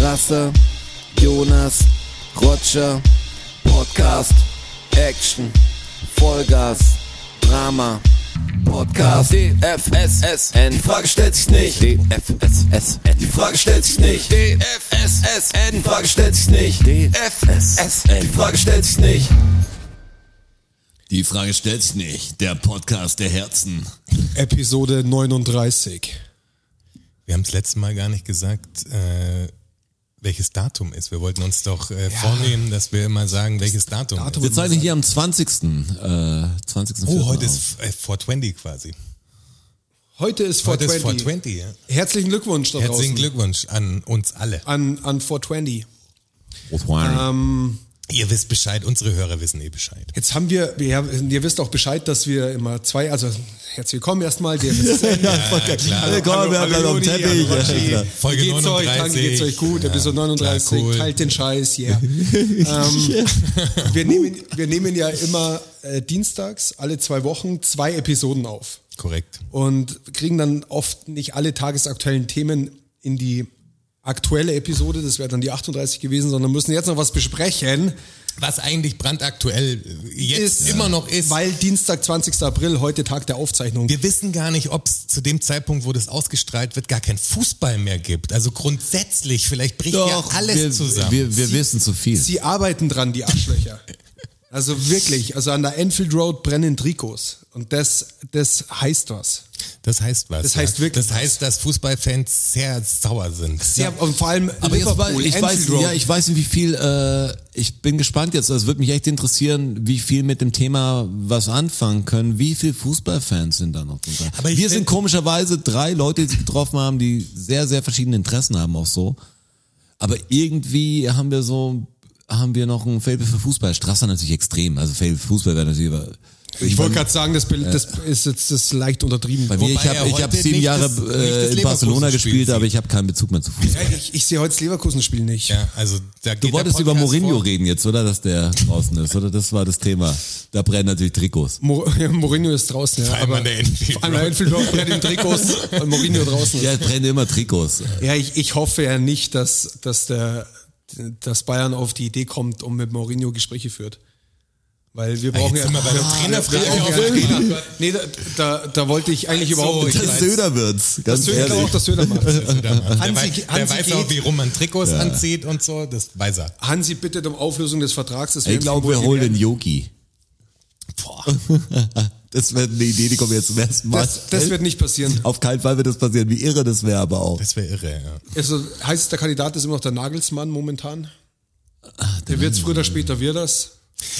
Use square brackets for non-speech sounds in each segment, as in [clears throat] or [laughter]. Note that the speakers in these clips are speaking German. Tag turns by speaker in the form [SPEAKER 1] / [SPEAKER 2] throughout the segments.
[SPEAKER 1] Rasse, Jonas, Roger, Podcast, Action, Vollgas, Drama, Podcast, DFSSN, die Frage stellt sich nicht, DFSSN, die Frage stellt sich nicht, DFSSN, die Frage stellt sich nicht, DFSSN, die Frage stellt sich nicht.
[SPEAKER 2] Die Frage stellt sich nicht. Der Podcast der Herzen.
[SPEAKER 3] Episode 39.
[SPEAKER 4] Wir haben das letzte Mal gar nicht gesagt, äh, welches Datum ist. Wir wollten uns doch äh, vornehmen, dass wir immer sagen, welches
[SPEAKER 3] Datum-
[SPEAKER 4] Datum, ist.
[SPEAKER 3] Wollen
[SPEAKER 2] Wir
[SPEAKER 3] wir
[SPEAKER 2] zeichnen hier am 20. Äh, 20.
[SPEAKER 4] Oh, heute ist äh, 420 quasi.
[SPEAKER 3] Heute ist 420.
[SPEAKER 4] Heute ist 420, ja.
[SPEAKER 3] Herzlichen Glückwunsch da draußen.
[SPEAKER 4] Herzlichen Glückwunsch an uns alle.
[SPEAKER 3] An, an 420.
[SPEAKER 2] Rotwein.
[SPEAKER 4] Ihr wisst Bescheid, unsere Hörer wissen eh Bescheid.
[SPEAKER 3] Jetzt haben wir, wir haben- ihr wisst auch Bescheid, dass wir immer zwei, also herzlich willkommen erstmal. [laughs] Wir sind
[SPEAKER 2] Alle kommen, wir haben am Teppich. Ja, klar.
[SPEAKER 4] Folge
[SPEAKER 3] geht's euch, danke, geht's euch gut, Episode 39,
[SPEAKER 4] klar, cool.
[SPEAKER 3] teilt den Scheiß, [laughs] yeah. ähm, wir, nehmen, wir nehmen ja immer äh, dienstags alle zwei Wochen zwei Episoden auf.
[SPEAKER 4] Korrekt.
[SPEAKER 3] und kriegen dann oft nicht alle tagesaktuellen Themen in die aktuelle Episode, das wäre dann die 38 gewesen, sondern müssen jetzt noch was besprechen,
[SPEAKER 4] Was eigentlich brandaktuell äh, jetzt
[SPEAKER 3] Ist-
[SPEAKER 4] immer noch ist.
[SPEAKER 3] weil Dienstag, 20. April, heute Tag der Aufzeichnung.
[SPEAKER 4] wir wissen gar nicht, ob es zu dem Zeitpunkt, wo das ausgestrahlt wird, gar kein Fußball mehr gibt. Also grundsätzlich, vielleicht bricht
[SPEAKER 2] Doch,
[SPEAKER 4] ja alles
[SPEAKER 2] wir,
[SPEAKER 4] zusammen.
[SPEAKER 2] Wir, wir wissen zu viel.
[SPEAKER 3] Sie arbeiten dran,
[SPEAKER 2] [laughs]
[SPEAKER 3] die Arschlöcher. Also wirklich, also an der Enfield Road brennen Trikots und das, das heißt was.
[SPEAKER 4] Das heißt was.
[SPEAKER 3] Das heißt wirklich
[SPEAKER 4] Das heißt, dass Fußballfans sehr sauer sind.
[SPEAKER 3] Sehr, und vor allem
[SPEAKER 2] aber jetzt,
[SPEAKER 3] Liverpool,
[SPEAKER 2] weiß- ich
[SPEAKER 3] Enfield
[SPEAKER 2] weiß,
[SPEAKER 3] Road.
[SPEAKER 2] ja, ich weiß nicht, wie viel, äh, ich bin gespannt jetzt, Also, es würde mich echt interessieren, wie viel mit dem Thema was anfangen können, wie viel Fußballfans sind da noch drunter.
[SPEAKER 4] Aber ich
[SPEAKER 2] Wir
[SPEAKER 4] find-
[SPEAKER 2] sind komischerweise drei Leute, die sich getroffen haben, die sehr, sehr verschiedene Interessen haben auch so. Aber irgendwie haben wir so, haben wir noch ein Fable für Fußball. Strasser natürlich extrem, also Fable für Fußball wäre natürlich über,
[SPEAKER 3] ich wollte gerade sagen, das, Bild, das ist jetzt das leicht untertrieben.
[SPEAKER 2] bei mir, ich
[SPEAKER 4] er
[SPEAKER 2] habe ich
[SPEAKER 4] heute
[SPEAKER 2] hab sieben
[SPEAKER 4] nicht
[SPEAKER 2] Jahre
[SPEAKER 4] das- nicht das
[SPEAKER 2] äh, in Barcelona
[SPEAKER 4] Leverkusen-Spiel
[SPEAKER 2] gespielt,
[SPEAKER 4] sieht.
[SPEAKER 2] aber ich habe keinen Bezug mehr zu Fußball.
[SPEAKER 3] ich, ich sehe heute das Leverkusen-Spiel nicht.
[SPEAKER 4] Ja, also da
[SPEAKER 2] Du wolltest über Mourinho
[SPEAKER 4] reden.
[SPEAKER 2] reden jetzt, oder? Dass der draußen ist, oder? Das war das Thema. Da brennen natürlich Trikots.
[SPEAKER 3] Mor ja, [laughs] Mourinho ist draußen, ja.
[SPEAKER 4] Vor allem
[SPEAKER 3] aber
[SPEAKER 4] an der Enfield
[SPEAKER 3] Vor allem an der
[SPEAKER 4] Road.
[SPEAKER 3] Enfield Road bei den Trikots, weil Mourinho draußen ist.
[SPEAKER 2] Ja, es brennen immer Trikots.
[SPEAKER 3] Ja, ich, ich hoffe ja nicht, dass, dass, der, dass Bayern auf die Idee kommt und mit Mourinho Gespräche führt. Weil wir brauchen
[SPEAKER 4] jetzt
[SPEAKER 3] ja.
[SPEAKER 4] sind wir bei der
[SPEAKER 3] wir-
[SPEAKER 4] Trainerfrage
[SPEAKER 3] wir brauchen
[SPEAKER 4] auf
[SPEAKER 3] ja einen Trainer. Nee, da, da, da wollte ich eigentlich überhaupt nicht.
[SPEAKER 4] ich weiß.
[SPEAKER 3] Das
[SPEAKER 2] Söder wird's. Ganz
[SPEAKER 3] Söder
[SPEAKER 2] ehrlich.
[SPEAKER 3] auch, dass Söder macht.
[SPEAKER 4] Der,
[SPEAKER 3] Hansi-
[SPEAKER 4] wei der
[SPEAKER 3] Hansi
[SPEAKER 4] weiß
[SPEAKER 3] geht-
[SPEAKER 4] auch, wie rum man Trikots anzieht und so. Das weiß er.
[SPEAKER 3] Hansi bittet um Auflösung des Vertrags. Das
[SPEAKER 2] ich
[SPEAKER 3] werden
[SPEAKER 2] glaube,
[SPEAKER 3] wohl
[SPEAKER 2] wir
[SPEAKER 3] die
[SPEAKER 2] holen
[SPEAKER 3] werden.
[SPEAKER 2] den Yogi. [laughs] Das wäre eine Idee, die kommt jetzt zum ersten Mal.
[SPEAKER 3] Das, das wird nicht passieren.
[SPEAKER 2] Auf keinen Fall wird das passieren. Wie irre das wäre aber auch.
[SPEAKER 4] Das wäre irre. Ja.
[SPEAKER 3] Also heißt der Kandidat ist immer noch der Nagelsmann momentan.
[SPEAKER 2] Ah,
[SPEAKER 3] Der wird's früher oder später, wir das.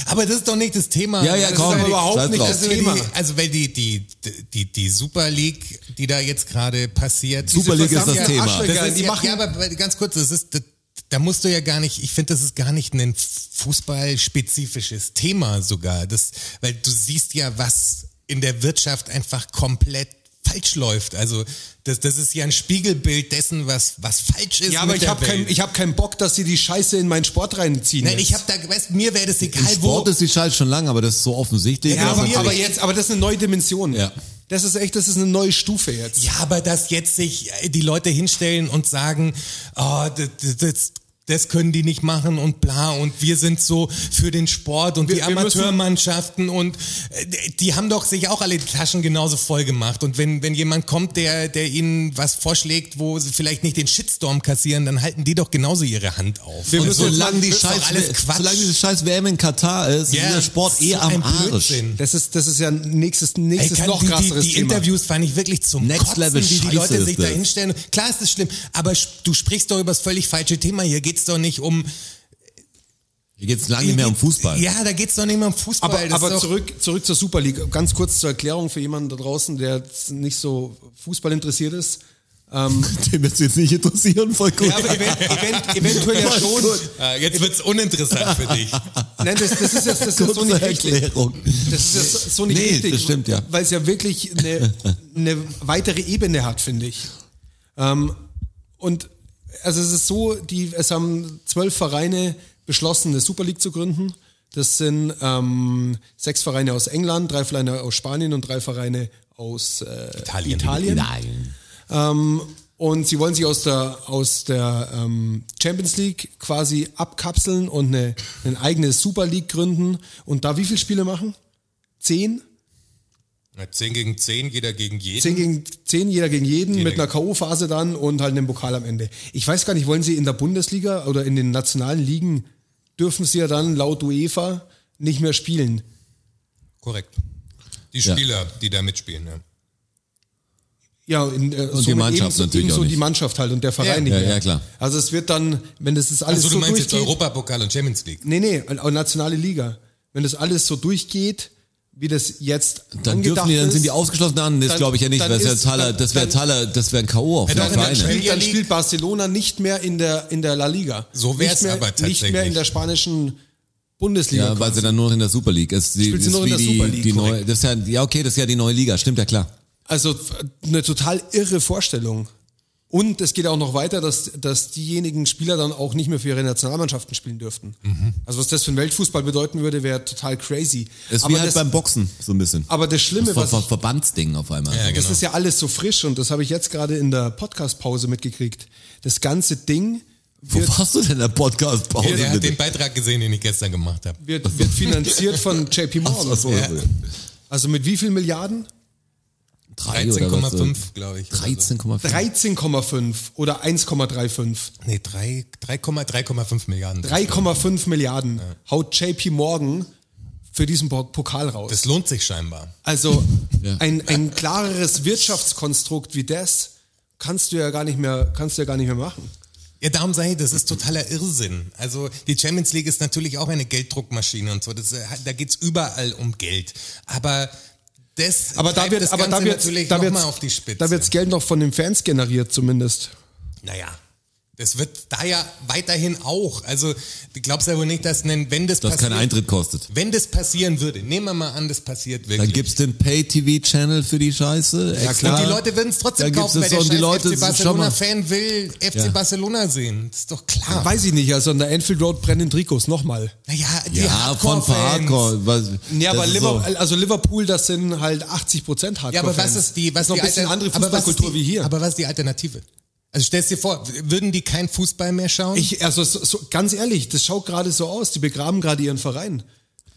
[SPEAKER 4] Aber das ist doch nicht das Thema.
[SPEAKER 2] Ja, ja,
[SPEAKER 4] das
[SPEAKER 2] komm,
[SPEAKER 4] ist doch
[SPEAKER 2] überhaupt
[SPEAKER 4] überhaupt
[SPEAKER 2] scheiß
[SPEAKER 4] nicht
[SPEAKER 2] drauf.
[SPEAKER 4] das Thema. Die, also weil die, die, die, die Super League, die da jetzt gerade passiert.
[SPEAKER 2] Super League ist das
[SPEAKER 3] verdammten
[SPEAKER 2] Thema.
[SPEAKER 3] Arschlöcher.
[SPEAKER 4] Das
[SPEAKER 3] Egal,
[SPEAKER 4] ist,
[SPEAKER 3] die
[SPEAKER 4] ja,
[SPEAKER 3] machen-
[SPEAKER 4] ja, aber bei- ganz kurz, das ist, das, da musst du ja gar nicht, ich finde, das ist gar nicht ein fußballspezifisches Thema sogar, das, weil du siehst ja, was in der Wirtschaft einfach komplett falsch läuft. Also das, das ist ja ein Spiegelbild dessen, was, was falsch ist.
[SPEAKER 3] Ja, aber
[SPEAKER 4] mit
[SPEAKER 3] ich
[SPEAKER 4] der
[SPEAKER 3] habe keinen
[SPEAKER 4] Welt.
[SPEAKER 3] ich hab keinen Bock, dass sie die Scheiße in meinen Sport reinziehen.
[SPEAKER 4] Nein,
[SPEAKER 3] jetzt.
[SPEAKER 4] ich habe da, weißt, mir wäre das
[SPEAKER 2] Im
[SPEAKER 4] egal, wo.
[SPEAKER 2] Sport ist die Scheiße schon lange, aber das ist so offensichtlich.
[SPEAKER 3] ja,
[SPEAKER 2] dass
[SPEAKER 3] aber,
[SPEAKER 2] man-
[SPEAKER 3] aber jetzt, aber das ist eine neue Dimension.
[SPEAKER 2] Ja.
[SPEAKER 3] Das ist echt, das ist eine neue Stufe jetzt.
[SPEAKER 4] Ja, aber dass jetzt sich äh, die Leute hinstellen und sagen, oh, das, das, das können die nicht machen und bla und wir sind so für den Sport und
[SPEAKER 3] Wir-
[SPEAKER 4] die
[SPEAKER 3] wir müssen-
[SPEAKER 4] Amateurmannschaften und äh, die haben doch sich auch alle die Taschen genauso voll gemacht und wenn, wenn jemand kommt, der, der ihnen was vorschlägt, wo sie vielleicht nicht den Shitstorm kassieren, dann halten die doch genauso ihre Hand auf.
[SPEAKER 2] Und
[SPEAKER 4] Und
[SPEAKER 3] müssen jetzt
[SPEAKER 2] solange,
[SPEAKER 3] mal-
[SPEAKER 2] die
[SPEAKER 3] das ist
[SPEAKER 4] doch
[SPEAKER 2] Scheiß,
[SPEAKER 4] alles Quatsch.
[SPEAKER 2] solange diese scheiß WM in Katar ist,
[SPEAKER 4] Ja,
[SPEAKER 2] ist der Sport
[SPEAKER 4] das ist
[SPEAKER 2] eh
[SPEAKER 4] so
[SPEAKER 2] am
[SPEAKER 4] ein
[SPEAKER 2] Arsch.
[SPEAKER 4] Blödsinn.
[SPEAKER 3] Das ist, das ist ja ein nächstes, nächstes
[SPEAKER 4] kann-
[SPEAKER 3] noch
[SPEAKER 4] die, die,
[SPEAKER 3] krasseres
[SPEAKER 4] die
[SPEAKER 3] Thema.
[SPEAKER 4] Interviews fand ich wirklich zum
[SPEAKER 2] Next
[SPEAKER 4] Kotzen,
[SPEAKER 2] Level
[SPEAKER 4] wie die
[SPEAKER 2] Scheiße
[SPEAKER 4] Leute
[SPEAKER 2] ist
[SPEAKER 4] sich da
[SPEAKER 2] das.
[SPEAKER 4] hinstellen. Klar ist es schlimm, aber sch- du sprichst doch über das völlig falsche Thema. Hier geht's doch nicht um...
[SPEAKER 2] Hier geht's lange nicht mehr um Fußball.
[SPEAKER 4] Ja, da geht's doch nicht mehr um Fußball.
[SPEAKER 3] aber
[SPEAKER 4] das ist
[SPEAKER 3] aber
[SPEAKER 4] doch,
[SPEAKER 3] zurück, zurück zur Super League. Ganz kurz zur Erklärung für jemanden da draußen, der jetzt nicht so Fußball interessiert ist. Ähm,
[SPEAKER 2] [laughs] Dem wird's jetzt nicht interessieren, voll gut.
[SPEAKER 3] Ja, aber event,
[SPEAKER 2] [laughs]
[SPEAKER 3] event, eventuell ja schon.
[SPEAKER 4] Ah, jetzt wird's uninteressant für dich.
[SPEAKER 3] [laughs] Nein, das, das ist jetzt, das ist jetzt so nicht richtig. Das ist jetzt so nicht
[SPEAKER 2] Nee,
[SPEAKER 3] richtig.
[SPEAKER 2] das stimmt, ja.
[SPEAKER 3] Weil es ja
[SPEAKER 2] [laughs]
[SPEAKER 3] wirklich eine, eine weitere Ebene hat, finde ich. Ähm, und also es ist so, die, es haben zwölf Vereine beschlossen, eine Super League zu gründen. Das sind ähm, sechs Vereine aus England, drei Vereine aus Spanien und drei Vereine aus äh,
[SPEAKER 4] Italien.
[SPEAKER 3] Italien.
[SPEAKER 2] Nein.
[SPEAKER 3] Ähm, Und sie wollen sich aus der, aus der ähm, Champions League quasi abkapseln und eine, eine eigene Super League gründen und da wie viele Spiele machen? Zehn?
[SPEAKER 4] Ja, 10 gegen 10, jeder gegen jeden.
[SPEAKER 3] Zehn gegen zehn, jeder gegen jeden,
[SPEAKER 4] Jeder
[SPEAKER 3] mit einer K.O.-Phase dann und halt einem Pokal am Ende. Ich weiß gar nicht, wollen sie in der Bundesliga oder in den nationalen Ligen, dürfen sie ja dann laut UEFA nicht mehr spielen.
[SPEAKER 4] Korrekt. Die
[SPEAKER 2] Ja.
[SPEAKER 4] Spieler, die da mitspielen. Ja.
[SPEAKER 3] Ja, in, äh, somit
[SPEAKER 2] Mannschaft
[SPEAKER 3] ebenso,
[SPEAKER 2] natürlich
[SPEAKER 3] ebenso
[SPEAKER 2] auch nicht.
[SPEAKER 3] die Mannschaft halt und der Verein
[SPEAKER 4] Ja.
[SPEAKER 3] nicht
[SPEAKER 2] Ja,
[SPEAKER 3] mehr.
[SPEAKER 2] ja, klar.
[SPEAKER 3] Also es wird dann, wenn das ist alles
[SPEAKER 4] Also du
[SPEAKER 3] so
[SPEAKER 4] meinst jetzt
[SPEAKER 3] durchgeht,
[SPEAKER 4] Europapokal und Champions League.
[SPEAKER 3] Nee, nee, auch nationale Liga. Wenn das alles so durchgeht, wie das jetzt
[SPEAKER 2] Dann
[SPEAKER 3] angedacht
[SPEAKER 2] dürfen die, dann
[SPEAKER 3] ist,
[SPEAKER 2] sind die ausgeschlossen. Dann ist,
[SPEAKER 3] Dann-
[SPEAKER 2] glaube ich, ja nicht.
[SPEAKER 3] dann
[SPEAKER 2] weil es ja
[SPEAKER 3] ist-
[SPEAKER 2] Thaler,
[SPEAKER 3] dann-
[SPEAKER 2] das wäre
[SPEAKER 3] dann-
[SPEAKER 2] Thaler, das wäre ein K.O. auf
[SPEAKER 4] Ja,
[SPEAKER 2] der
[SPEAKER 4] doch, in der
[SPEAKER 2] Vereine.
[SPEAKER 4] Champions-
[SPEAKER 3] spielt, dann
[SPEAKER 4] League.
[SPEAKER 3] spielt Barcelona nicht mehr in der, in der La Liga.
[SPEAKER 4] So wär's
[SPEAKER 3] Nicht mehr-
[SPEAKER 4] aber
[SPEAKER 3] Nicht mehr in
[SPEAKER 4] tatsächlich.
[SPEAKER 3] der spanischen Bundesliga.
[SPEAKER 2] Ja, weil sie dann nur noch in der Super League ist. Die,
[SPEAKER 3] Spielt sie
[SPEAKER 2] ist
[SPEAKER 3] nur in
[SPEAKER 2] wie
[SPEAKER 3] der
[SPEAKER 2] die,
[SPEAKER 3] Super League,
[SPEAKER 2] die neue,
[SPEAKER 3] korrekt.
[SPEAKER 2] das ist ja, ja, okay, das ist ja die neue Liga. Stimmt ja klar.
[SPEAKER 3] Also f- eine total irre Vorstellung. Und es geht auch noch weiter, dass, dass diejenigen Spieler dann auch nicht mehr für ihre Nationalmannschaften spielen dürften.
[SPEAKER 2] Mhm.
[SPEAKER 3] Also was das für den Weltfußball bedeuten würde, wäre total crazy.
[SPEAKER 2] Das ist
[SPEAKER 3] aber,
[SPEAKER 2] wie halt
[SPEAKER 3] das,
[SPEAKER 2] beim Boxen so ein bisschen.
[SPEAKER 3] aber das Schlimme,
[SPEAKER 2] Ver-
[SPEAKER 3] was
[SPEAKER 2] Ver
[SPEAKER 3] ich-
[SPEAKER 2] Verbandsding auf einmal.
[SPEAKER 4] Ja,
[SPEAKER 3] Das
[SPEAKER 4] genau.
[SPEAKER 3] ist ja alles so frisch und das habe ich jetzt gerade in der Podcast-Pause mitgekriegt. Das ganze Ding
[SPEAKER 2] Wo
[SPEAKER 3] wird,
[SPEAKER 2] warst du denn in der Podcast-Pause?
[SPEAKER 4] Der hat
[SPEAKER 2] bitte?
[SPEAKER 4] den Beitrag gesehen, den ich gestern gemacht habe.
[SPEAKER 3] wird, wird finanziert von JP Morgan.
[SPEAKER 2] Ach so,
[SPEAKER 4] Ja.
[SPEAKER 2] so.
[SPEAKER 3] Also mit wie viel Milliarden?
[SPEAKER 2] Drei oder was?
[SPEAKER 4] 13,5, glaube ich. oder so.
[SPEAKER 2] 13,5.
[SPEAKER 3] 13,5 oder 1,35.
[SPEAKER 4] Nee, drei- 3,5 3,5 Milliarden.
[SPEAKER 3] 3,5 Milliarden haut JP Morgan für diesen Po- Pokal raus.
[SPEAKER 4] Das lohnt sich scheinbar.
[SPEAKER 3] Also
[SPEAKER 2] Ja.
[SPEAKER 3] ein, ein klareres Wirtschaftskonstrukt wie das kannst du ja gar nicht mehr, kannst du ja gar nicht mehr machen.
[SPEAKER 4] Ja, darum sage ich, das ist totaler Irrsinn. Also die Champions League ist natürlich auch eine Gelddruckmaschine und so. Das, äh, da geht's überall um Geld. Aber das
[SPEAKER 3] Aber da
[SPEAKER 4] treibt
[SPEAKER 3] wird,
[SPEAKER 4] das
[SPEAKER 3] aber da
[SPEAKER 4] Ganze
[SPEAKER 3] wird,
[SPEAKER 4] natürlich
[SPEAKER 3] da
[SPEAKER 4] noch
[SPEAKER 3] wird,
[SPEAKER 4] mal auf die Spitze.
[SPEAKER 3] da wird's Geld noch von den Fans generiert zumindest.
[SPEAKER 4] Naja, das wird da ja weiterhin auch. Also du glaubst ja wohl nicht, dass wenn wenn das,
[SPEAKER 2] Das
[SPEAKER 4] passiert,
[SPEAKER 2] kein Eintritt kostet.
[SPEAKER 4] wenn das passieren würde, nehmen wir mal an, das passiert wirklich.
[SPEAKER 2] Dann gibt's den Pay-TV-Channel für die Scheiße. Ja,
[SPEAKER 4] Und die Leute würden es trotzdem
[SPEAKER 2] Dann
[SPEAKER 4] kaufen, weil
[SPEAKER 2] gibt's
[SPEAKER 4] der
[SPEAKER 2] es
[SPEAKER 4] scheiß
[SPEAKER 2] so, und die Leute-
[SPEAKER 4] FC
[SPEAKER 2] schau mal.
[SPEAKER 4] Barcelona-Fan will FC
[SPEAKER 2] Ja.
[SPEAKER 4] Barcelona sehen. Das ist doch klar.
[SPEAKER 3] Weiß ich nicht, also an der Enfield Road brennen Trikots, nochmal.
[SPEAKER 4] Naja, die
[SPEAKER 2] Ja, von
[SPEAKER 4] Hardcore-Fans.
[SPEAKER 2] Hardcore. Was, das
[SPEAKER 3] Ja, aber
[SPEAKER 2] ist
[SPEAKER 3] Liverpool,
[SPEAKER 2] so.
[SPEAKER 3] also Liverpool, das sind halt 80 Prozent Hardcore.
[SPEAKER 4] Ja, aber was ist die, was
[SPEAKER 3] noch
[SPEAKER 4] die
[SPEAKER 3] ein bisschen
[SPEAKER 4] Alter-
[SPEAKER 3] andere
[SPEAKER 4] aber was ist
[SPEAKER 3] Fußballkultur
[SPEAKER 4] die-
[SPEAKER 3] wie hier.
[SPEAKER 4] Aber was ist die Alternative? Also stellst dir vor, w- würden die keinen Fußball mehr schauen?
[SPEAKER 3] ich, also so, so, ganz ehrlich, das schaut gerade so aus. Die begraben gerade ihren Verein.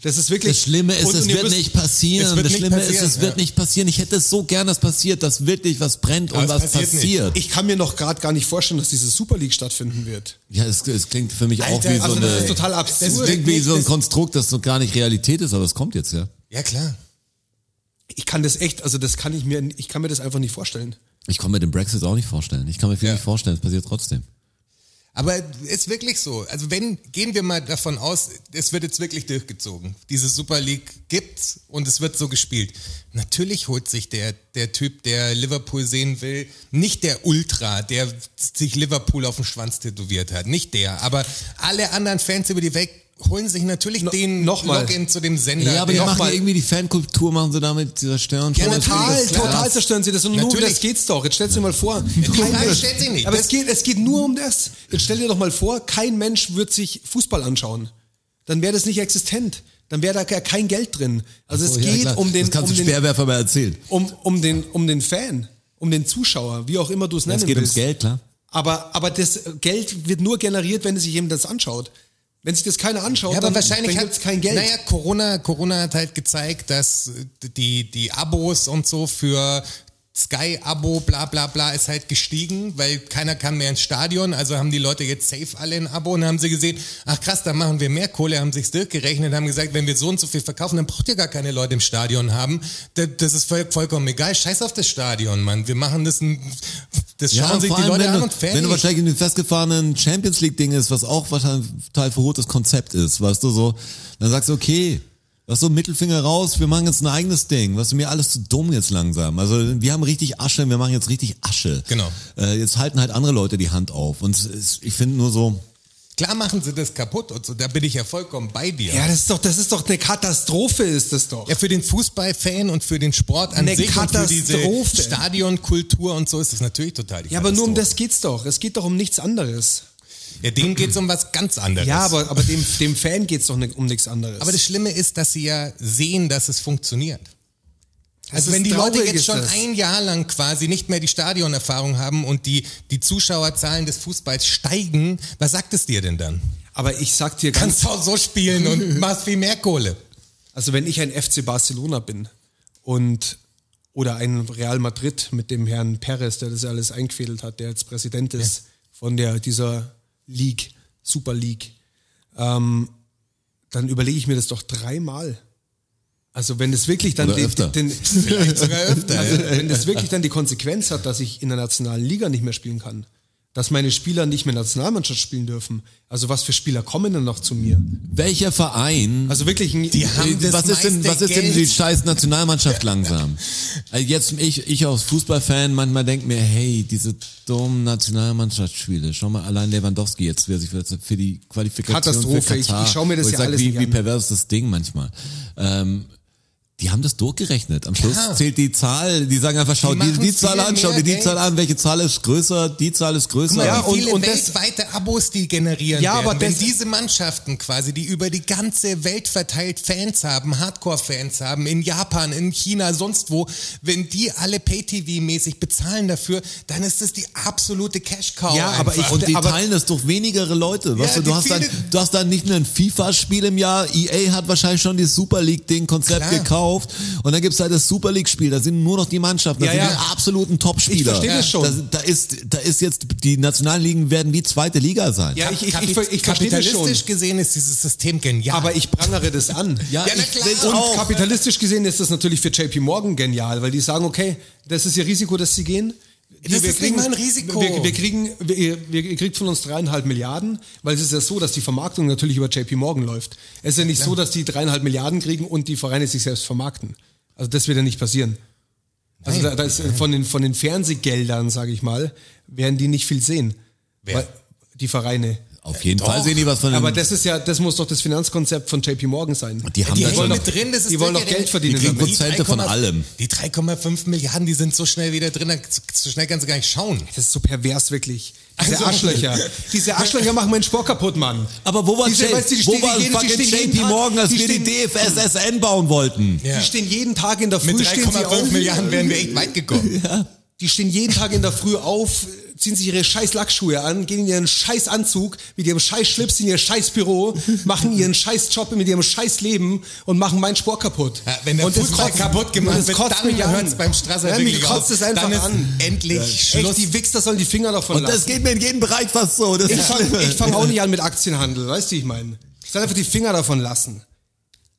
[SPEAKER 3] Das ist wirklich.
[SPEAKER 2] Das Schlimme ist,
[SPEAKER 3] Und-
[SPEAKER 2] es
[SPEAKER 3] und ihr
[SPEAKER 2] wird
[SPEAKER 3] wisst-
[SPEAKER 2] nicht passieren.
[SPEAKER 4] es wird
[SPEAKER 2] das
[SPEAKER 4] nicht
[SPEAKER 2] Schlimme ist,
[SPEAKER 4] passieren,
[SPEAKER 2] es wird
[SPEAKER 4] ja.
[SPEAKER 2] nicht passieren. Ich hätte es so gern, dass passiert, dass wirklich was brennt
[SPEAKER 4] Aber
[SPEAKER 2] und
[SPEAKER 4] es
[SPEAKER 2] was
[SPEAKER 4] passiert nicht.
[SPEAKER 2] passiert.
[SPEAKER 3] Ich kann mir noch gerade gar nicht vorstellen, dass diese Super League stattfinden wird.
[SPEAKER 2] Ja, es, es klingt für mich auch
[SPEAKER 4] Alter,
[SPEAKER 2] wie so
[SPEAKER 3] Also
[SPEAKER 2] eine.
[SPEAKER 3] das ist total
[SPEAKER 2] es
[SPEAKER 3] absurd.
[SPEAKER 2] klingt wie so ein Konstrukt, das so gar nicht Realität ist, aber es kommt jetzt, ja.
[SPEAKER 4] Ja, klar.
[SPEAKER 3] Ich kann das echt, also das kann ich mir, ich kann mir das einfach nicht vorstellen.
[SPEAKER 2] Ich kann mir den Brexit auch nicht vorstellen. Ich kann mir viel
[SPEAKER 4] Ja.
[SPEAKER 2] nicht vorstellen, es passiert trotzdem.
[SPEAKER 4] Aber ist wirklich so. Also wenn, gehen wir mal davon aus, es wird jetzt wirklich durchgezogen. Diese Super League gibt's und es wird so gespielt. Natürlich holt sich der, der Typ, der Liverpool sehen will, nicht der Ultra, der sich Liverpool auf den Schwanz tätowiert hat. Nicht der. Aber alle anderen Fans über die Welt holen sich natürlich
[SPEAKER 3] No-
[SPEAKER 4] den
[SPEAKER 3] nochmal.
[SPEAKER 4] Login zu dem Sender.
[SPEAKER 2] Ja, aber die
[SPEAKER 4] der
[SPEAKER 2] machen
[SPEAKER 3] nochmal-
[SPEAKER 2] irgendwie die Fankultur, machen sie damit zerstören.
[SPEAKER 4] Ja,
[SPEAKER 2] Voll, das
[SPEAKER 4] total,
[SPEAKER 3] Total,
[SPEAKER 2] ist krass.
[SPEAKER 3] total zerstören sie das. Und nur um
[SPEAKER 4] Natürlich.
[SPEAKER 3] das geht's doch. Jetzt stellst du dir mal vor.
[SPEAKER 4] Frage
[SPEAKER 3] Mensch-
[SPEAKER 4] stellt sich nicht.
[SPEAKER 3] Aber
[SPEAKER 4] Das-
[SPEAKER 3] es geht, es geht nur um das. Jetzt stell dir doch mal vor, kein Mensch wird sich Fußball anschauen. Dann wäre das nicht existent. Dann wäre da gar kein Geld drin. Also es
[SPEAKER 2] Oh, ja,
[SPEAKER 3] geht
[SPEAKER 2] klar.
[SPEAKER 3] um den,
[SPEAKER 2] Das kannst
[SPEAKER 3] um,
[SPEAKER 2] du
[SPEAKER 3] den
[SPEAKER 2] Sperrwerfer mal erzählen.
[SPEAKER 3] um, um den, um den Fan, um den Zuschauer, wie auch immer du es nennen
[SPEAKER 2] Es geht ums
[SPEAKER 3] willst.
[SPEAKER 2] Geld, klar.
[SPEAKER 3] Aber, aber das Geld wird nur generiert, wenn sich jemand das anschaut. Wenn sich das keiner anschaut,
[SPEAKER 4] Ja, aber
[SPEAKER 3] dann,
[SPEAKER 4] wahrscheinlich
[SPEAKER 3] dann
[SPEAKER 4] hat
[SPEAKER 3] gibt's kein Geld.
[SPEAKER 4] Naja, Corona, Corona hat halt gezeigt, dass die, die Abos und so für Sky-Abo, bla bla bla, ist halt gestiegen, weil keiner kam mehr ins Stadion. Also haben die Leute jetzt safe alle ein Abo und haben sie gesehen, ach krass, da machen wir mehr Kohle, haben sich's durchgerechnet, haben gesagt, wenn wir so und so viel verkaufen, dann braucht ihr gar keine Leute im Stadion haben. Das, das ist voll, vollkommen egal. Scheiß auf das Stadion, Mann. Wir machen das ein, das schauen sich
[SPEAKER 2] vor
[SPEAKER 4] die
[SPEAKER 2] allem,
[SPEAKER 4] Leute
[SPEAKER 2] wenn
[SPEAKER 4] an
[SPEAKER 2] du,
[SPEAKER 4] und fertig.
[SPEAKER 2] Wenn du wahrscheinlich in dem festgefahrenen Champions League-Ding ist, was auch wahrscheinlich ein total verrohtes Konzept ist, weißt du, so, dann sagst du, okay, was so Mittelfinger raus, wir machen jetzt ein eigenes Ding. Was du mir alles zu dumm jetzt langsam. Also wir haben richtig Asche, wir machen jetzt richtig Asche.
[SPEAKER 4] Genau.
[SPEAKER 2] Äh, jetzt halten halt andere Leute die Hand auf. Und es ist, ich finde nur so,
[SPEAKER 4] Klar machen sie das kaputt und so, da bin ich ja vollkommen bei dir.
[SPEAKER 3] ja, das ist doch, das ist doch eine Katastrophe, ist das doch.
[SPEAKER 4] Ja, für den Fußballfan und für den Sport an
[SPEAKER 3] Eine
[SPEAKER 4] sich und für
[SPEAKER 3] Katastrophe.
[SPEAKER 4] diese Stadionkultur und so ist das natürlich total die
[SPEAKER 3] Ja, aber nur um
[SPEAKER 4] Katastrophe.
[SPEAKER 3] das geht's doch. Es geht doch um nichts anderes.
[SPEAKER 4] Ja, denen geht's um was ganz anderes.
[SPEAKER 3] Ja, aber, aber dem, dem Fan geht's doch ni- um nichts anderes.
[SPEAKER 4] Aber das Schlimme ist, dass sie ja sehen, dass es funktioniert. Also
[SPEAKER 3] ist
[SPEAKER 4] wenn die
[SPEAKER 3] traurig,
[SPEAKER 4] Leute jetzt
[SPEAKER 3] ist
[SPEAKER 4] schon
[SPEAKER 3] das.
[SPEAKER 4] ein Jahr lang quasi nicht mehr die Stadionerfahrung haben und die, die Zuschauerzahlen des Fußballs steigen, was sagt es dir denn dann?
[SPEAKER 3] Aber ich sag dir ganz,
[SPEAKER 4] Kannst du auch so spielen
[SPEAKER 3] [laughs]
[SPEAKER 4] und machst viel mehr Kohle.
[SPEAKER 3] also wenn ich ein FC Barcelona bin und oder ein Real Madrid mit dem Herrn Perez, der das alles eingefädelt hat, der jetzt Präsident ist von der dieser League, Super League, ähm, dann überlege ich mir das doch dreimal. Also wenn es wirklich dann
[SPEAKER 2] Oder
[SPEAKER 3] den,
[SPEAKER 2] öfter.
[SPEAKER 3] den, [laughs]
[SPEAKER 4] [laughs] Vielleicht sogar öfter.
[SPEAKER 3] Also,
[SPEAKER 4] ja.
[SPEAKER 3] wenn das wirklich dann die Konsequenz hat, dass ich in der nationalen Liga nicht mehr spielen kann, dass meine Spieler nicht mehr Nationalmannschaft spielen dürfen, also was für Spieler kommen dann noch zu mir?
[SPEAKER 2] Welcher Verein?
[SPEAKER 3] Also wirklich ein,
[SPEAKER 4] Die haben das
[SPEAKER 2] Äh, was ist denn,
[SPEAKER 4] meiste
[SPEAKER 2] was ist denn die
[SPEAKER 4] Geld.
[SPEAKER 2] scheiß Nationalmannschaft langsam? Also jetzt, ich, ich als Fußballfan manchmal denk mir, hey, diese dummen Nationalmannschaftsspiele, schau mal allein Lewandowski jetzt, wer sich für, für die Qualifikation
[SPEAKER 3] Katastrophe,
[SPEAKER 2] für
[SPEAKER 3] ich-
[SPEAKER 2] Katar,
[SPEAKER 3] ich schau mir das
[SPEAKER 2] wo
[SPEAKER 3] ja
[SPEAKER 2] sag,
[SPEAKER 3] alles
[SPEAKER 2] wie,
[SPEAKER 3] nicht
[SPEAKER 2] wie
[SPEAKER 3] an.
[SPEAKER 2] pervers das Ding manchmal. Ähm, die haben das durchgerechnet. Am Schluss
[SPEAKER 4] Klar.
[SPEAKER 2] zählt die Zahl, die sagen einfach, schau
[SPEAKER 4] Die
[SPEAKER 2] dir die,
[SPEAKER 4] machen
[SPEAKER 2] Zahl
[SPEAKER 4] viel
[SPEAKER 2] an, schau
[SPEAKER 4] mehr
[SPEAKER 2] dir die
[SPEAKER 4] Geld.
[SPEAKER 2] Zahl an, welche Zahl ist größer, die Zahl ist größer.
[SPEAKER 4] Guck mal,
[SPEAKER 3] Ja,
[SPEAKER 4] wie viele
[SPEAKER 3] und- und das-
[SPEAKER 4] weltweite Abos die generieren
[SPEAKER 3] Ja,
[SPEAKER 4] werden.
[SPEAKER 3] aber
[SPEAKER 4] wenn
[SPEAKER 3] das-
[SPEAKER 4] diese Mannschaften quasi, die über die ganze Welt verteilt Fans haben, Hardcore-Fans haben, in Japan, in China, sonst wo, wenn die alle Pay-TV-mäßig bezahlen dafür, dann ist das die absolute Cash-Cow.
[SPEAKER 3] Ja, aber
[SPEAKER 4] einfach.
[SPEAKER 3] ich-
[SPEAKER 2] Und die
[SPEAKER 3] aber-
[SPEAKER 2] teilen das durch wenigere Leute. Weißt du,
[SPEAKER 4] Ja,
[SPEAKER 2] du,
[SPEAKER 4] die
[SPEAKER 2] hast dann,
[SPEAKER 4] viele-
[SPEAKER 2] du hast dann nicht nur ein FIFA-Spiel im Jahr. EA hat wahrscheinlich schon das Super League-Ding-Konzept
[SPEAKER 4] Klar.
[SPEAKER 2] gekauft. Und dann gibt's halt das Super League-Spiel. Da sind nur noch die Mannschaften. Da
[SPEAKER 3] Ja,
[SPEAKER 2] sind
[SPEAKER 3] ja.
[SPEAKER 2] die absoluten Top-Spieler.
[SPEAKER 3] Ich verstehe das schon.
[SPEAKER 2] Da, da, ist, da ist jetzt, die Nationalligen werden wie zweite Liga sein.
[SPEAKER 3] ja, ich, ich, ich,
[SPEAKER 4] Kapit-
[SPEAKER 3] ich verstehe das schon,
[SPEAKER 4] kapitalistisch gesehen ist dieses System genial.
[SPEAKER 3] aber ich prangere das an.
[SPEAKER 2] Ja,
[SPEAKER 4] Ja, na
[SPEAKER 2] ich
[SPEAKER 4] klar.
[SPEAKER 2] will's
[SPEAKER 4] Und
[SPEAKER 2] auch.
[SPEAKER 3] Kapitalistisch gesehen ist das natürlich für JP Morgan genial, weil die sagen, okay, das ist ihr Risiko, dass sie gehen. Die-
[SPEAKER 4] Das ist nicht mal ein Risiko.
[SPEAKER 3] Wir, wir kriegen, wir, ihr- wir, ihr kriegt von uns dreieinhalb Milliarden, weil es ist ja so, dass die Vermarktung natürlich über JP Morgan läuft. Es ist ja nicht so, dass die dreieinhalb Milliarden kriegen und die Vereine sich selbst vermarkten. Also das wird ja nicht passieren. Also da, da ist von den, von den Fernsehgeldern, sage ich mal, werden die nicht viel sehen.
[SPEAKER 4] Wer?
[SPEAKER 3] Weil- Die Vereine.
[SPEAKER 2] Auf jeden Fall sehen die was von den-
[SPEAKER 3] Aber das ist ja, das muss doch das Finanzkonzept von JP Morgan sein.
[SPEAKER 2] Die haben
[SPEAKER 4] die
[SPEAKER 2] da
[SPEAKER 4] hängen
[SPEAKER 2] schon
[SPEAKER 4] mit drin, das ist
[SPEAKER 3] die wollen doch
[SPEAKER 4] der-
[SPEAKER 3] Geld verdienen also
[SPEAKER 2] Die kriegen
[SPEAKER 3] damit.
[SPEAKER 2] Prozente von
[SPEAKER 4] 3,5
[SPEAKER 2] allem.
[SPEAKER 4] Die 3,5 Milliarden, die sind so schnell wieder drin, da- so schnell kannst du gar nicht schauen.
[SPEAKER 3] Das ist so pervers, wirklich. Diese
[SPEAKER 4] Also-
[SPEAKER 3] Arschlöcher. Diese Arschlöcher machen meinen Sport kaputt, Mann.
[SPEAKER 2] Aber wo war,
[SPEAKER 3] Diese,
[SPEAKER 2] J
[SPEAKER 3] weißt du, die
[SPEAKER 2] wo
[SPEAKER 3] stehen-
[SPEAKER 2] war
[SPEAKER 3] die gehen- die
[SPEAKER 2] fucking
[SPEAKER 3] stehen jeden
[SPEAKER 2] JP
[SPEAKER 3] Tag-
[SPEAKER 2] Morgan, als
[SPEAKER 3] die
[SPEAKER 2] wir die
[SPEAKER 3] stehen-
[SPEAKER 2] DFSSN bauen wollten?
[SPEAKER 4] Ja.
[SPEAKER 3] Die stehen jeden Tag in der Früh,
[SPEAKER 4] Mit
[SPEAKER 3] stehen sie
[SPEAKER 4] 3,5
[SPEAKER 3] auf.
[SPEAKER 4] Milliarden wären wir echt weit gekommen.
[SPEAKER 3] Die stehen jeden Tag in der Früh auf, ziehen sich ihre scheiß Lackschuhe an, gehen in ihren scheiß Anzug, mit ihrem scheiß Schlips in ihr scheiß Büro, machen ihren scheiß Job mit ihrem scheiß Leben und machen meinen Sport kaputt.
[SPEAKER 4] Ja, wenn der
[SPEAKER 3] und das
[SPEAKER 4] Fußball
[SPEAKER 3] kotzt-
[SPEAKER 4] kaputt gemacht
[SPEAKER 3] das
[SPEAKER 4] wird,
[SPEAKER 3] kotzt mich
[SPEAKER 4] dann
[SPEAKER 3] an.
[SPEAKER 4] hört es beim Strasser
[SPEAKER 3] ja,
[SPEAKER 4] wirklich
[SPEAKER 3] mich kotzt
[SPEAKER 4] auf.
[SPEAKER 3] es einfach
[SPEAKER 4] dann ist
[SPEAKER 3] an.
[SPEAKER 4] endlich Schluss.
[SPEAKER 3] Echt, die Wichser sollen die Finger davon
[SPEAKER 2] Und
[SPEAKER 3] lassen.
[SPEAKER 2] das geht mir in jedem Bereich fast so. Das
[SPEAKER 3] Ich
[SPEAKER 2] ist schlimm.
[SPEAKER 3] fange fang auch nicht an mit Aktienhandel, weißt du, wie ich meine? Ich soll einfach die Finger davon lassen.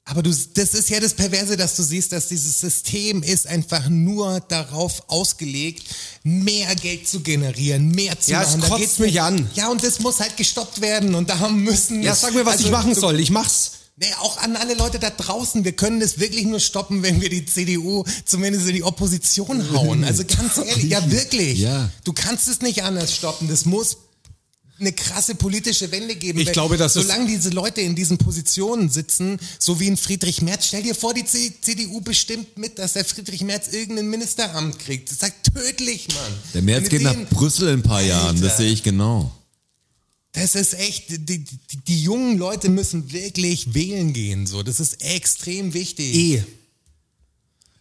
[SPEAKER 4] Aber du, das ist ja das Perverse, dass du siehst, dass dieses System ist einfach nur darauf ausgelegt, mehr Geld zu generieren, mehr zu
[SPEAKER 3] Ja, es
[SPEAKER 4] machen.
[SPEAKER 3] kotzt
[SPEAKER 4] geht's
[SPEAKER 3] mich
[SPEAKER 4] nicht-
[SPEAKER 3] an.
[SPEAKER 4] Ja, und das muss halt gestoppt werden. Und da haben müssen.
[SPEAKER 3] Ja, sag mir, was
[SPEAKER 4] also,
[SPEAKER 3] ich machen soll. Ich mach's.
[SPEAKER 4] Nee, auch an alle Leute da draußen. Wir können das wirklich nur stoppen, wenn wir die CDU zumindest in die Opposition hauen. Also ganz ehrlich, ja wirklich.
[SPEAKER 2] Ja.
[SPEAKER 4] Du kannst es nicht anders stoppen. Das muss eine krasse politische Wende geben.
[SPEAKER 3] Ich
[SPEAKER 4] Weil
[SPEAKER 3] glaube, das ist-
[SPEAKER 4] solange diese Leute in diesen Positionen sitzen, so wie ein Friedrich Merz, stell dir vor, die C CDU bestimmt mit, dass der Friedrich Merz irgendein Ministeramt kriegt. Das ist halt tödlich, Mann.
[SPEAKER 2] Der März
[SPEAKER 4] Wenn
[SPEAKER 2] geht
[SPEAKER 4] du
[SPEAKER 2] nach
[SPEAKER 4] den-
[SPEAKER 2] Brüssel in ein paar Jahren. Das
[SPEAKER 4] Alter.
[SPEAKER 2] sehe ich genau.
[SPEAKER 4] das ist echt, die, die, die jungen Leute müssen wirklich wählen gehen, so. Das ist extrem wichtig.
[SPEAKER 3] Eh.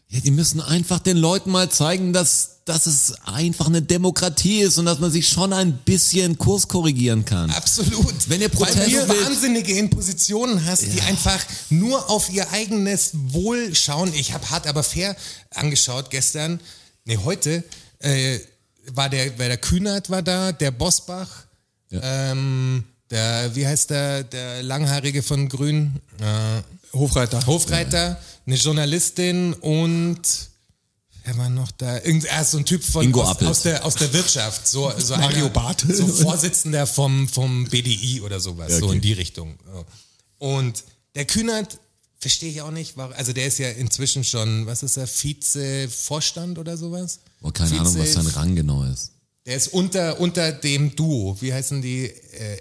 [SPEAKER 2] Ja, die müssen einfach den Leuten mal zeigen, dass, dass es einfach eine Demokratie ist und dass man sich schon ein bisschen Kurs korrigieren kann.
[SPEAKER 4] Absolut.
[SPEAKER 2] Wenn ihr Protest
[SPEAKER 4] Weil du
[SPEAKER 2] wählt-
[SPEAKER 4] Wahnsinnige in Positionen hast, die einfach nur auf ihr eigenes Wohl schauen. Ich habe hart aber fair angeschaut gestern. Nee, heute äh, war der, war der Kühnert war da, der Bosbach, ähm, der, wie heißt der, der Langhaarige von Grün? Äh,
[SPEAKER 3] Hofreiter.
[SPEAKER 4] Hofreiter, eine Journalistin und wer war noch da? Irgend, ah, so ein Typ von
[SPEAKER 2] Ingo
[SPEAKER 4] aus,
[SPEAKER 2] Appelt.
[SPEAKER 4] aus, der, aus der Wirtschaft, so, so
[SPEAKER 3] [laughs] Mario
[SPEAKER 4] einer,
[SPEAKER 3] Barth.
[SPEAKER 4] so Vorsitzender vom, vom BDI oder sowas, so in die Richtung. Ja. Und der Kühnert verstehe ich auch nicht, warum, also der ist ja inzwischen schon, was ist er, Vize-Vorstand oder sowas?
[SPEAKER 2] Boah, keine Ahnung, was sein Rang genau ist.
[SPEAKER 4] Der ist unter, unter dem Duo, wie heißen die? Äh,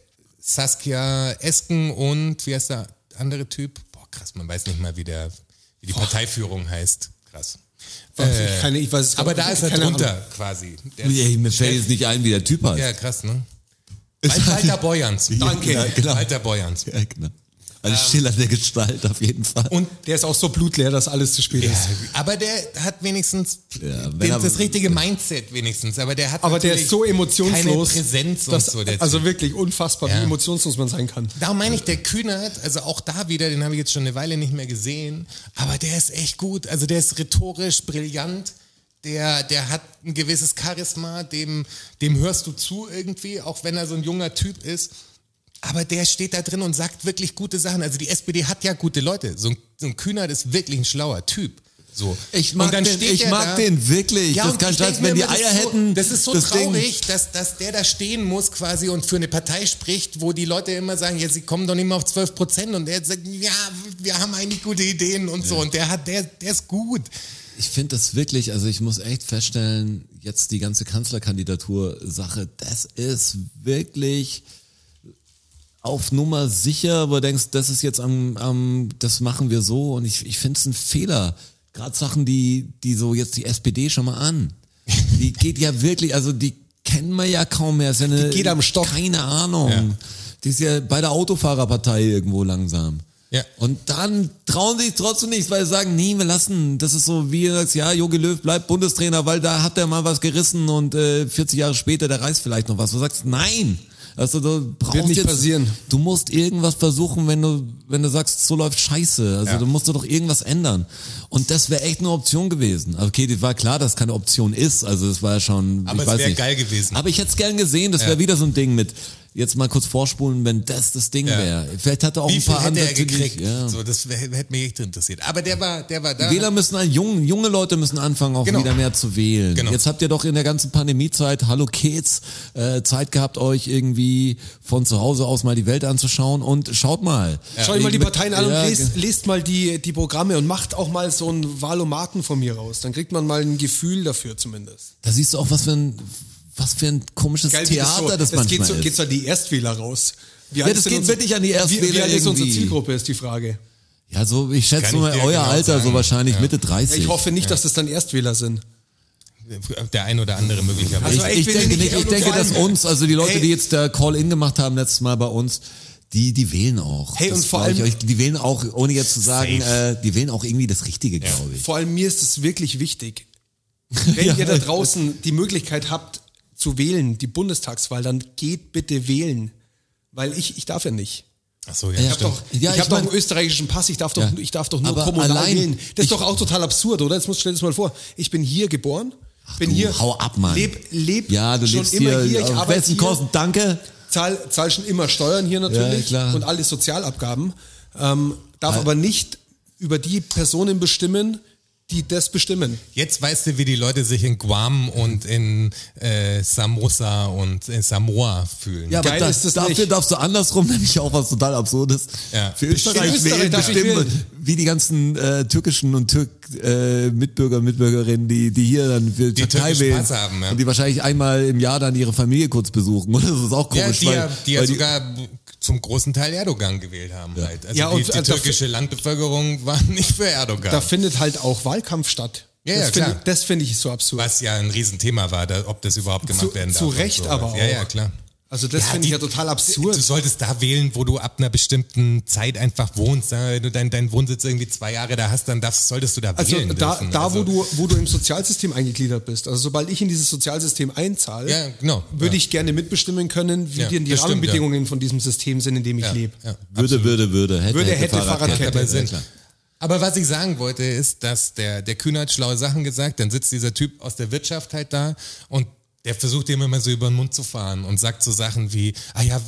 [SPEAKER 4] Saskia Esken und wie heißt der andere Typ? Boah, krass, man weiß nicht mal, wie, der, wie die Parteiführung heißt. Krass.
[SPEAKER 3] Ich, keine, ich weiß es
[SPEAKER 4] Aber
[SPEAKER 3] gar
[SPEAKER 4] da
[SPEAKER 3] nicht.
[SPEAKER 4] ist er
[SPEAKER 3] Keine
[SPEAKER 4] drunter
[SPEAKER 3] Ahnung.
[SPEAKER 4] quasi. Der ist
[SPEAKER 2] Ey, mir fällt
[SPEAKER 4] Chef-
[SPEAKER 2] jetzt nicht ein, wie der Typ heißt. halt
[SPEAKER 3] [laughs]
[SPEAKER 4] Ja, krass, ne? Walter Bojans.
[SPEAKER 2] Ja,
[SPEAKER 4] Danke.
[SPEAKER 2] genau.
[SPEAKER 4] Walter Bojans.
[SPEAKER 2] Ja, genau. Ein schillernde Gestalt auf jeden Fall.
[SPEAKER 4] Und
[SPEAKER 3] Der ist auch so blutleer, dass alles zu spät
[SPEAKER 4] ja,
[SPEAKER 3] ist.
[SPEAKER 4] aber der hat wenigstens
[SPEAKER 2] Ja, wenn
[SPEAKER 4] den,
[SPEAKER 2] er-
[SPEAKER 4] das richtige Mindset wenigstens. Aber der hat
[SPEAKER 3] Aber der
[SPEAKER 4] natürlich
[SPEAKER 3] ist so emotionslos.
[SPEAKER 4] keine Präsenz
[SPEAKER 3] dass,
[SPEAKER 4] und so. Der
[SPEAKER 3] also wirklich unfassbar,
[SPEAKER 4] Ja.
[SPEAKER 3] wie emotionslos man sein kann.
[SPEAKER 4] Da meine ich, der Kühnert, also auch da wieder, den habe ich jetzt schon eine Weile nicht mehr gesehen, aber der ist echt gut. Also der ist rhetorisch brillant, der, der hat ein gewisses Charisma, dem, dem hörst du zu irgendwie, auch wenn er so ein junger Typ ist. Aber der steht da drin und sagt wirklich gute Sachen. Also die SPD hat ja gute Leute. So ein, so ein Kühnert ist wirklich ein schlauer Typ. So.
[SPEAKER 2] Ich mag,
[SPEAKER 4] Und dann
[SPEAKER 2] den,
[SPEAKER 4] steht
[SPEAKER 2] ich
[SPEAKER 4] der
[SPEAKER 2] mag
[SPEAKER 4] da-
[SPEAKER 2] den wirklich. das
[SPEAKER 4] und
[SPEAKER 2] kann
[SPEAKER 4] ich
[SPEAKER 2] ich als
[SPEAKER 4] denk
[SPEAKER 2] wenn
[SPEAKER 4] mir
[SPEAKER 2] die
[SPEAKER 4] immer,
[SPEAKER 2] Eier
[SPEAKER 4] das ist so,
[SPEAKER 2] hätten.
[SPEAKER 4] Das ist so
[SPEAKER 2] Ding-
[SPEAKER 4] traurig, dass, dass der da stehen muss quasi und für eine Partei spricht, wo die Leute immer sagen, ja, sie kommen doch nicht mehr auf 12 Prozent. Und der sagt, ja, wir haben eigentlich gute Ideen und so. Und der hat, der, der ist gut.
[SPEAKER 2] Ich finde das wirklich, also ich muss echt feststellen, jetzt die ganze Kanzlerkandidatur-Sache, das ist wirklich auf Nummer sicher, wo du denkst, das ist jetzt am, am das machen wir so und ich, ich finde es ein Fehler. Gerade Sachen, die, die so jetzt die SPD schon mal an.
[SPEAKER 3] [laughs]
[SPEAKER 2] Die geht ja wirklich, also die kennen wir ja kaum mehr. Ist ja eine,
[SPEAKER 3] Die geht am Stock.
[SPEAKER 2] Keine Ahnung.
[SPEAKER 4] Ja.
[SPEAKER 2] Die ist ja bei der Autofahrerpartei irgendwo langsam.
[SPEAKER 4] Ja.
[SPEAKER 2] Und dann trauen sie sich trotzdem nichts, weil sie sagen, nee, wir lassen. Das ist so, wie du sagst, ja, Jogi Löw bleibt Bundestrainer, weil da hat er mal was gerissen und äh, 40 Jahre später, der reißt vielleicht noch was. Du sagst, nein. Also du brauchst
[SPEAKER 3] nicht
[SPEAKER 2] jetzt,
[SPEAKER 3] passieren.
[SPEAKER 2] Du musst irgendwas versuchen, wenn du, wenn du sagst, so läuft scheiße. Also
[SPEAKER 4] Ja.
[SPEAKER 2] du musst doch irgendwas ändern. Und das wäre echt eine Option gewesen. Okay, die war klar, dass es keine Option ist. Also es war ja schon.
[SPEAKER 4] Aber
[SPEAKER 2] ich
[SPEAKER 4] es
[SPEAKER 2] weiß
[SPEAKER 4] wär
[SPEAKER 2] nicht. [laughs]
[SPEAKER 4] geil gewesen.
[SPEAKER 2] Aber ich hätte es gern gesehen, das wäre wieder so ein Ding mit. Jetzt mal kurz vorspulen, wenn das das Ding
[SPEAKER 4] Ja.
[SPEAKER 2] wäre. Vielleicht hat er auch
[SPEAKER 4] Wie
[SPEAKER 2] ein
[SPEAKER 4] viel
[SPEAKER 2] paar
[SPEAKER 4] hätte
[SPEAKER 2] andere
[SPEAKER 4] er
[SPEAKER 2] natürlich-
[SPEAKER 4] gekriegt?
[SPEAKER 2] Ja.
[SPEAKER 4] So, das wär- hätte mich echt interessiert. Aber der war, der war da.
[SPEAKER 2] Wähler müssen, ein- junge, junge Leute müssen anfangen, auch
[SPEAKER 4] Genau.
[SPEAKER 2] wieder mehr zu wählen.
[SPEAKER 4] Genau.
[SPEAKER 2] Jetzt habt ihr doch in der ganzen Pandemiezeit, hallo Kids, äh, Zeit gehabt, euch irgendwie von zu Hause aus mal die Welt anzuschauen und schaut mal.
[SPEAKER 3] Schaut euch mal die
[SPEAKER 2] Irgendwie-
[SPEAKER 3] Parteien an und
[SPEAKER 2] Ja,
[SPEAKER 3] lest, lest mal die, die Programme und macht auch mal so einen Valomaten von mir raus. Dann kriegt man mal ein Gefühl dafür zumindest.
[SPEAKER 2] Da siehst du auch, was für ein, was für ein komisches
[SPEAKER 3] wie
[SPEAKER 2] Theater das,
[SPEAKER 3] das, so, das geht,
[SPEAKER 2] manchmal
[SPEAKER 3] so, geht
[SPEAKER 2] ist.
[SPEAKER 3] so an die Erstwähler raus. Wie
[SPEAKER 2] Ja, das geht wirklich an die Erstwähler
[SPEAKER 3] Wie, wie alt ist unsere
[SPEAKER 2] irgendwie.
[SPEAKER 3] Zielgruppe, ist die Frage.
[SPEAKER 2] Ja, so, ich
[SPEAKER 4] Kann
[SPEAKER 2] schätze
[SPEAKER 4] ich
[SPEAKER 2] mal,
[SPEAKER 4] dir
[SPEAKER 2] euer
[SPEAKER 4] genau
[SPEAKER 2] Alter, so
[SPEAKER 4] sagen.
[SPEAKER 2] wahrscheinlich
[SPEAKER 4] Ja.
[SPEAKER 2] Mitte 30.
[SPEAKER 3] Ich hoffe nicht, dass das dann Erstwähler sind.
[SPEAKER 4] Der ein oder andere möglicherweise.
[SPEAKER 3] Also
[SPEAKER 2] ich, ich
[SPEAKER 3] echt, wenn
[SPEAKER 2] denke
[SPEAKER 3] die nicht
[SPEAKER 2] nicht, ich
[SPEAKER 3] irgendwo
[SPEAKER 2] denke, dass
[SPEAKER 3] fallen.
[SPEAKER 2] uns, also die Leute,
[SPEAKER 3] Hey.
[SPEAKER 2] die jetzt da Call-In gemacht haben letztes Mal bei uns, die, die wählen auch.
[SPEAKER 3] Hey,
[SPEAKER 2] das
[SPEAKER 3] und vor
[SPEAKER 2] glaub ich
[SPEAKER 3] allem-
[SPEAKER 2] euch, die wählen auch, ohne jetzt zu sagen, äh, die wählen auch irgendwie das Richtige, glaube ich.
[SPEAKER 3] Vor allem mir ist es
[SPEAKER 2] [laughs]
[SPEAKER 3] wirklich wichtig. Wenn ihr da draußen die Möglichkeit habt zu wählen, die Bundestagswahl, dann geht bitte wählen. Weil ich, ich darf ja nicht.
[SPEAKER 4] Achso, ja,
[SPEAKER 2] Ja,
[SPEAKER 4] stimmt.
[SPEAKER 2] doch. Ja,
[SPEAKER 3] ich
[SPEAKER 2] ich
[SPEAKER 3] habe doch
[SPEAKER 2] mein-
[SPEAKER 3] einen österreichischen Pass, ich darf doch,
[SPEAKER 2] Ja.
[SPEAKER 3] ich darf doch nur
[SPEAKER 2] Aber
[SPEAKER 3] kommunal
[SPEAKER 2] allein-
[SPEAKER 3] wählen. Das
[SPEAKER 2] ich-
[SPEAKER 3] ist doch auch total absurd, oder? Jetzt musst, stell dir das mal vor. Ich bin hier geboren, bin
[SPEAKER 2] du,
[SPEAKER 3] hier.
[SPEAKER 2] hau ab, Mann.
[SPEAKER 3] Leb, leb
[SPEAKER 2] Ja, du
[SPEAKER 3] schon
[SPEAKER 2] lebst
[SPEAKER 3] immer
[SPEAKER 2] hier,
[SPEAKER 3] hier, ich
[SPEAKER 2] auf
[SPEAKER 3] arbeite
[SPEAKER 2] besten
[SPEAKER 3] hier,
[SPEAKER 2] Kosten, danke.
[SPEAKER 3] zahl, zahl schon immer Steuern hier natürlich
[SPEAKER 2] Ja, klar.
[SPEAKER 3] und alle Sozialabgaben, ähm, darf aber nicht über die Personen bestimmen, die das bestimmen.
[SPEAKER 4] Jetzt weißt du, wie die Leute sich in Guam und in äh, Samosa und in Samoa fühlen.
[SPEAKER 2] Ja, aber
[SPEAKER 3] Geil
[SPEAKER 2] da,
[SPEAKER 3] ist das
[SPEAKER 2] dafür
[SPEAKER 3] nicht.
[SPEAKER 2] darfst du andersrum, [laughs] nämlich auch was total Absurdes.
[SPEAKER 4] Ja.
[SPEAKER 2] Für
[SPEAKER 4] In
[SPEAKER 2] Österreich,
[SPEAKER 3] Österreich
[SPEAKER 2] wählen
[SPEAKER 3] darf ich
[SPEAKER 2] bestimmen,
[SPEAKER 3] wählen.
[SPEAKER 2] wie die ganzen äh, türkischen und Türk äh, Mitbürger und Mitbürgerinnen, die, die hier dann für die Türkei
[SPEAKER 4] türkisch
[SPEAKER 2] wählen
[SPEAKER 4] Pass haben, ja.
[SPEAKER 2] und die wahrscheinlich einmal im Jahr dann ihre Familie kurz besuchen. [laughs] Und das ist auch
[SPEAKER 4] Ja,
[SPEAKER 2] komisch,
[SPEAKER 4] die
[SPEAKER 2] weil,
[SPEAKER 4] ja, die ja
[SPEAKER 2] weil
[SPEAKER 4] sogar zum großen Teil Erdogan gewählt haben. Halt. Also
[SPEAKER 3] Ja,
[SPEAKER 4] die,
[SPEAKER 3] und,
[SPEAKER 4] die
[SPEAKER 3] äh, da-
[SPEAKER 4] türkische Landbevölkerung war [laughs] nicht für Erdogan.
[SPEAKER 3] Da findet halt auch Wahlkampf statt.
[SPEAKER 4] Ja,
[SPEAKER 3] das
[SPEAKER 4] ja,
[SPEAKER 3] finde
[SPEAKER 4] klar.
[SPEAKER 3] ich- das finde ich so absurd.
[SPEAKER 4] was ja ein Riesenthema war, da, ob das überhaupt gemacht
[SPEAKER 3] Zu-
[SPEAKER 4] werden darf.
[SPEAKER 3] zu
[SPEAKER 4] und
[SPEAKER 3] Recht
[SPEAKER 4] sowas.
[SPEAKER 3] aber auch.
[SPEAKER 4] Ja, ja, klar.
[SPEAKER 3] Also das finde ich ja total absurd.
[SPEAKER 4] Du solltest da wählen, wo du ab einer bestimmten Zeit einfach wohnst. Ja, Wenn du deinen deinen Wohnsitz irgendwie zwei Jahre da hast, dann darfst, solltest du da
[SPEAKER 3] Also
[SPEAKER 4] wählen
[SPEAKER 3] da,
[SPEAKER 4] dürfen.
[SPEAKER 3] da
[SPEAKER 4] also,
[SPEAKER 3] wo, du, wo du im Sozialsystem eingegliedert bist, also sobald ich in dieses Sozialsystem einzahle,
[SPEAKER 4] Ja, genau.
[SPEAKER 3] würde
[SPEAKER 4] Ja.
[SPEAKER 3] ich gerne mitbestimmen können, wie
[SPEAKER 4] Ja,
[SPEAKER 3] denn die
[SPEAKER 4] das stimmt,
[SPEAKER 3] Rahmenbedingungen von diesem System sind, in dem ich
[SPEAKER 4] ja,
[SPEAKER 3] lebe.
[SPEAKER 4] ja.
[SPEAKER 2] Würde, würde, würde. Hätte,
[SPEAKER 3] Würde, hätte, Fahrradkette.
[SPEAKER 4] dabei sind.
[SPEAKER 2] klar.
[SPEAKER 4] Aber was ich sagen wollte, ist, dass der, der Kühner hat schlaue Sachen gesagt, dann sitzt dieser Typ aus der Wirtschaft halt da und der versucht ihm immer so über den Mund zu fahren und sagt so Sachen wie, ah ja,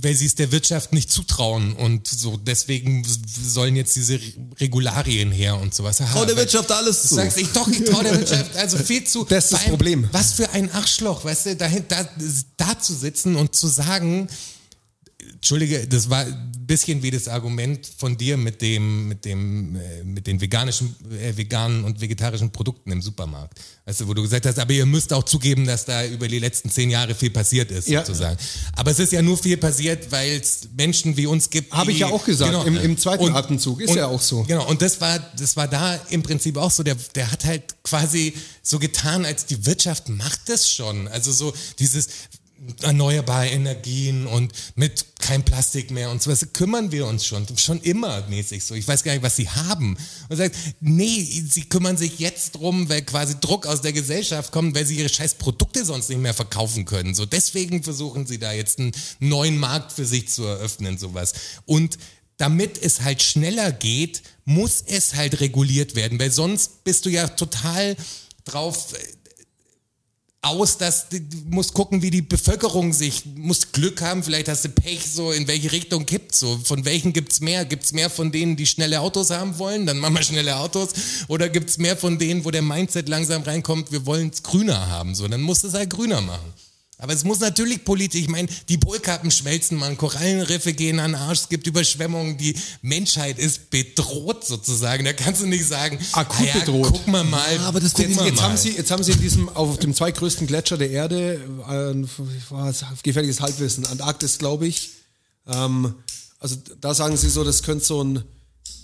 [SPEAKER 4] weil sie es der Wirtschaft nicht zutrauen und so, deswegen sollen jetzt diese Regularien her und sowas. Aha,
[SPEAKER 2] Trau der
[SPEAKER 4] weil-
[SPEAKER 2] Wirtschaft alles zu.
[SPEAKER 4] Du sagst, ich doch, ich traue der Wirtschaft also viel zu.
[SPEAKER 3] Das ist das
[SPEAKER 4] Vor allem,
[SPEAKER 3] Problem.
[SPEAKER 4] Was für ein Arschloch, weißt du, dahin, da, da zu sitzen und zu sagen, Entschuldige, das war ein bisschen wie das Argument von dir mit dem, mit dem, äh, mit den veganischen, äh, veganen und vegetarischen Produkten im Supermarkt. Weißt du, wo du gesagt hast, aber ihr müsst auch zugeben, dass da über die letzten zehn Jahre viel passiert ist,
[SPEAKER 3] Ja.
[SPEAKER 4] sozusagen. Aber es ist ja nur viel passiert, weil es Menschen wie uns gibt.
[SPEAKER 3] Habe ich
[SPEAKER 4] die- Genau.
[SPEAKER 3] ja auch gesagt, im- im zweiten
[SPEAKER 4] Und-
[SPEAKER 3] Atemzug, ist
[SPEAKER 4] und,
[SPEAKER 3] ja auch so.
[SPEAKER 4] Genau, und das war, das war da im Prinzip auch so. Der, der hat halt quasi so getan, als die Wirtschaft macht das schon. Also so dieses, erneuerbare Energien und mit kein Plastik mehr und so was kümmern wir uns schon schon immer mäßig so ich weiß gar nicht was sie haben und sagt nee sie kümmern sich jetzt drum weil quasi Druck aus der Gesellschaft kommt weil sie ihre scheiß Produkte sonst nicht mehr verkaufen können so deswegen versuchen sie da jetzt einen neuen Markt für sich zu eröffnen sowas und damit es halt schneller geht muss es halt reguliert werden weil sonst bist du ja total drauf aus, dass du du musst gucken, wie die Bevölkerung sich, musst Glück haben, vielleicht hast du Pech, so in welche Richtung gibt's so, von welchen gibt's mehr? Gibt's mehr von denen, die schnelle Autos haben wollen, dann machen wir schnelle Autos, oder gibt's mehr von denen, wo der Mindset langsam reinkommt, wir wollen's grüner haben, so, dann musst du es halt grüner machen. Aber es muss natürlich politisch, ich meine, die Polkappen schmelzen, man, Korallenriffe gehen an den Arsch, es gibt Überschwemmungen, die Menschheit ist bedroht sozusagen, da kannst du nicht sagen,
[SPEAKER 3] Akut
[SPEAKER 4] "Ah ja,
[SPEAKER 3] bedroht."
[SPEAKER 4] guck mal mal,
[SPEAKER 2] Ja, aber das
[SPEAKER 4] guck
[SPEAKER 2] Ding ist,
[SPEAKER 4] mal
[SPEAKER 3] Jetzt
[SPEAKER 4] mal.
[SPEAKER 3] haben, sie, jetzt haben sie in diesem, auf dem zweitgrößten Gletscher der Erde, äh, ein was, gefährliches Halbwissen, Antarktis, glaube ich. Ähm, also da sagen sie so, das könnte so ein,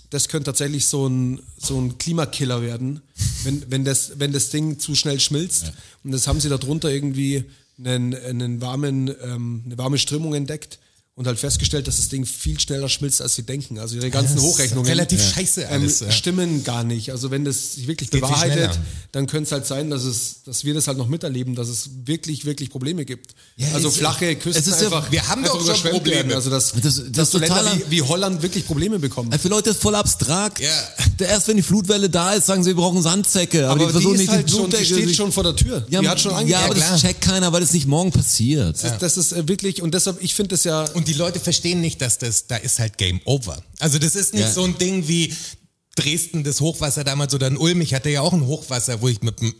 [SPEAKER 3] das könnte tatsächlich so ein, so ein Klimakiller werden, wenn, wenn, das, wenn das Ding zu schnell schmilzt. Und das haben sie darunter irgendwie einen, einen warmen, ähm, eine warme Strömung entdeckt und halt festgestellt, dass das Ding viel schneller schmilzt, als sie denken. Also ihre ganzen
[SPEAKER 4] Ah, das ist
[SPEAKER 3] Hochrechnungen
[SPEAKER 4] relativ scheiße alles,
[SPEAKER 3] ähm,
[SPEAKER 4] ja.
[SPEAKER 3] stimmen gar nicht. Also wenn das sich wirklich
[SPEAKER 4] Geht viel
[SPEAKER 3] bewahrheitet,
[SPEAKER 4] schneller.
[SPEAKER 3] dann könnte es halt sein, dass es, dass wir das halt noch miterleben, dass es wirklich, wirklich Probleme gibt. also
[SPEAKER 2] es-
[SPEAKER 3] flache Küsten
[SPEAKER 2] es ist ja-
[SPEAKER 3] einfach.
[SPEAKER 4] wir haben doch
[SPEAKER 3] einfach
[SPEAKER 4] schon
[SPEAKER 3] überschwemmt
[SPEAKER 4] Probleme.
[SPEAKER 3] werden. Also dass,
[SPEAKER 2] Das- das
[SPEAKER 3] dass so Länder
[SPEAKER 2] totaler-
[SPEAKER 3] wie, wie Holland wirklich Probleme bekommen.
[SPEAKER 2] Für Leute ist voll abstrakt.
[SPEAKER 4] Ja.
[SPEAKER 2] Da Erst wenn die Flutwelle da ist, sagen sie, wir brauchen Sandsäcke. Aber, die versuchen
[SPEAKER 3] ist
[SPEAKER 2] nicht,
[SPEAKER 3] halt
[SPEAKER 2] die
[SPEAKER 3] schon, die
[SPEAKER 2] Flutdecke...
[SPEAKER 3] steht
[SPEAKER 2] sich-
[SPEAKER 3] schon vor der Tür.
[SPEAKER 2] ja,
[SPEAKER 3] die hat schon
[SPEAKER 2] ja, aber
[SPEAKER 3] angefangen.
[SPEAKER 2] das checkt keiner, weil das nicht morgen passiert.
[SPEAKER 3] das, ist- das ist äh, wirklich, und deshalb, ich finde das ja,
[SPEAKER 4] Und die Leute verstehen nicht, dass das, da ist halt Game Over. Also das ist nicht
[SPEAKER 2] Ja.
[SPEAKER 4] so ein Ding wie Dresden, das Hochwasser damals oder in Ulm. Ich hatte ja auch ein Hochwasser, wo ich mit dem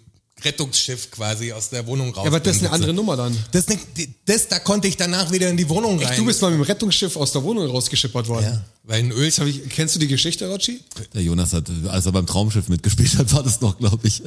[SPEAKER 4] Rettungsschiff quasi aus der Wohnung raus
[SPEAKER 3] ja, aber das ist
[SPEAKER 4] bin.
[SPEAKER 3] eine andere Nummer dann.
[SPEAKER 4] Das, nicht, das, da konnte ich danach wieder in die Wohnung rein.
[SPEAKER 3] Du bist mal mit dem Rettungsschiff aus der Wohnung rausgeschippert worden.
[SPEAKER 4] ja, weil ein Öl,
[SPEAKER 3] Das hab ich, kennst du die Geschichte, Rotschi?
[SPEAKER 2] Der Jonas hat, als er beim Traumschiff mitgespielt hat, war das noch, glaube ich.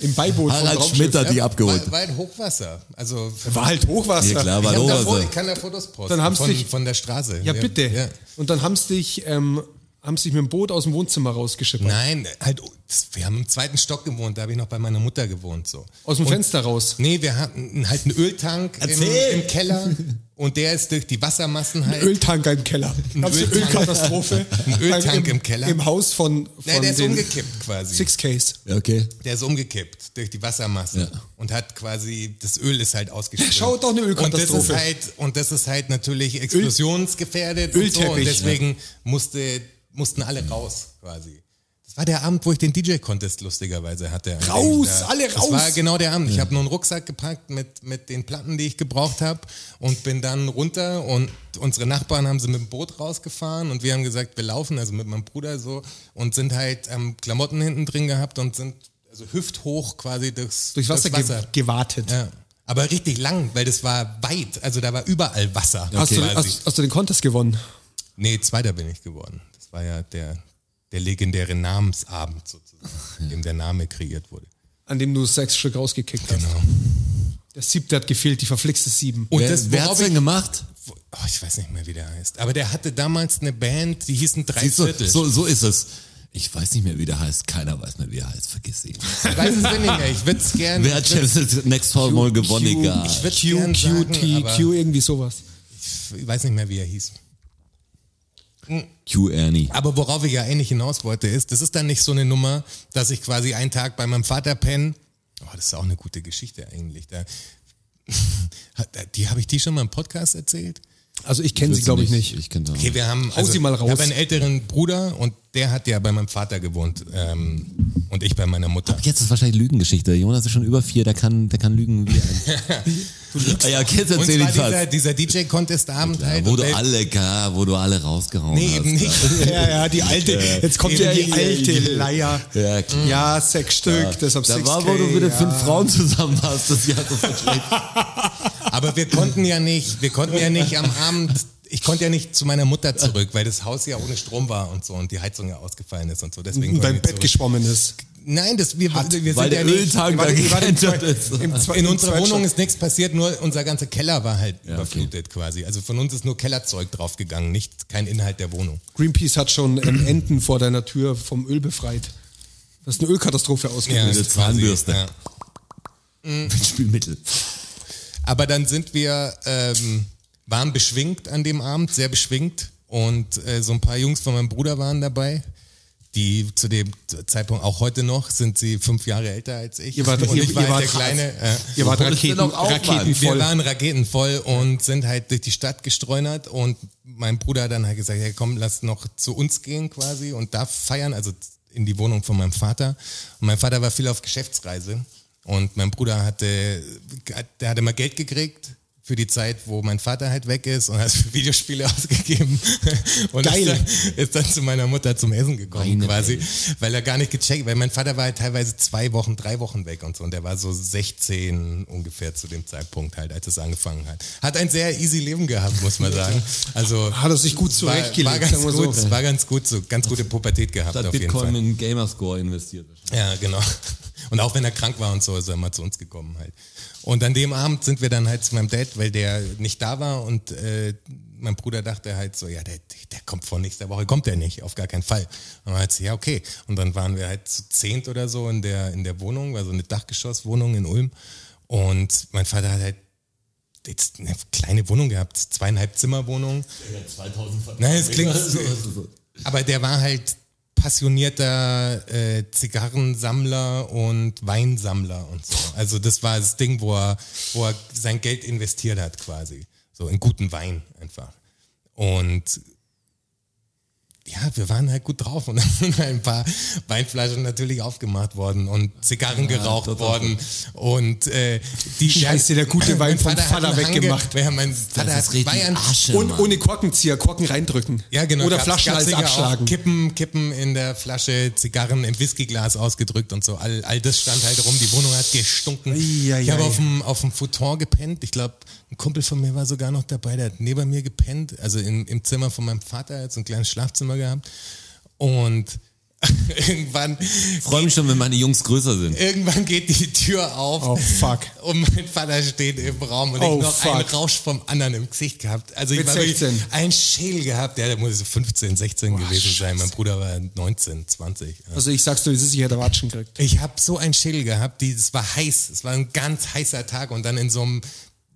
[SPEAKER 3] Im Beiboot vom
[SPEAKER 2] Harald
[SPEAKER 3] Traumschiff,
[SPEAKER 2] Schmidt hat die
[SPEAKER 4] ja,
[SPEAKER 2] abgeholt.
[SPEAKER 4] War, war ein Hochwasser. Also
[SPEAKER 3] War halt Hochwasser.
[SPEAKER 2] Ja, klar, war
[SPEAKER 4] ich, hab da,
[SPEAKER 2] Hochwasser.
[SPEAKER 4] Fo- ich kann da Fotos posten
[SPEAKER 3] also. Dann haben's
[SPEAKER 4] von,
[SPEAKER 3] dich-
[SPEAKER 4] von der Straße.
[SPEAKER 3] Ja, bitte.
[SPEAKER 4] Ja.
[SPEAKER 3] Und dann haben sie dich, ähm, haben sie dich mit dem Boot aus dem Wohnzimmer rausgeschippert.
[SPEAKER 4] Nein, halt, das- wir haben im zweiten Stock gewohnt, da habe ich noch bei meiner Mutter gewohnt. so.
[SPEAKER 3] Aus dem Fenster raus.
[SPEAKER 4] Nee, wir hatten halt einen Öltank im,
[SPEAKER 2] Erzähl!
[SPEAKER 4] im Keller und der ist durch die Wassermassen halt.
[SPEAKER 3] Öltanker im Keller. Gab's eine
[SPEAKER 4] Öltank.
[SPEAKER 3] Ölkatastrophe.
[SPEAKER 4] Ein Öltank im Keller.
[SPEAKER 3] Im Haus von, von
[SPEAKER 4] Nein, der ist
[SPEAKER 3] den
[SPEAKER 4] umgekippt quasi.
[SPEAKER 3] Six Ks.
[SPEAKER 2] Ja, okay.
[SPEAKER 4] Der ist umgekippt durch die Wassermassen
[SPEAKER 2] Ja.
[SPEAKER 4] und hat quasi, das Öl ist halt ausgeschüttet.
[SPEAKER 3] Schau, doch eine
[SPEAKER 4] Und das
[SPEAKER 3] Ölkatastrophe.
[SPEAKER 4] ist halt, und das ist halt natürlich explosionsgefährdet und, so, und
[SPEAKER 3] Ölteppich.
[SPEAKER 4] deswegen musste, mussten alle raus quasi. Das war der Abend, wo ich den DJ-Contest lustigerweise hatte. an dem
[SPEAKER 3] Raus,
[SPEAKER 4] ich da-
[SPEAKER 3] alle
[SPEAKER 4] Das
[SPEAKER 3] raus!
[SPEAKER 4] war genau der Abend. Ich habe nur einen Rucksack gepackt mit, mit den Platten, die ich gebraucht habe und bin dann runter und unsere Nachbarn haben sie mit dem Boot rausgefahren und wir haben gesagt, wir laufen, also mit meinem Bruder so und sind halt ähm, Klamotten hinten drin gehabt und sind also hüfthoch quasi durchs,
[SPEAKER 3] Durchs Wasser,
[SPEAKER 4] durchs
[SPEAKER 3] Ge gewartet.
[SPEAKER 4] ja. Aber richtig lang, weil das war weit. Also da war überall Wasser.
[SPEAKER 3] Hast, du,
[SPEAKER 4] quasi.
[SPEAKER 3] hast, hast du den Contest gewonnen?
[SPEAKER 4] nee, Zweiter bin ich geworden. Das war ja der, der legendäre Namensabend sozusagen, in dem der Name kreiert wurde.
[SPEAKER 3] An dem du sechs Stück rausgekickt hast.
[SPEAKER 4] Genau.
[SPEAKER 3] Der siebte hat gefehlt, die verflixte sieben.
[SPEAKER 4] Und
[SPEAKER 2] wer
[SPEAKER 4] das,
[SPEAKER 2] wer hat's
[SPEAKER 4] Genau. worauf ich,
[SPEAKER 2] denn gemacht?
[SPEAKER 4] wo- oh, ich weiß nicht mehr, wie der heißt. Aber der hatte damals eine Band, die hießen Drei
[SPEAKER 2] Siehst du,
[SPEAKER 4] Viertel.
[SPEAKER 2] so, so ist es. Ich weiß nicht mehr, wie der heißt. Keiner weiß mehr, wie er heißt. Vergiss
[SPEAKER 3] [laughs]
[SPEAKER 2] ihn.
[SPEAKER 4] Ich weiß es nicht mehr. Ich würde es gerne.
[SPEAKER 2] Wer hat Champions Next Fall mal gewonnen?
[SPEAKER 3] Q-
[SPEAKER 2] Egal.
[SPEAKER 4] Ich würd's
[SPEAKER 3] Q,
[SPEAKER 4] gern
[SPEAKER 3] Q,
[SPEAKER 4] sagen,
[SPEAKER 3] T,
[SPEAKER 4] aber-
[SPEAKER 3] Q, irgendwie sowas.
[SPEAKER 4] Ich weiß nicht mehr, wie er hieß.
[SPEAKER 2] Q Ernie.
[SPEAKER 4] Aber worauf ich ja eigentlich hinaus wollte, ist, das ist dann nicht so eine Nummer, dass ich quasi einen Tag bei meinem Vater penne. Oh, das ist auch eine gute Geschichte eigentlich. Da, [laughs] Hat- die habe ich die schon mal im Podcast erzählt.
[SPEAKER 3] Also ich kenne sie, glaube ich, nicht.
[SPEAKER 2] Ich kenne
[SPEAKER 4] Okay, wir haben. also,
[SPEAKER 3] Hau sie mal raus.
[SPEAKER 4] Ich habe einen älteren Bruder und der hat ja bei meinem Vater gewohnt ähm, und ich bei meiner Mutter.
[SPEAKER 2] Jetzt ist wahrscheinlich Lügengeschichte. Jonas ist schon über vier, der kann, der kann Lügen wie ein.
[SPEAKER 4] [laughs]
[SPEAKER 2] Ah ja, okay, jetzt
[SPEAKER 4] Und
[SPEAKER 2] erzähl
[SPEAKER 4] zwar
[SPEAKER 2] ich was.
[SPEAKER 4] dieser, dieser DJ-Contest-Abend
[SPEAKER 2] Ja,
[SPEAKER 4] halt.
[SPEAKER 2] wo
[SPEAKER 4] und
[SPEAKER 2] du
[SPEAKER 4] der-
[SPEAKER 2] alle, ja, wo du alle rausgehauen
[SPEAKER 4] Nee,
[SPEAKER 2] hast.
[SPEAKER 4] eben nicht. [laughs]
[SPEAKER 3] Ja, ja, die alte. Jetzt kommt ja, die alte Leier.
[SPEAKER 2] Ja,
[SPEAKER 4] Mhm.
[SPEAKER 2] klar.
[SPEAKER 3] Ja, sechs Stück, deshalb
[SPEAKER 2] Da
[SPEAKER 3] sechs
[SPEAKER 2] war, wo du
[SPEAKER 3] K,
[SPEAKER 2] mit den
[SPEAKER 3] ja.
[SPEAKER 2] fünf Frauen zusammen warst, das
[SPEAKER 4] [laughs]
[SPEAKER 2] Jahr so verschlechtert.
[SPEAKER 4] Aber wir konnten ja nicht, wir konnten ja nicht am Abend, ich konnte ja nicht zu meiner Mutter zurück, weil das Haus ja ohne Strom war und so und die Heizung ja ausgefallen ist und so.
[SPEAKER 3] Und
[SPEAKER 4] Deswegen konnten
[SPEAKER 3] dein
[SPEAKER 4] wir
[SPEAKER 3] Bett
[SPEAKER 4] zurück.
[SPEAKER 3] geschwommen ist.
[SPEAKER 4] Nein, das, wir, wir
[SPEAKER 2] weil
[SPEAKER 4] sind
[SPEAKER 2] der
[SPEAKER 4] ja nicht,
[SPEAKER 2] Öltank da
[SPEAKER 3] Warte, warte,
[SPEAKER 2] gekentert
[SPEAKER 3] im
[SPEAKER 2] ist.
[SPEAKER 3] Zwe- im Zwe-
[SPEAKER 4] in
[SPEAKER 3] im
[SPEAKER 4] unserer
[SPEAKER 3] Zweitstock.
[SPEAKER 4] Wohnung ist nichts passiert, nur unser ganzer Keller war halt
[SPEAKER 2] Ja,
[SPEAKER 4] überflutet quasi. Also von uns ist nur Kellerzeug draufgegangen, nicht kein Inhalt der Wohnung.
[SPEAKER 3] Greenpeace hat schon ähm, Enten vor deiner Tür vom Öl befreit. Das ist eine Ölkatastrophe ausgelöst.
[SPEAKER 2] Zahnbürste.
[SPEAKER 4] ja.
[SPEAKER 2] Mit Spülmittel.
[SPEAKER 4] Aber dann sind wir, ähm, waren beschwingt an dem Abend, sehr beschwingt. Und äh, so ein paar Jungs von meinem Bruder waren dabei. Die zu dem Zeitpunkt, auch heute noch, sind sie fünf Jahre älter als ich.
[SPEAKER 3] Ihr wart-
[SPEAKER 4] und
[SPEAKER 3] ihr-
[SPEAKER 4] ich war
[SPEAKER 3] ihr
[SPEAKER 4] halt der
[SPEAKER 3] wart-
[SPEAKER 4] Kleine. Äh,
[SPEAKER 3] Ihr wart Raketen,
[SPEAKER 2] doch auch mal.
[SPEAKER 3] Raketen
[SPEAKER 4] wir
[SPEAKER 3] voll.
[SPEAKER 4] waren raketenvoll und sind halt durch die Stadt gestreunert und mein Bruder hat dann halt gesagt, ja komm, lass noch zu uns gehen quasi und da feiern, also in die Wohnung von meinem Vater. Und mein Vater war viel auf Geschäftsreise und mein Bruder hatte, der hatte mal Geld gekriegt für die Zeit, wo mein Vater halt weg ist und hat [laughs] für Videospiele ausgegeben und
[SPEAKER 3] Geil.
[SPEAKER 4] Ist, dann, ist dann zu meiner Mutter zum Essen gekommen
[SPEAKER 2] Meine
[SPEAKER 4] quasi, weil er gar nicht gecheckt, weil mein Vater war halt teilweise zwei Wochen, drei Wochen weg und so und der war so 16 ungefähr zu dem Zeitpunkt halt, als es angefangen hat. Hat ein sehr easy Leben gehabt, muss man sagen. Also
[SPEAKER 3] Hat er sich gut
[SPEAKER 4] war, war
[SPEAKER 3] zurechtgelegt,
[SPEAKER 4] ganz
[SPEAKER 3] sagen wir
[SPEAKER 4] gut,
[SPEAKER 3] so.
[SPEAKER 4] war ganz gut, so ganz gute Pubertät gehabt
[SPEAKER 2] Statt
[SPEAKER 4] auf jeden
[SPEAKER 2] Bitcoin
[SPEAKER 4] Fall.
[SPEAKER 2] in Gamerscore investiert.
[SPEAKER 4] Ja, genau. Und auch wenn er krank war und so, ist er immer zu uns gekommen halt. Und an dem Abend sind wir dann halt zu meinem Dad, weil der nicht da war und äh, mein Bruder dachte halt so, ja, der, der kommt vor nächster Woche, kommt der nicht, auf gar keinen Fall. Und dann hat sie, ja, okay. Und dann waren wir halt zu zehnt oder so in der, in der Wohnung, war so eine Dachgeschosswohnung in Ulm. Und mein Vater hat halt jetzt eine kleine Wohnung gehabt, zweieinhalb Zimmerwohnung.
[SPEAKER 2] 2000
[SPEAKER 4] Nein, es klingt. Aber der war halt passionierter äh, Zigarrensammler und Weinsammler und so. Also das war das Ding, wo er, wo er sein Geld investiert hat quasi. So in guten Wein einfach. Und ja, wir waren halt gut drauf und [laughs] dann sind halt ein paar Weinflaschen natürlich aufgemacht worden und Zigarren geraucht worden und äh, die
[SPEAKER 3] Scheiße, der gute Wein
[SPEAKER 4] [laughs]
[SPEAKER 3] vom
[SPEAKER 4] Mein Vater hat
[SPEAKER 3] Vater
[SPEAKER 4] einen Hang ge-
[SPEAKER 3] weggemacht.
[SPEAKER 4] Ja, mein Vater
[SPEAKER 2] Das ist
[SPEAKER 4] hat
[SPEAKER 2] richtig
[SPEAKER 4] war ja ein
[SPEAKER 2] Asche,
[SPEAKER 3] Und
[SPEAKER 2] Mann.
[SPEAKER 3] ohne Korkenzieher, Korken reindrücken.
[SPEAKER 4] ja, genau.
[SPEAKER 3] Oder
[SPEAKER 4] Gab's-
[SPEAKER 3] Flaschenhals
[SPEAKER 4] gab's sicher
[SPEAKER 3] abschlagen.
[SPEAKER 4] Auch Kippen, Kippen in der Flasche, Zigarren im Whiskyglas ausgedrückt und so. All, all das stand halt rum. Die Wohnung hat gestunken.
[SPEAKER 3] Eieiei.
[SPEAKER 4] ich habe auf dem, auf dem Futon gepennt. Ich glaube, ein Kumpel von mir war sogar noch dabei. Der hat neben mir gepennt. Also in, im Zimmer von meinem Vater. Er hat so ein kleines Schlafzimmer gehabt. Und [laughs] irgendwann,
[SPEAKER 2] Ich freue mich schon, wenn meine Jungs größer
[SPEAKER 4] [laughs]
[SPEAKER 2] sind.
[SPEAKER 4] irgendwann geht die Tür auf.
[SPEAKER 3] Oh fuck.
[SPEAKER 4] Und mein Vater steht im Raum und
[SPEAKER 3] Oh,
[SPEAKER 4] ich noch
[SPEAKER 3] fuck.
[SPEAKER 4] einen Rausch vom anderen im Gesicht gehabt. Also ich
[SPEAKER 3] Mit
[SPEAKER 4] war wirklich
[SPEAKER 3] 16.
[SPEAKER 4] ein Schädel gehabt, ja, der muss so 15, 16 gewesen sein. Mein Bruder war 19, 20. Ja.
[SPEAKER 3] Also ich sag's dir, das ist sicher der Watschen gekriegt.
[SPEAKER 4] Ich habe so einen Schädel gehabt, die, es war heiß, es war ein ganz heißer Tag und dann in so einem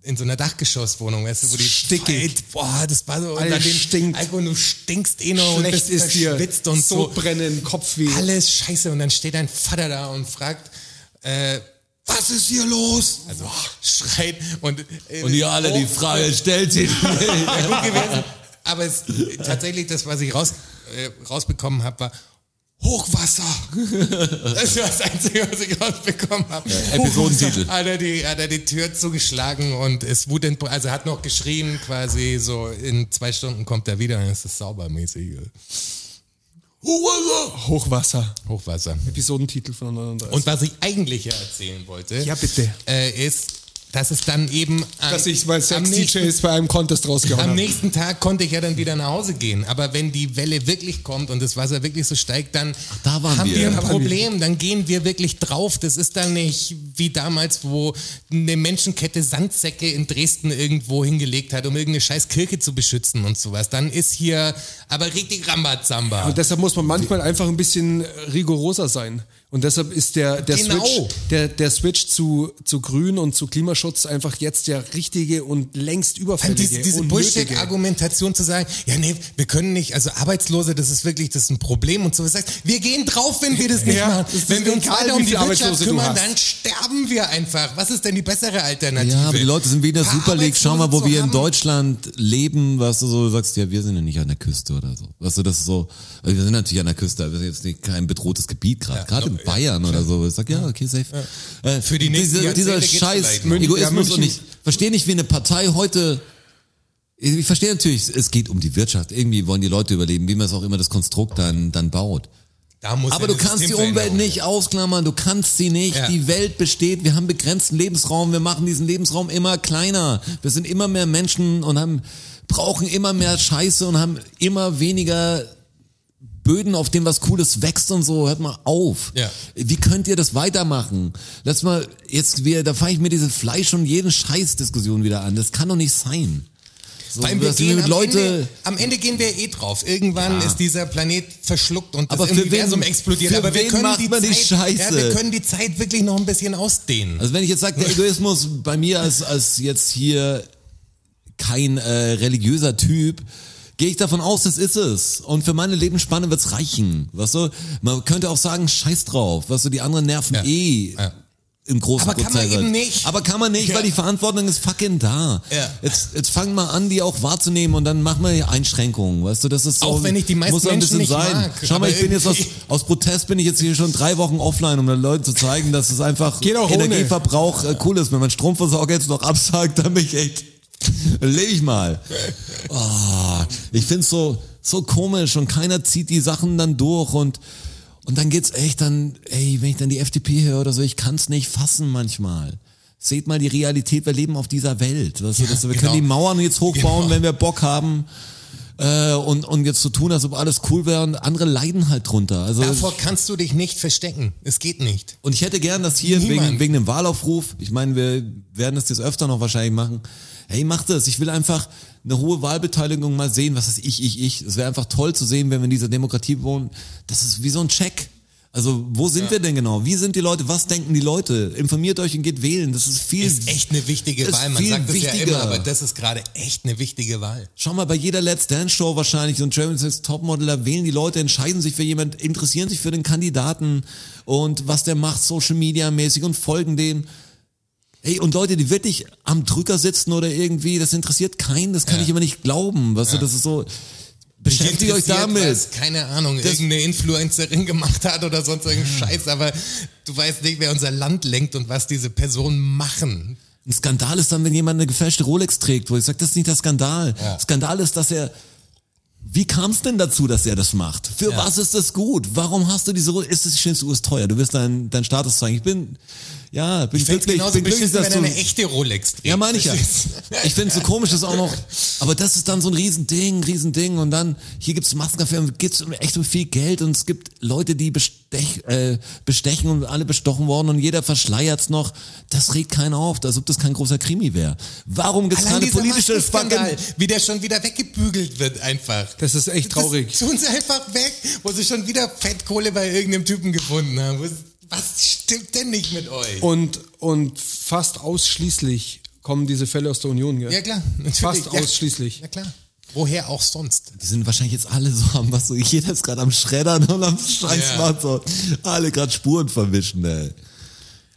[SPEAKER 4] in so einer Dachgeschosswohnung, weißt du, wo die
[SPEAKER 3] Stickig.
[SPEAKER 4] Feit- boah, das war so,
[SPEAKER 3] Alles
[SPEAKER 4] dann den
[SPEAKER 3] stinkt.
[SPEAKER 4] Alkohol, du stinkst eh noch und
[SPEAKER 3] Schlecht
[SPEAKER 4] bist
[SPEAKER 3] ist dir,
[SPEAKER 4] verschwitzt und so
[SPEAKER 3] brennen, Kopfweh.
[SPEAKER 4] alles scheiße. Und dann steht dein Vater da und fragt, äh, was ist hier los? Also schreit und, äh,
[SPEAKER 2] Und ihr alle die
[SPEAKER 4] oh,
[SPEAKER 2] Frage stellt
[SPEAKER 4] [laughs]
[SPEAKER 2] sich. [laughs]
[SPEAKER 4] wäre gut gewesen. Aber es, tatsächlich, das, was ich raus, äh, rausbekommen habe, war
[SPEAKER 2] [laughs]
[SPEAKER 4] Hochwasser. Das war das Einzige, was ich rausbekommen habe.
[SPEAKER 2] Episodentitel.
[SPEAKER 4] Hat er, die, hat er die Tür zugeschlagen und es wut, also hat noch geschrien quasi, so in zwei Stunden kommt er wieder und es ist saubermäßig.
[SPEAKER 3] Hochwasser. Hochwasser.
[SPEAKER 4] Hochwasser.
[SPEAKER 3] Episodentitel von 39.
[SPEAKER 4] Und was ich eigentlich hier erzählen wollte,
[SPEAKER 3] Ja, bitte.
[SPEAKER 4] Äh, ist, dass es dann eben an,
[SPEAKER 3] dass ich mal
[SPEAKER 4] am,
[SPEAKER 3] sechs
[SPEAKER 4] nächsten,
[SPEAKER 3] DJs bei einem Contest rausgehauen
[SPEAKER 4] am
[SPEAKER 3] habe.
[SPEAKER 4] nächsten Tag konnte ich ja dann wieder nach Hause gehen. Aber wenn die Welle wirklich kommt und das Wasser wirklich so steigt, dann
[SPEAKER 2] da waren
[SPEAKER 4] haben
[SPEAKER 2] wir.
[SPEAKER 4] wir, ein
[SPEAKER 2] Da
[SPEAKER 3] waren
[SPEAKER 4] Problem. Dann gehen wir wirklich drauf. Das ist dann nicht wie damals, wo eine Menschenkette Sandsäcke in Dresden irgendwo hingelegt hat, um irgendeine scheiß Kirche zu beschützen und sowas. Dann ist hier aber richtig Rambazamba.
[SPEAKER 3] Und deshalb muss man manchmal einfach ein bisschen rigoroser sein. Und deshalb ist der, der
[SPEAKER 4] Genau.
[SPEAKER 3] Switch, der, der Switch zu, zu Grün und zu Klimaschutz einfach jetzt der richtige und längst
[SPEAKER 4] Und
[SPEAKER 3] überfällige.
[SPEAKER 4] Also diese, diese
[SPEAKER 3] und nötige.
[SPEAKER 4] Bullshit-Argumentation zu sagen, ja nee, wir können nicht, also Arbeitslose, das ist wirklich, das ist ein Problem und so. Du sagst, wir gehen drauf, wenn wir das nicht
[SPEAKER 3] Ja,
[SPEAKER 4] machen.
[SPEAKER 3] es ist
[SPEAKER 4] Wenn wir uns
[SPEAKER 3] egal,
[SPEAKER 4] weiter
[SPEAKER 3] wie
[SPEAKER 4] um die
[SPEAKER 3] viele
[SPEAKER 4] Wirtschaft
[SPEAKER 3] Arbeitslose du
[SPEAKER 4] kümmern,
[SPEAKER 3] hast.
[SPEAKER 4] dann sterben wir einfach. Was ist denn die bessere Alternative?
[SPEAKER 2] Ja, aber die Leute sind wie in der
[SPEAKER 4] Paar
[SPEAKER 2] Super League. Schau mal, wo
[SPEAKER 4] Arbeitslose
[SPEAKER 2] wir in
[SPEAKER 4] zu haben.
[SPEAKER 2] Deutschland leben, was du so du sagst, ja, wir sind ja nicht an der Küste oder so. Weißt du, das ist so, also wir sind natürlich an der Küste, aber wir sind jetzt nicht kein bedrohtes Gebiet gerade. gerade in Bayern oder so. Ich sag, ja, okay, safe. Äh,
[SPEAKER 4] Für die nächsten
[SPEAKER 2] diese, Dieser
[SPEAKER 4] Jahrzehnte geht's
[SPEAKER 2] scheiß
[SPEAKER 4] vielleicht noch.
[SPEAKER 3] Ja,
[SPEAKER 2] Egoismus
[SPEAKER 3] München-
[SPEAKER 2] und ich verstehe nicht, wie eine Partei heute ich verstehe natürlich, es geht um die Wirtschaft. Irgendwie wollen die Leute überleben, wie man es auch immer das Konstrukt dann, dann baut.
[SPEAKER 4] Da muss
[SPEAKER 2] Aber du
[SPEAKER 4] ja eine
[SPEAKER 2] kannst die Umwelt
[SPEAKER 4] Systemveränderung
[SPEAKER 2] nicht ausklammern, du kannst sie nicht.
[SPEAKER 4] Ja.
[SPEAKER 2] Die Welt besteht, wir haben begrenzten Lebensraum, wir machen diesen Lebensraum immer kleiner. Wir sind immer mehr Menschen und haben, brauchen immer mehr Scheiße und haben immer weniger Böden, auf denen was Cooles wächst und so. Hört mal auf.
[SPEAKER 4] Ja.
[SPEAKER 2] Wie könnt ihr das weitermachen? Lass mal, jetzt, wir, da fange ich mir diese Fleisch- und jeden Scheiß-Diskussion wieder an. Das kann doch nicht sein. So,
[SPEAKER 4] Weil wir
[SPEAKER 2] dass wir
[SPEAKER 4] gehen
[SPEAKER 2] mit
[SPEAKER 4] am,
[SPEAKER 2] Leute-
[SPEAKER 4] Ende, am Ende gehen wir eh drauf. Irgendwann ist dieser Planet verschluckt und das
[SPEAKER 2] Aber für
[SPEAKER 4] Universum
[SPEAKER 2] wen-
[SPEAKER 4] explodiert.
[SPEAKER 2] für
[SPEAKER 4] Aber wir
[SPEAKER 2] wen
[SPEAKER 4] können
[SPEAKER 2] macht
[SPEAKER 4] die
[SPEAKER 2] man die
[SPEAKER 4] Zeit, Ja,
[SPEAKER 2] Scheiße?
[SPEAKER 4] wir können die Zeit wirklich noch ein bisschen ausdehnen.
[SPEAKER 2] Also wenn ich jetzt sage, der Egoismus bei mir als, als jetzt hier kein äh, religiöser Typ, gehe ich davon aus, das ist es. Und für meine Lebensspanne wird's reichen. Weißt du? Man könnte auch sagen, scheiß drauf. Weißt du, die anderen nerven
[SPEAKER 4] Ja.
[SPEAKER 2] eh.
[SPEAKER 4] Ja.
[SPEAKER 2] Im großen
[SPEAKER 4] Aber kann man
[SPEAKER 2] Prozess.
[SPEAKER 4] eben nicht.
[SPEAKER 2] Aber kann man nicht,
[SPEAKER 4] Ja.
[SPEAKER 2] weil die Verantwortung ist fucking da.
[SPEAKER 4] Ja.
[SPEAKER 2] Jetzt, jetzt fang mal an, die auch wahrzunehmen und dann mach mal Einschränkungen, weißt du, das ist so,
[SPEAKER 4] Auch wenn ich die meisten
[SPEAKER 2] muss ja ein
[SPEAKER 4] Menschen
[SPEAKER 2] bisschen
[SPEAKER 4] nicht
[SPEAKER 2] sein.
[SPEAKER 4] mag,
[SPEAKER 2] Schau mal,
[SPEAKER 4] aber
[SPEAKER 2] ich bin jetzt aus,
[SPEAKER 4] irgendwie-
[SPEAKER 2] aus Protest bin ich jetzt hier schon drei Wochen offline, um den Leuten zu zeigen, dass es einfach
[SPEAKER 3] Geht auch ohne.
[SPEAKER 2] Energieverbrauch äh, cool ist. Wenn mein Stromversorger jetzt noch absagt, dann bin ich echt, lebe ich mal. Oh, ich find's so, so komisch und keiner zieht die Sachen dann durch und, und dann geht's echt dann, ey, wenn ich dann die FDP höre oder so, ich kann's nicht fassen manchmal. Seht mal die Realität, wir leben auf dieser Welt. Weißt du, das, wir
[SPEAKER 4] genau.
[SPEAKER 2] können die Mauern jetzt hochbauen,
[SPEAKER 4] Genau.
[SPEAKER 2] wenn wir Bock haben. Äh, und, und jetzt zu so tun, als ob alles cool wäre und andere leiden halt drunter. Also
[SPEAKER 4] Davor kannst du dich nicht verstecken. Es geht nicht.
[SPEAKER 2] und ich hätte gern, dass hier
[SPEAKER 4] Niemand.
[SPEAKER 2] wegen, wegen dem Wahlaufruf, ich meine, wir werden es jetzt öfter noch wahrscheinlich machen, hey, mach das. Ich will einfach eine hohe Wahlbeteiligung mal sehen, was ist ich, ich, ich. Es wäre einfach toll zu sehen, wenn wir in dieser Demokratie wohnen. Das ist wie so ein Check. Also wo sind wir denn genau? Wie sind die Leute? Was denken die Leute? Informiert euch und geht wählen. Das ist viel.
[SPEAKER 4] Ist echt eine wichtige
[SPEAKER 2] Ist
[SPEAKER 4] Wahl. Man
[SPEAKER 2] viel
[SPEAKER 4] sagt es ja immer,
[SPEAKER 2] wichtiger.
[SPEAKER 4] aber das ist gerade echt eine wichtige Wahl.
[SPEAKER 2] Schau mal, bei jeder Let's Dance Show wahrscheinlich und German Sex Topmodel, da wählen die Leute, entscheiden sich für jemand, interessieren sich für den Kandidaten und was der macht, Social Media mäßig und folgen dem. Ey, und Leute, die wirklich am Drücker sitzen oder irgendwie, das interessiert keinen, das kann
[SPEAKER 4] Ja.
[SPEAKER 2] ich immer nicht glauben. Weißt
[SPEAKER 4] Ja.
[SPEAKER 2] du, das ist so, beschäftigt euch
[SPEAKER 4] interessiert,
[SPEAKER 2] damit.
[SPEAKER 4] Was, keine Ahnung,
[SPEAKER 2] Das-
[SPEAKER 4] irgendeine Influencerin gemacht hat oder sonst irgendeinen Scheiß, aber du weißt nicht, wer unser Land lenkt und was diese Personen machen.
[SPEAKER 2] Ein Skandal ist dann, wenn jemand eine gefälschte Rolex trägt, wo ich sage, das ist nicht der Skandal.
[SPEAKER 4] Ja.
[SPEAKER 2] Skandal ist, dass er. Wie kam es denn dazu, dass er das macht? Für
[SPEAKER 4] Ja.
[SPEAKER 2] was ist das gut? Warum hast du diese Rolex? Ist es schlimmste Uhr oh, ist teuer? Du wirst dein, dein Status zeigen. Ich bin, ja, bin
[SPEAKER 4] Ich finde es
[SPEAKER 2] glücklich,
[SPEAKER 4] genauso
[SPEAKER 2] bin glücklich,
[SPEAKER 4] beschissen,
[SPEAKER 2] dass
[SPEAKER 4] wenn er
[SPEAKER 2] du.
[SPEAKER 4] eine echte Rolex trägt.
[SPEAKER 2] Ja, meine ich ja.
[SPEAKER 4] Verstehst du?
[SPEAKER 2] Ich finde es so komisch, dass auch noch. Aber das ist dann so ein Riesending, Riesending. Und dann, hier gibt's Maskenkaffee und gibt's um echt um viel Geld. Und es gibt Leute, die bestech, äh, bestechen und alle bestochen worden und jeder verschleiert's noch. Das regt keinen auf, als ob das kein großer Krimi wäre. Warum gibt's
[SPEAKER 4] Allein
[SPEAKER 2] keine
[SPEAKER 4] dieser
[SPEAKER 2] politische
[SPEAKER 4] Maskenskandal,
[SPEAKER 2] Fucking.
[SPEAKER 4] wie der schon wieder weggebügelt wird einfach.
[SPEAKER 3] Das ist echt traurig.
[SPEAKER 4] Das tun sie einfach weg, wo sie schon wieder Fettkohle bei irgendeinem Typen gefunden haben. Was- Was stimmt denn nicht mit euch?
[SPEAKER 3] Und, und fast ausschließlich kommen diese Fälle aus der Union, gell?
[SPEAKER 4] ja klar, natürlich.
[SPEAKER 3] Fast
[SPEAKER 4] ja,
[SPEAKER 3] ausschließlich.
[SPEAKER 4] Ja klar. Woher auch sonst?
[SPEAKER 2] Die sind wahrscheinlich jetzt alle so am was so, jeder ist gerade am Schreddern und am Scheiß
[SPEAKER 4] Ja.
[SPEAKER 2] machen. So. Alle gerade Spuren verwischen, ey.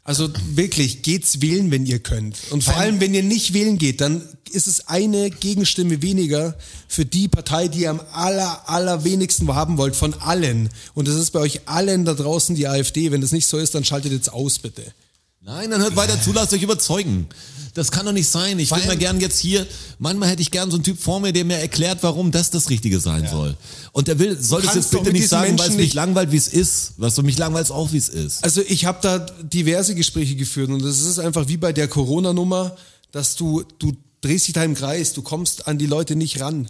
[SPEAKER 3] Also wirklich, geht's wählen, wenn ihr könnt. Und vor allem, wenn ihr nicht wählen geht, dann ist es eine Gegenstimme weniger für die Partei, die ihr am aller, allerwenigsten haben wollt, von allen. Und das ist bei euch allen da draußen die AfD. Wenn das nicht so ist, dann schaltet jetzt aus, bitte.
[SPEAKER 2] Nein, dann hört weiter zu, lasst euch überzeugen. Das kann doch nicht sein. Ich
[SPEAKER 4] Vor
[SPEAKER 2] würde mal
[SPEAKER 4] allem-
[SPEAKER 2] gern jetzt hier, manchmal hätte ich gern so einen Typ vor mir, der mir erklärt, warum das das Richtige sein soll. Und der will, soll das
[SPEAKER 3] kannst
[SPEAKER 2] jetzt
[SPEAKER 3] doch
[SPEAKER 2] bitte
[SPEAKER 3] mit
[SPEAKER 2] nicht
[SPEAKER 3] diesen
[SPEAKER 2] sagen, weil
[SPEAKER 3] Menschen
[SPEAKER 2] es mich
[SPEAKER 3] nicht-
[SPEAKER 2] langweilt, wie es ist. Weißt du, mich langweilt es auch, wie es ist.
[SPEAKER 3] Also ich habe da diverse Gespräche geführt und es ist einfach wie bei der Corona-Nummer, dass du, du drehst dich da im Kreis, du kommst an die Leute nicht ran.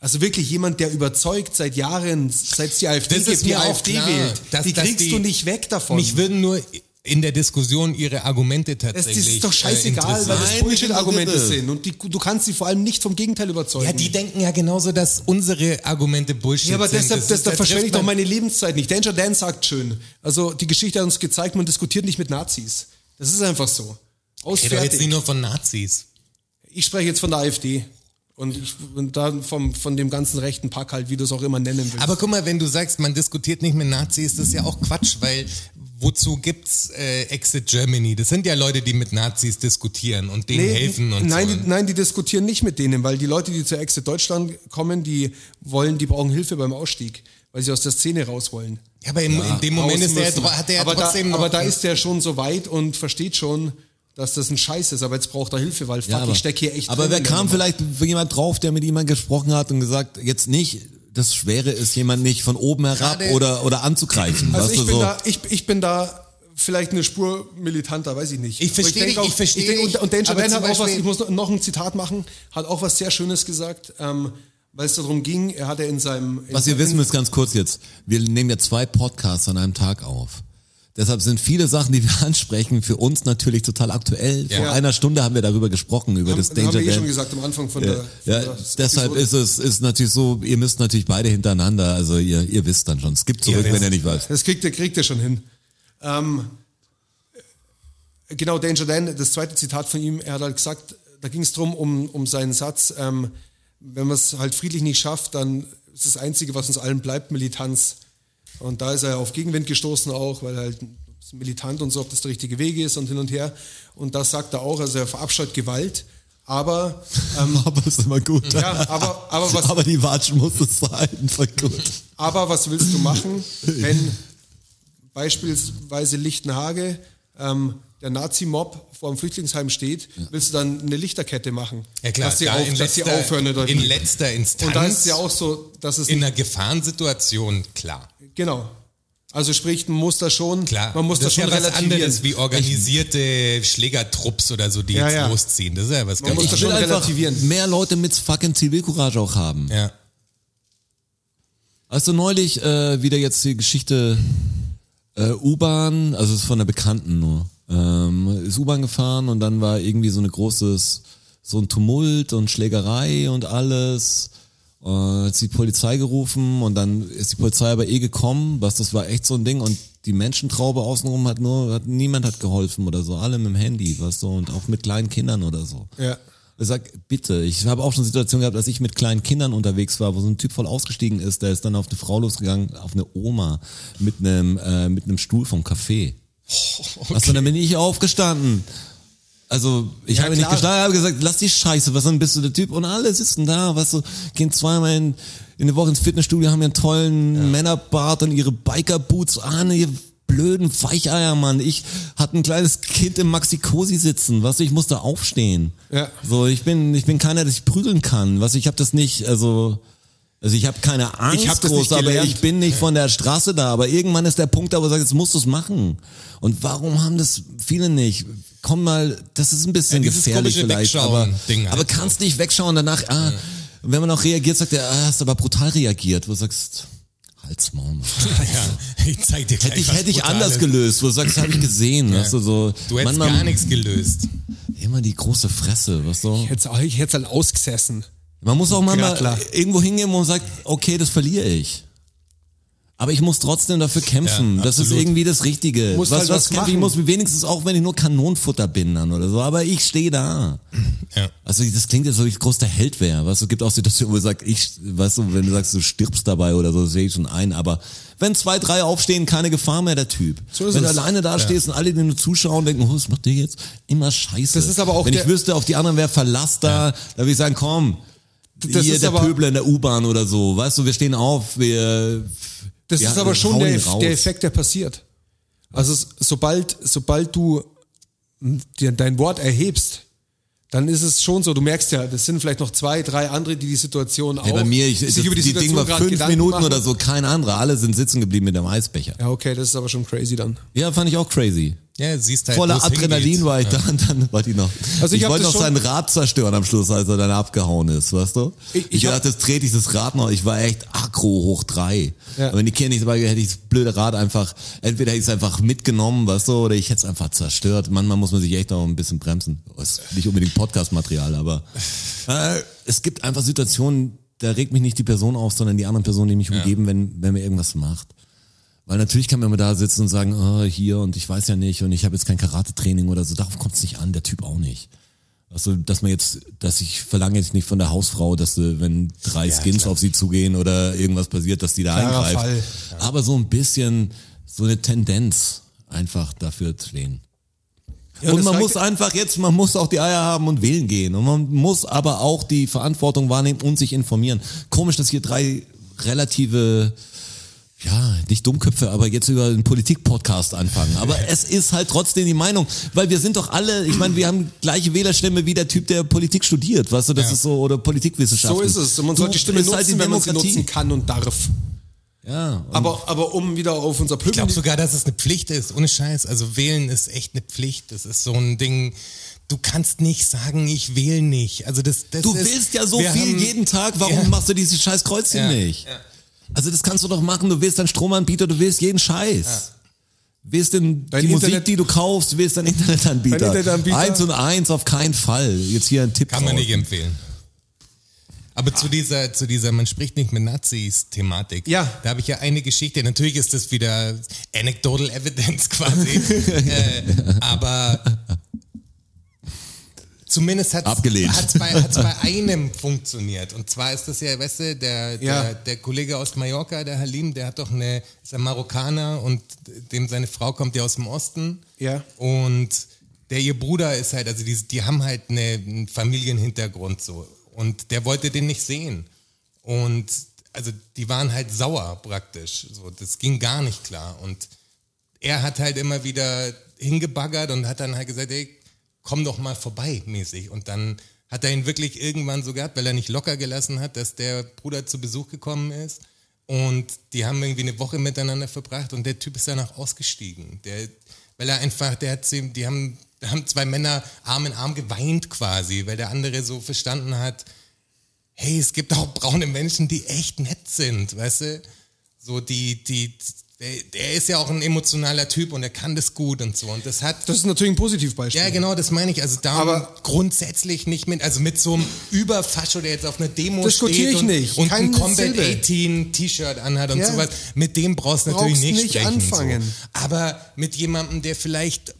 [SPEAKER 3] Also wirklich jemand, der überzeugt seit Jahren, seit es die AfD
[SPEAKER 4] Das
[SPEAKER 3] gibt,
[SPEAKER 4] ist
[SPEAKER 3] die
[SPEAKER 4] mir auch
[SPEAKER 3] AfD
[SPEAKER 4] klar,
[SPEAKER 3] wählt,
[SPEAKER 4] dass-
[SPEAKER 3] die
[SPEAKER 4] dass
[SPEAKER 3] kriegst
[SPEAKER 4] die-
[SPEAKER 3] du nicht weg davon.
[SPEAKER 4] Mich würden nur in der Diskussion ihre Argumente
[SPEAKER 3] das,
[SPEAKER 4] tatsächlich.
[SPEAKER 3] das ist doch
[SPEAKER 4] äh,
[SPEAKER 3] scheißegal, weil
[SPEAKER 4] interessieren.
[SPEAKER 3] das
[SPEAKER 2] Nein,
[SPEAKER 3] Bullshit-Argumente
[SPEAKER 2] bitte.
[SPEAKER 3] sind und die, du kannst sie vor allem nicht vom Gegenteil überzeugen.
[SPEAKER 4] Ja, die denken ja genauso, dass unsere Argumente Bullshit
[SPEAKER 3] Ja, aber
[SPEAKER 4] sind.
[SPEAKER 3] deshalb,
[SPEAKER 4] Das
[SPEAKER 3] das,
[SPEAKER 4] ist-
[SPEAKER 3] da
[SPEAKER 4] da
[SPEAKER 3] verschwende ich
[SPEAKER 4] trifft
[SPEAKER 3] doch
[SPEAKER 4] man-
[SPEAKER 3] meine Lebenszeit nicht. Danger Dan sagt schön. Also die Geschichte hat uns gezeigt, man diskutiert nicht mit Nazis. Das ist einfach so. Aus
[SPEAKER 4] Ich rede doch jetzt
[SPEAKER 3] fertig.
[SPEAKER 4] nicht nur von Nazis.
[SPEAKER 3] Ich spreche jetzt von der AfD. Und, ich, und dann vom, von dem ganzen rechten Pack halt, wie du es auch immer nennen willst.
[SPEAKER 4] Aber guck mal, wenn du sagst, man diskutiert nicht mit Nazis, das ist ja auch Quatsch, weil wozu gibt's äh, Exit Germany? Das sind ja Leute, die mit Nazis diskutieren und denen helfen und
[SPEAKER 3] nein,
[SPEAKER 4] so.
[SPEAKER 3] die, nein, die diskutieren nicht mit denen, weil die Leute, die zu Exit Deutschland kommen, die wollen, die brauchen Hilfe beim Ausstieg, weil sie aus der Szene raus wollen.
[SPEAKER 4] ja, aber im, in dem Moment
[SPEAKER 3] Raus
[SPEAKER 4] ist der,
[SPEAKER 3] müssen.
[SPEAKER 4] hat er ja
[SPEAKER 3] aber
[SPEAKER 4] trotzdem
[SPEAKER 3] da,
[SPEAKER 4] noch
[SPEAKER 3] Aber da ist der schon so weit und versteht schon, dass das ein Scheiß ist. Aber jetzt braucht er Hilfe, weil fuck,
[SPEAKER 2] Ja,
[SPEAKER 3] ich stecke hier echt
[SPEAKER 2] aber
[SPEAKER 3] drin
[SPEAKER 2] wer
[SPEAKER 3] in der
[SPEAKER 2] kam
[SPEAKER 3] Nummer.
[SPEAKER 2] vielleicht jemand drauf, der mit jemand gesprochen hat und gesagt, jetzt nicht, das Schwere ist, jemand nicht von oben herab
[SPEAKER 4] Gerade-
[SPEAKER 2] oder, oder anzugreifen.
[SPEAKER 3] Also
[SPEAKER 2] weißt
[SPEAKER 3] ich
[SPEAKER 2] du,
[SPEAKER 3] bin,
[SPEAKER 2] so.
[SPEAKER 3] da, ich, ich bin da vielleicht eine Spur militanter, weiß ich nicht.
[SPEAKER 4] Ich verstehe
[SPEAKER 3] denk
[SPEAKER 4] dich,
[SPEAKER 3] auch-
[SPEAKER 4] ich verstehe
[SPEAKER 3] denk-
[SPEAKER 4] dich,
[SPEAKER 3] Und, und Danger
[SPEAKER 4] aber
[SPEAKER 3] Dan
[SPEAKER 4] zum
[SPEAKER 3] hat auch was,
[SPEAKER 4] Beispiel-
[SPEAKER 3] ich muss noch- noch ein Zitat machen, hat auch was sehr Schönes gesagt, ähm, weil es darum ging, er hatte in seinem... In
[SPEAKER 2] Was ihr
[SPEAKER 3] seinem-
[SPEAKER 2] wissen müsst, ganz kurz jetzt. Wir nehmen ja zwei Podcasts an einem Tag auf. Deshalb sind viele Sachen, die wir [laughs] ansprechen, für uns natürlich total aktuell. Vor
[SPEAKER 3] Ja.
[SPEAKER 2] einer Stunde haben wir darüber gesprochen, über
[SPEAKER 3] Haben,
[SPEAKER 2] das
[SPEAKER 3] haben
[SPEAKER 2] Danger
[SPEAKER 3] wir eh
[SPEAKER 2] Dan.
[SPEAKER 3] schon gesagt am Anfang von der. Von
[SPEAKER 2] Ja,
[SPEAKER 3] der
[SPEAKER 2] deshalb
[SPEAKER 3] Episode.
[SPEAKER 2] ist es ist natürlich so, ihr müsst natürlich beide hintereinander, also ihr, ihr wisst dann schon, es gibt zurück,
[SPEAKER 4] Ihr
[SPEAKER 2] wenn
[SPEAKER 4] wisst.
[SPEAKER 2] ihr nicht weiß.
[SPEAKER 3] Das kriegt er, kriegt er schon hin. Ähm, genau, Danger Dan, das zweite Zitat von ihm, er hat halt gesagt, da ging es drum um, um seinen Satz, ähm, wenn man es halt friedlich nicht schafft, dann ist das Einzige, was uns allen bleibt, Militanz. Und da ist er auf Gegenwind gestoßen auch, weil halt militant und so, ob das der richtige Weg ist und hin und her. Und das sagt er auch, also er verabscheut Gewalt, aber ähm,
[SPEAKER 2] [laughs] aber ist immer gut.
[SPEAKER 3] Ja, aber- aber was-
[SPEAKER 2] aber die Watschen muss es sein, voll gut.
[SPEAKER 3] Aber was willst du
[SPEAKER 4] [laughs]
[SPEAKER 3] machen, wenn beispielsweise Lichtenhage ähm, der Nazi-Mob vor dem Flüchtlingsheim steht, willst du dann eine Lichterkette machen?
[SPEAKER 4] Ja klar,
[SPEAKER 3] dass die,
[SPEAKER 4] da
[SPEAKER 3] auf,
[SPEAKER 4] in,
[SPEAKER 3] dass die
[SPEAKER 4] letzter,
[SPEAKER 3] aufhören oder
[SPEAKER 4] in letzter Instanz,
[SPEAKER 3] Und da ist es ja auch so, dass es
[SPEAKER 4] in einer Gefahrensituation, klar.
[SPEAKER 3] genau. Also sprich, man muss da schon,
[SPEAKER 4] Klar,
[SPEAKER 3] man muss
[SPEAKER 4] das
[SPEAKER 3] da
[SPEAKER 4] ist
[SPEAKER 3] schon
[SPEAKER 4] ja was
[SPEAKER 3] relativieren.
[SPEAKER 4] anderes wie organisierte Schlägertrupps oder so, die
[SPEAKER 3] Ja,
[SPEAKER 4] jetzt
[SPEAKER 3] ja.
[SPEAKER 4] losziehen. Das ist ja was
[SPEAKER 3] Man
[SPEAKER 4] ganz
[SPEAKER 3] muss
[SPEAKER 2] Ich
[SPEAKER 3] das
[SPEAKER 4] anderes.
[SPEAKER 2] will
[SPEAKER 3] schon
[SPEAKER 2] einfach
[SPEAKER 3] relativieren.
[SPEAKER 2] mehr Leute mit fucking Zivilcourage auch haben.
[SPEAKER 4] Ja.
[SPEAKER 2] Hast du neulich äh, wieder jetzt die Geschichte äh, U-Bahn, also es ist von der Bekannten nur, ähm, ist U-Bahn gefahren und dann war irgendwie so eine großes, so ein Tumult und Schlägerei und alles. Und hat die Polizei gerufen und dann ist die Polizei aber eh gekommen, was das war echt so ein Ding und die Menschentraube außenrum hat nur, hat, niemand hat geholfen oder so, alle mit dem Handy, was so und auch mit kleinen Kindern oder so.
[SPEAKER 3] Ja.
[SPEAKER 2] Ich sag, bitte, ich habe auch schon Situationen gehabt, dass ich mit kleinen Kindern unterwegs war, wo so ein Typ voll ausgestiegen ist, der ist dann auf eine Frau losgegangen, auf eine Oma mit einem äh, mit einem Stuhl vom Café.
[SPEAKER 4] [laughs]
[SPEAKER 2] Was dann, dann bin ich aufgestanden. Also, ich
[SPEAKER 3] Ja,
[SPEAKER 2] habe nicht
[SPEAKER 3] klar.
[SPEAKER 2] geschlagen, habe gesagt, lass die Scheiße, was dann bist du der Typ und alle sitzen da, was so gehen zweimal in, in der Woche ins Fitnessstudio, haben ihren tollen Männerbart und ihre Biker Boots an, ihr blöden Weicheier, Mann. Ich hatte ein kleines Kind im Maxi Cosi sitzen, was ich musste aufstehen.
[SPEAKER 3] Ja.
[SPEAKER 2] So, ich bin ich bin keiner, der sich prügeln kann, was ich habe das nicht, also also ich habe keine Angst
[SPEAKER 3] Ich hab das
[SPEAKER 2] groß,
[SPEAKER 3] nicht
[SPEAKER 2] aber
[SPEAKER 3] gelernt.
[SPEAKER 2] ich bin nicht von der Straße da. Aber irgendwann ist der Punkt da, wo du sagst, jetzt musst du es machen. Und warum haben das viele nicht? Komm mal, das ist ein bisschen
[SPEAKER 4] Ja, dieses
[SPEAKER 2] gefährlich
[SPEAKER 4] komische
[SPEAKER 2] vielleicht, aber,
[SPEAKER 4] Wegschauen-Ding halt
[SPEAKER 2] aber
[SPEAKER 4] so.
[SPEAKER 2] kannst nicht wegschauen danach. Ah, und Wenn man auch reagiert, sagt er, ah, hast aber brutal reagiert. Wo du sagst, halt's Maul. Mann.
[SPEAKER 4] [laughs] ja, ich zeig dir gleich
[SPEAKER 2] Hätte ich,
[SPEAKER 4] was
[SPEAKER 2] hätte ich anders
[SPEAKER 4] Brutales.
[SPEAKER 2] gelöst, wo du sagst, habe ich gesehen. Weißt du, so,
[SPEAKER 4] Du hättest
[SPEAKER 2] Mann, Mann,
[SPEAKER 4] gar nichts gelöst.
[SPEAKER 2] Immer die große Fresse, weißt du?
[SPEAKER 3] Ich hätte es- Ich hätte es halt ausgesessen.
[SPEAKER 2] Man muss auch
[SPEAKER 3] Ja,
[SPEAKER 2] manchmal
[SPEAKER 3] klar.
[SPEAKER 2] irgendwo hingehen, wo man sagt, okay, das verliere ich. Aber ich muss trotzdem dafür kämpfen.
[SPEAKER 4] Ja,
[SPEAKER 2] das ist
[SPEAKER 4] absolut.
[SPEAKER 2] irgendwie das Richtige.
[SPEAKER 3] Musst
[SPEAKER 2] was
[SPEAKER 3] halt
[SPEAKER 2] was,
[SPEAKER 3] was
[SPEAKER 2] kämpfe ich
[SPEAKER 3] machen.
[SPEAKER 2] muss, wenigstens auch wenn ich nur Kanonenfutter bin dann oder so. Aber ich stehe da.
[SPEAKER 4] Ja.
[SPEAKER 2] Also das klingt jetzt so, wie ich groß der Held wäre. Weißt du, gibt auch Situationen, wo du sagst, ich, weißt du, wenn du sagst, du stirbst dabei oder so, das sehe ich schon ein. Aber wenn zwei, drei aufstehen, keine Gefahr mehr, der Typ.
[SPEAKER 3] So ist
[SPEAKER 2] wenn du
[SPEAKER 3] es.
[SPEAKER 2] alleine da stehst und alle, die nur zuschauen, denken, oh, was macht der jetzt? Immer scheiße.
[SPEAKER 3] Das ist aber auch
[SPEAKER 2] Wenn ich
[SPEAKER 3] der-
[SPEAKER 2] wüsste, auf die anderen wäre Verlass da, da würde ich sagen, komm,
[SPEAKER 3] Das
[SPEAKER 2] hier
[SPEAKER 3] ist
[SPEAKER 2] der
[SPEAKER 3] aber-
[SPEAKER 2] Pöbler in der U-Bahn oder so. Weißt du, wir stehen auf, wir...
[SPEAKER 3] Das
[SPEAKER 2] wir
[SPEAKER 3] ist aber schon
[SPEAKER 2] hauen
[SPEAKER 3] der,
[SPEAKER 2] ihn raus.
[SPEAKER 3] der Effekt, der passiert. Also s- sobald, sobald du m, dir dein Wort erhebst, dann ist es schon so, du merkst ja, das sind vielleicht noch zwei, drei andere, die die Situation auch
[SPEAKER 2] Hey, bei mir, ich, das, die Ding war
[SPEAKER 3] grad
[SPEAKER 2] fünf
[SPEAKER 3] Gedanken
[SPEAKER 2] Minuten
[SPEAKER 3] machen.
[SPEAKER 2] oder so, kein anderer. Alle sind sitzen geblieben mit dem Eisbecher.
[SPEAKER 3] Ja, okay, das ist aber schon crazy dann.
[SPEAKER 2] Ja, fand ich auch crazy.
[SPEAKER 4] Ja, siehst halt,
[SPEAKER 2] voller
[SPEAKER 4] wo's hingeht.
[SPEAKER 2] Adrenalin war ich da und dann war die noch.
[SPEAKER 3] Also
[SPEAKER 2] ich
[SPEAKER 3] ich hab
[SPEAKER 2] wollte
[SPEAKER 3] das
[SPEAKER 2] noch
[SPEAKER 3] schon-
[SPEAKER 2] sein Rad zerstören am Schluss, als er dann abgehauen ist, weißt du? Ich,
[SPEAKER 3] Ich- ich hab-
[SPEAKER 2] dachte, jetzt trete ich das Rad noch. Ich war echt aggro hoch drei.
[SPEAKER 3] Ja.
[SPEAKER 2] Aber wenn die Kinder nicht dabei gewesen, hätte ich das blöde Rad einfach, entweder hätte ich es einfach mitgenommen, weißt du, oder ich hätte es einfach zerstört. Manchmal muss man sich echt auch ein bisschen bremsen. Oh, Ist nicht unbedingt Podcast-Material, aber äh, es gibt einfach Situationen, da regt mich nicht die Person auf, sondern die anderen Personen, die mich umgeben, wenn, wenn mir irgendwas macht. Weil natürlich kann man immer da sitzen und sagen, oh, hier und ich weiß ja nicht und ich habe jetzt kein Karate-Training oder so. Darauf kommt es nicht an, der Typ auch nicht. Also, dass man jetzt, dass ich verlange jetzt nicht von der Hausfrau, dass sie, wenn drei Skins auf sie zugehen oder irgendwas passiert, dass die da
[SPEAKER 3] Klarer
[SPEAKER 2] eingreift. Aber so ein bisschen, so eine Tendenz einfach dafür zu lehnen.
[SPEAKER 3] und
[SPEAKER 2] und
[SPEAKER 3] das
[SPEAKER 2] man
[SPEAKER 3] zeigt-
[SPEAKER 2] muss einfach jetzt, man muss auch die Eier haben und wählen gehen. Und man muss aber auch die Verantwortung wahrnehmen und sich informieren. Komisch, dass hier drei relative ja, nicht Dummköpfe, aber jetzt über einen Politik-Podcast anfangen. Aber es ist halt trotzdem die Meinung, weil wir sind doch alle, ich meine, wir haben gleiche Wählerstimme wie der Typ, der Politik studiert, weißt du, das
[SPEAKER 4] Ja.
[SPEAKER 2] ist so, oder Politikwissenschaften.
[SPEAKER 3] So ist es. Und man
[SPEAKER 2] Du
[SPEAKER 3] sollte die Stimme
[SPEAKER 2] bist
[SPEAKER 3] nutzen,
[SPEAKER 2] halt
[SPEAKER 3] wenn man sie
[SPEAKER 2] Demokratie. Mhm.
[SPEAKER 3] nutzen kann und darf.
[SPEAKER 2] Ja, und
[SPEAKER 3] Aber, aber um wieder auf unser
[SPEAKER 4] Ich glaube
[SPEAKER 3] Plücken...
[SPEAKER 4] sogar, dass es eine Pflicht ist, ohne Scheiß. Also wählen ist echt eine Pflicht. Das ist so ein Ding. Du kannst nicht sagen, ich wähle nicht. Also das, das
[SPEAKER 2] du
[SPEAKER 4] ist,
[SPEAKER 2] willst ja so
[SPEAKER 4] wir
[SPEAKER 2] viel
[SPEAKER 4] haben-
[SPEAKER 2] jeden Tag, warum
[SPEAKER 4] Ja.
[SPEAKER 2] machst du dieses scheiß Kreuzchen
[SPEAKER 4] Ja.
[SPEAKER 2] nicht?
[SPEAKER 4] Ja.
[SPEAKER 2] Also das kannst du doch machen, du willst deinen Stromanbieter, du willst jeden Scheiß. Wer ist denn
[SPEAKER 3] Dein
[SPEAKER 2] die Musik,
[SPEAKER 3] Internet-
[SPEAKER 2] die du kaufst, wer ist dein Internetanbieter?
[SPEAKER 3] Dein Internetanbieter?
[SPEAKER 2] Eins und eins auf keinen Fall. Jetzt hier ein Tipp.
[SPEAKER 4] Kann man
[SPEAKER 2] raus.
[SPEAKER 4] nicht empfehlen. Aber zu dieser, zu dieser, man spricht nicht mit Nazis Thematik.
[SPEAKER 3] Ja.
[SPEAKER 4] Da habe ich ja eine Geschichte. Natürlich ist das wieder anecdotal evidence [laughs] quasi. äh, aber zumindest hat
[SPEAKER 2] Abgelehnt.
[SPEAKER 4] es bei, hat's bei einem funktioniert. Und zwar ist das ja, weißt du, der, der,
[SPEAKER 3] Ja.
[SPEAKER 4] der Kollege aus Mallorca, der Halim, der hat doch eine, ist ein Marokkaner und dem seine Frau kommt ja aus dem Osten.
[SPEAKER 3] Ja.
[SPEAKER 4] Und der ihr Bruder ist halt, also die, die haben halt eine, einen Familienhintergrund so. Und der wollte den nicht sehen. Und also die waren halt sauer praktisch. So, das ging gar nicht klar. Und er hat halt immer wieder hingebaggert und hat dann halt gesagt, ey, komm doch mal vorbei mäßig. Und dann hat er ihn wirklich irgendwann so gehabt, weil er nicht locker gelassen hat, dass der Bruder zu Besuch gekommen ist. Und die haben irgendwie eine Woche miteinander verbracht und der Typ ist danach ausgestiegen. Der, weil er einfach, der hat sie, die haben, da haben zwei Männer Arm in Arm geweint quasi, weil der andere so verstanden hat, hey, es gibt auch braune Menschen, die echt nett sind, weißt du? So die, die, der, der ist ja auch ein emotionaler Typ und er kann das gut und so. Und das hat
[SPEAKER 3] Das ist natürlich ein Positivbeispiel.
[SPEAKER 4] ja, genau, das meine ich. Also da
[SPEAKER 3] Aber-
[SPEAKER 4] grundsätzlich nicht mit, also mit so einem Überfascho, der jetzt auf einer Demo
[SPEAKER 3] Diskutiere
[SPEAKER 4] steht
[SPEAKER 3] ich
[SPEAKER 4] und,
[SPEAKER 3] nicht.
[SPEAKER 4] und
[SPEAKER 3] Keine
[SPEAKER 4] ein Combat
[SPEAKER 3] Silbe.
[SPEAKER 4] 18 T-Shirt anhat und
[SPEAKER 3] Ja.
[SPEAKER 4] sowas, mit dem brauchst du natürlich
[SPEAKER 3] Brauchst
[SPEAKER 4] nicht,
[SPEAKER 3] nicht
[SPEAKER 4] sprechen.
[SPEAKER 3] anfangen.
[SPEAKER 4] So. Aber mit jemandem, der vielleicht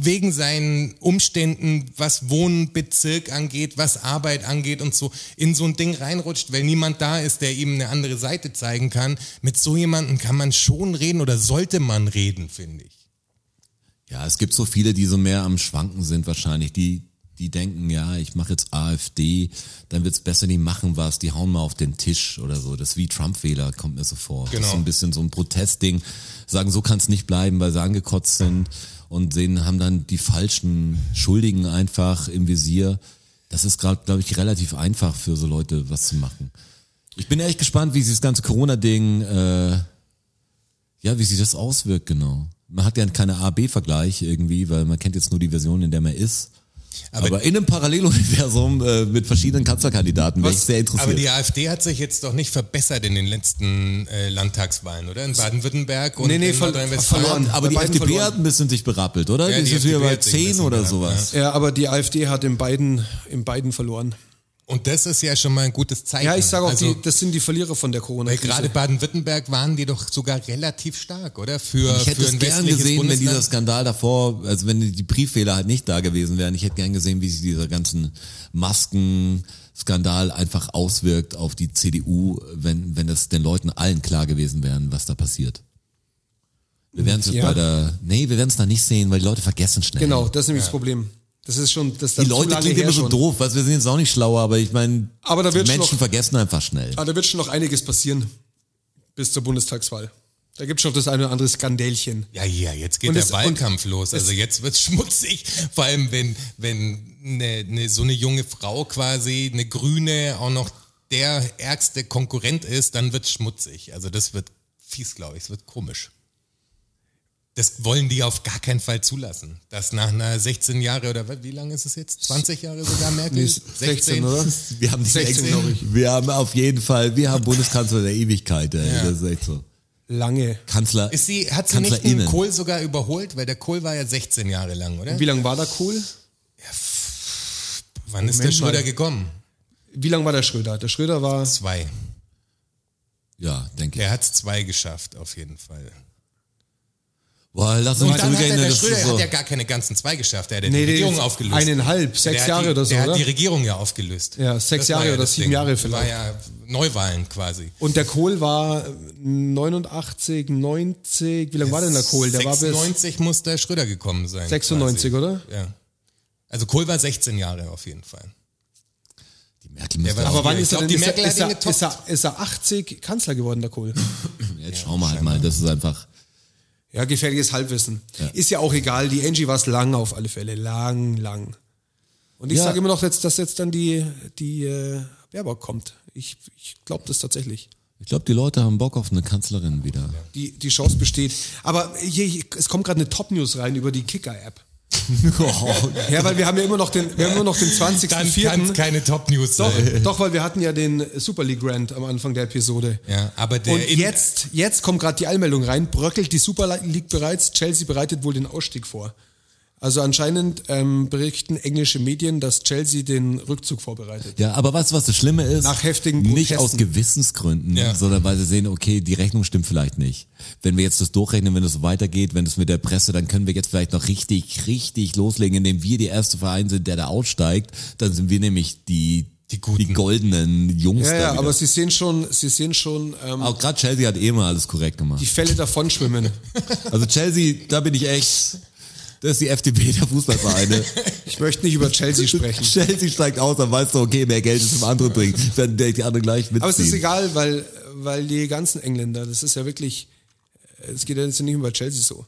[SPEAKER 4] wegen seinen Umständen, was Wohnbezirk angeht, was Arbeit angeht und so, in so ein Ding reinrutscht, weil niemand da ist, der ihm eine andere Seite zeigen kann, mit so jemandem kann man schon reden oder sollte man reden, finde ich.
[SPEAKER 2] Ja, es gibt so viele, die so mehr am Schwanken sind wahrscheinlich, die die denken, ja, ich mache jetzt AfD, dann wird's besser, die machen was, die hauen mal auf den Tisch oder so. Das ist wie Trump-Wähler, kommt mir so vor. Das
[SPEAKER 4] Genau.
[SPEAKER 2] ist so ein bisschen so ein Protestding. Sagen, so kann's nicht bleiben, weil sie angekotzt sind und sehen, haben dann die falschen Schuldigen einfach im Visier. Das ist gerade, glaube ich, relativ einfach für so Leute, was zu machen. Ich bin echt gespannt, wie sie das ganze Corona-Ding äh, ja, wie sich das auswirkt, genau. Man hat ja keine A-B-Vergleich irgendwie, weil man kennt jetzt nur die Version, in der man ist. Aber, in einem Paralleluniversum äh, mit verschiedenen Kanzlerkandidaten wäre ich sehr interessiert.
[SPEAKER 4] Aber die AfD hat sich jetzt doch nicht verbessert in den letzten äh, Landtagswahlen, oder? In Baden-Württemberg und
[SPEAKER 3] Nee, nee,
[SPEAKER 4] in
[SPEAKER 3] ver-
[SPEAKER 4] Nordrhein-Westfalen.
[SPEAKER 3] verloren.
[SPEAKER 2] aber
[SPEAKER 3] bei
[SPEAKER 2] die
[SPEAKER 3] beiden
[SPEAKER 2] FDP
[SPEAKER 3] verloren.
[SPEAKER 2] hat ein bisschen sich berappelt, oder?
[SPEAKER 4] Ja,
[SPEAKER 2] die
[SPEAKER 4] die
[SPEAKER 2] ist jetzt wieder
[SPEAKER 4] FDP
[SPEAKER 2] bei
[SPEAKER 4] hat sich ein
[SPEAKER 2] 10
[SPEAKER 4] bisschen
[SPEAKER 2] oder
[SPEAKER 4] berappelt,
[SPEAKER 2] sowas.
[SPEAKER 3] Ja, aber die AfD hat in beiden, in beiden verloren.
[SPEAKER 4] Und das ist ja schon mal ein gutes Zeichen.
[SPEAKER 3] Ja, ich sage auch,
[SPEAKER 4] also,
[SPEAKER 3] die, das sind die Verlierer von der
[SPEAKER 4] weil
[SPEAKER 3] Corona-Krise.
[SPEAKER 4] gerade Baden-Württemberg waren die doch sogar relativ stark, oder? Für,
[SPEAKER 2] Ich hätte
[SPEAKER 4] für
[SPEAKER 2] es
[SPEAKER 4] ein
[SPEAKER 2] gern
[SPEAKER 4] westliches
[SPEAKER 2] gesehen, wenn dieser
[SPEAKER 4] Bundesland.
[SPEAKER 2] Skandal davor, also wenn die Brieffehler halt nicht da gewesen wären. Ich hätte gern gesehen, wie sich dieser ganzen Masken-Skandal einfach auswirkt auf die CDU, wenn, wenn das den Leuten allen klar gewesen wären, was da passiert. Wir werden es
[SPEAKER 3] Ja.
[SPEAKER 2] bei der, nee, wir werden es da nicht sehen, weil die Leute vergessen schnell.
[SPEAKER 3] Genau, das ist nämlich das Problem. Das ist schon, das ist
[SPEAKER 2] Die
[SPEAKER 3] dann zu
[SPEAKER 2] Leute
[SPEAKER 3] lange
[SPEAKER 2] klingen
[SPEAKER 3] her
[SPEAKER 2] immer so
[SPEAKER 3] schon.
[SPEAKER 2] doof, was wir sind jetzt auch nicht schlauer, aber ich meine,
[SPEAKER 3] Aber da wird's
[SPEAKER 2] Menschen
[SPEAKER 3] noch-
[SPEAKER 2] vergessen einfach schnell.
[SPEAKER 3] Aber Ah, da wird schon noch einiges passieren bis zur Bundestagswahl. Da gibt es schon das eine oder andere Skandälchen.
[SPEAKER 4] Ja, ja, jetzt geht
[SPEAKER 3] Und
[SPEAKER 4] der
[SPEAKER 3] es- und
[SPEAKER 4] Wahlkampf los. Also jetzt wird's [laughs] schmutzig. Vor allem, wenn, wenn ne, ne, so eine junge Frau quasi, eine Grüne, auch noch der ärgste Konkurrent ist, dann wird's schmutzig. Also das wird fies, glaube ich. Es wird komisch. Das wollen die auf gar keinen Fall zulassen. Dass nach einer 16 Jahre oder wa- wie lange ist es jetzt? 20 Jahre sogar Merkel?
[SPEAKER 3] Nee, 16, oder?
[SPEAKER 2] [laughs] Wir haben nicht
[SPEAKER 3] 16,
[SPEAKER 2] echt-
[SPEAKER 3] glaub
[SPEAKER 2] Wir haben auf jeden Fall, wir haben Bundeskanzler der Ewigkeit, ey.
[SPEAKER 4] Ja.
[SPEAKER 2] das ist echt so.
[SPEAKER 3] Lange.
[SPEAKER 2] Kanzler,
[SPEAKER 4] Ist sie, hat sie nicht den
[SPEAKER 2] Kanzlerinnen.
[SPEAKER 4] Kohl sogar überholt? Weil der Kohl war ja 16 Jahre lang, oder?
[SPEAKER 3] Wie lange war der Kohl?
[SPEAKER 4] Wann
[SPEAKER 3] Moment
[SPEAKER 4] ist der
[SPEAKER 3] mal.
[SPEAKER 4] Schröder gekommen?
[SPEAKER 3] Wie lange war der Schröder? Der Schröder war.
[SPEAKER 4] Zwei.
[SPEAKER 2] Ja, denke ich.
[SPEAKER 4] Er hat's zwei geschafft, auf jeden Fall.
[SPEAKER 2] Boah, lass uns
[SPEAKER 4] Und
[SPEAKER 2] mal
[SPEAKER 4] dann hat er,
[SPEAKER 2] zurückgehen.
[SPEAKER 4] der
[SPEAKER 2] das
[SPEAKER 4] Schröder
[SPEAKER 2] ist so.
[SPEAKER 4] hat ja gar keine ganzen zwei geschafft. Er hat ja die
[SPEAKER 3] Nee, der-
[SPEAKER 4] Regierung aufgelöst.
[SPEAKER 3] Eineinhalb,
[SPEAKER 4] Der
[SPEAKER 3] sechs
[SPEAKER 4] hat
[SPEAKER 3] Jahre
[SPEAKER 4] die,
[SPEAKER 3] oder so,
[SPEAKER 4] Der
[SPEAKER 3] oder?
[SPEAKER 4] hat die Regierung ja aufgelöst.
[SPEAKER 3] Ja, sechs
[SPEAKER 4] war
[SPEAKER 3] Jahre oder
[SPEAKER 4] das
[SPEAKER 3] sieben Jahre vielleicht.
[SPEAKER 4] War ja Neuwahlen quasi.
[SPEAKER 3] Und der Kohl war 89, 90. Wie lange war denn der Kohl? Der war bis
[SPEAKER 4] 96 muss der Schröder gekommen sein.
[SPEAKER 3] 96,
[SPEAKER 4] quasi.
[SPEAKER 3] oder?
[SPEAKER 4] Ja. Also Kohl war 16 Jahre auf jeden Fall.
[SPEAKER 2] die Merkel müsste
[SPEAKER 4] war-
[SPEAKER 2] auch-
[SPEAKER 3] Aber wann
[SPEAKER 4] Ich
[SPEAKER 3] ist er
[SPEAKER 4] glaub,
[SPEAKER 3] denn?
[SPEAKER 4] die
[SPEAKER 3] Ist
[SPEAKER 4] Merkel
[SPEAKER 3] er,
[SPEAKER 4] hat
[SPEAKER 3] ist,
[SPEAKER 4] ihn
[SPEAKER 3] er,
[SPEAKER 4] getoppt.
[SPEAKER 3] ist, er, ist er 80 Kanzler geworden, der Kohl?
[SPEAKER 2] Jetzt schauen wir halt mal. Das ist einfach.
[SPEAKER 3] Ja, gefährliches Halbwissen. Ist ja auch egal. Die Angie war es lang auf alle Fälle. Lang, lang. Und ich
[SPEAKER 2] Ja.
[SPEAKER 3] sage immer noch, jetzt, dass jetzt dann die, die äh, Baerbock kommt. Ich, ich glaube das tatsächlich.
[SPEAKER 2] Ich glaube, die Leute haben Bock auf eine Kanzlerin wieder. [laughs]
[SPEAKER 3] Die, die Chance besteht. Aber hier, hier, es kommt gerade eine Top-News rein über die Kicker-App. Ja, weil wir haben ja immer noch den, wir haben immer noch den
[SPEAKER 4] Dann kann es
[SPEAKER 3] 20.04.
[SPEAKER 4] keine Top-News
[SPEAKER 3] Doch,
[SPEAKER 4] sein.
[SPEAKER 3] doch, weil wir hatten ja den Super League Rant am Anfang der Episode.
[SPEAKER 4] Ja, aber der
[SPEAKER 3] Und
[SPEAKER 4] in-
[SPEAKER 3] jetzt, jetzt kommt gerade die Allmeldung rein, bröckelt die Super League bereits, Chelsea bereitet wohl den Ausstieg vor. Also anscheinend ähm, berichten englische Medien, dass Chelsea den Rückzug vorbereitet.
[SPEAKER 2] Ja, aber weißt du, was das Schlimme ist?
[SPEAKER 3] Nach heftigen
[SPEAKER 2] Nicht
[SPEAKER 3] Protesten.
[SPEAKER 2] aus Gewissensgründen,
[SPEAKER 4] Ja.
[SPEAKER 2] sondern weil sie sehen, okay, die Rechnung stimmt vielleicht nicht. Wenn wir jetzt das durchrechnen, wenn es so weitergeht, wenn es mit der Presse, dann können wir jetzt vielleicht noch richtig, richtig loslegen, indem wir die erste Verein sind, der da aussteigt. Dann sind wir nämlich die,
[SPEAKER 4] Die Guten.
[SPEAKER 2] goldenen Jungs
[SPEAKER 3] Ja,
[SPEAKER 2] da
[SPEAKER 3] ja,
[SPEAKER 2] wieder.
[SPEAKER 3] aber Sie sehen schon, Sie sehen schon ähm,
[SPEAKER 2] auch gerade Chelsea hat eh immer alles korrekt gemacht.
[SPEAKER 3] die Fälle davon schwimmen.
[SPEAKER 2] Also Chelsea, da bin ich echt, das ist die FDP der Fußballvereine.
[SPEAKER 3] Ich möchte nicht über Chelsea sprechen.
[SPEAKER 2] Chelsea steigt aus, dann weißt du, okay, mehr Geld ist zum anderen bringt, dann der die anderen gleich mitziehen.
[SPEAKER 3] Aber es ist egal, weil, weil die ganzen Engländer, das ist ja wirklich, es geht ja jetzt nicht nur bei Chelsea so.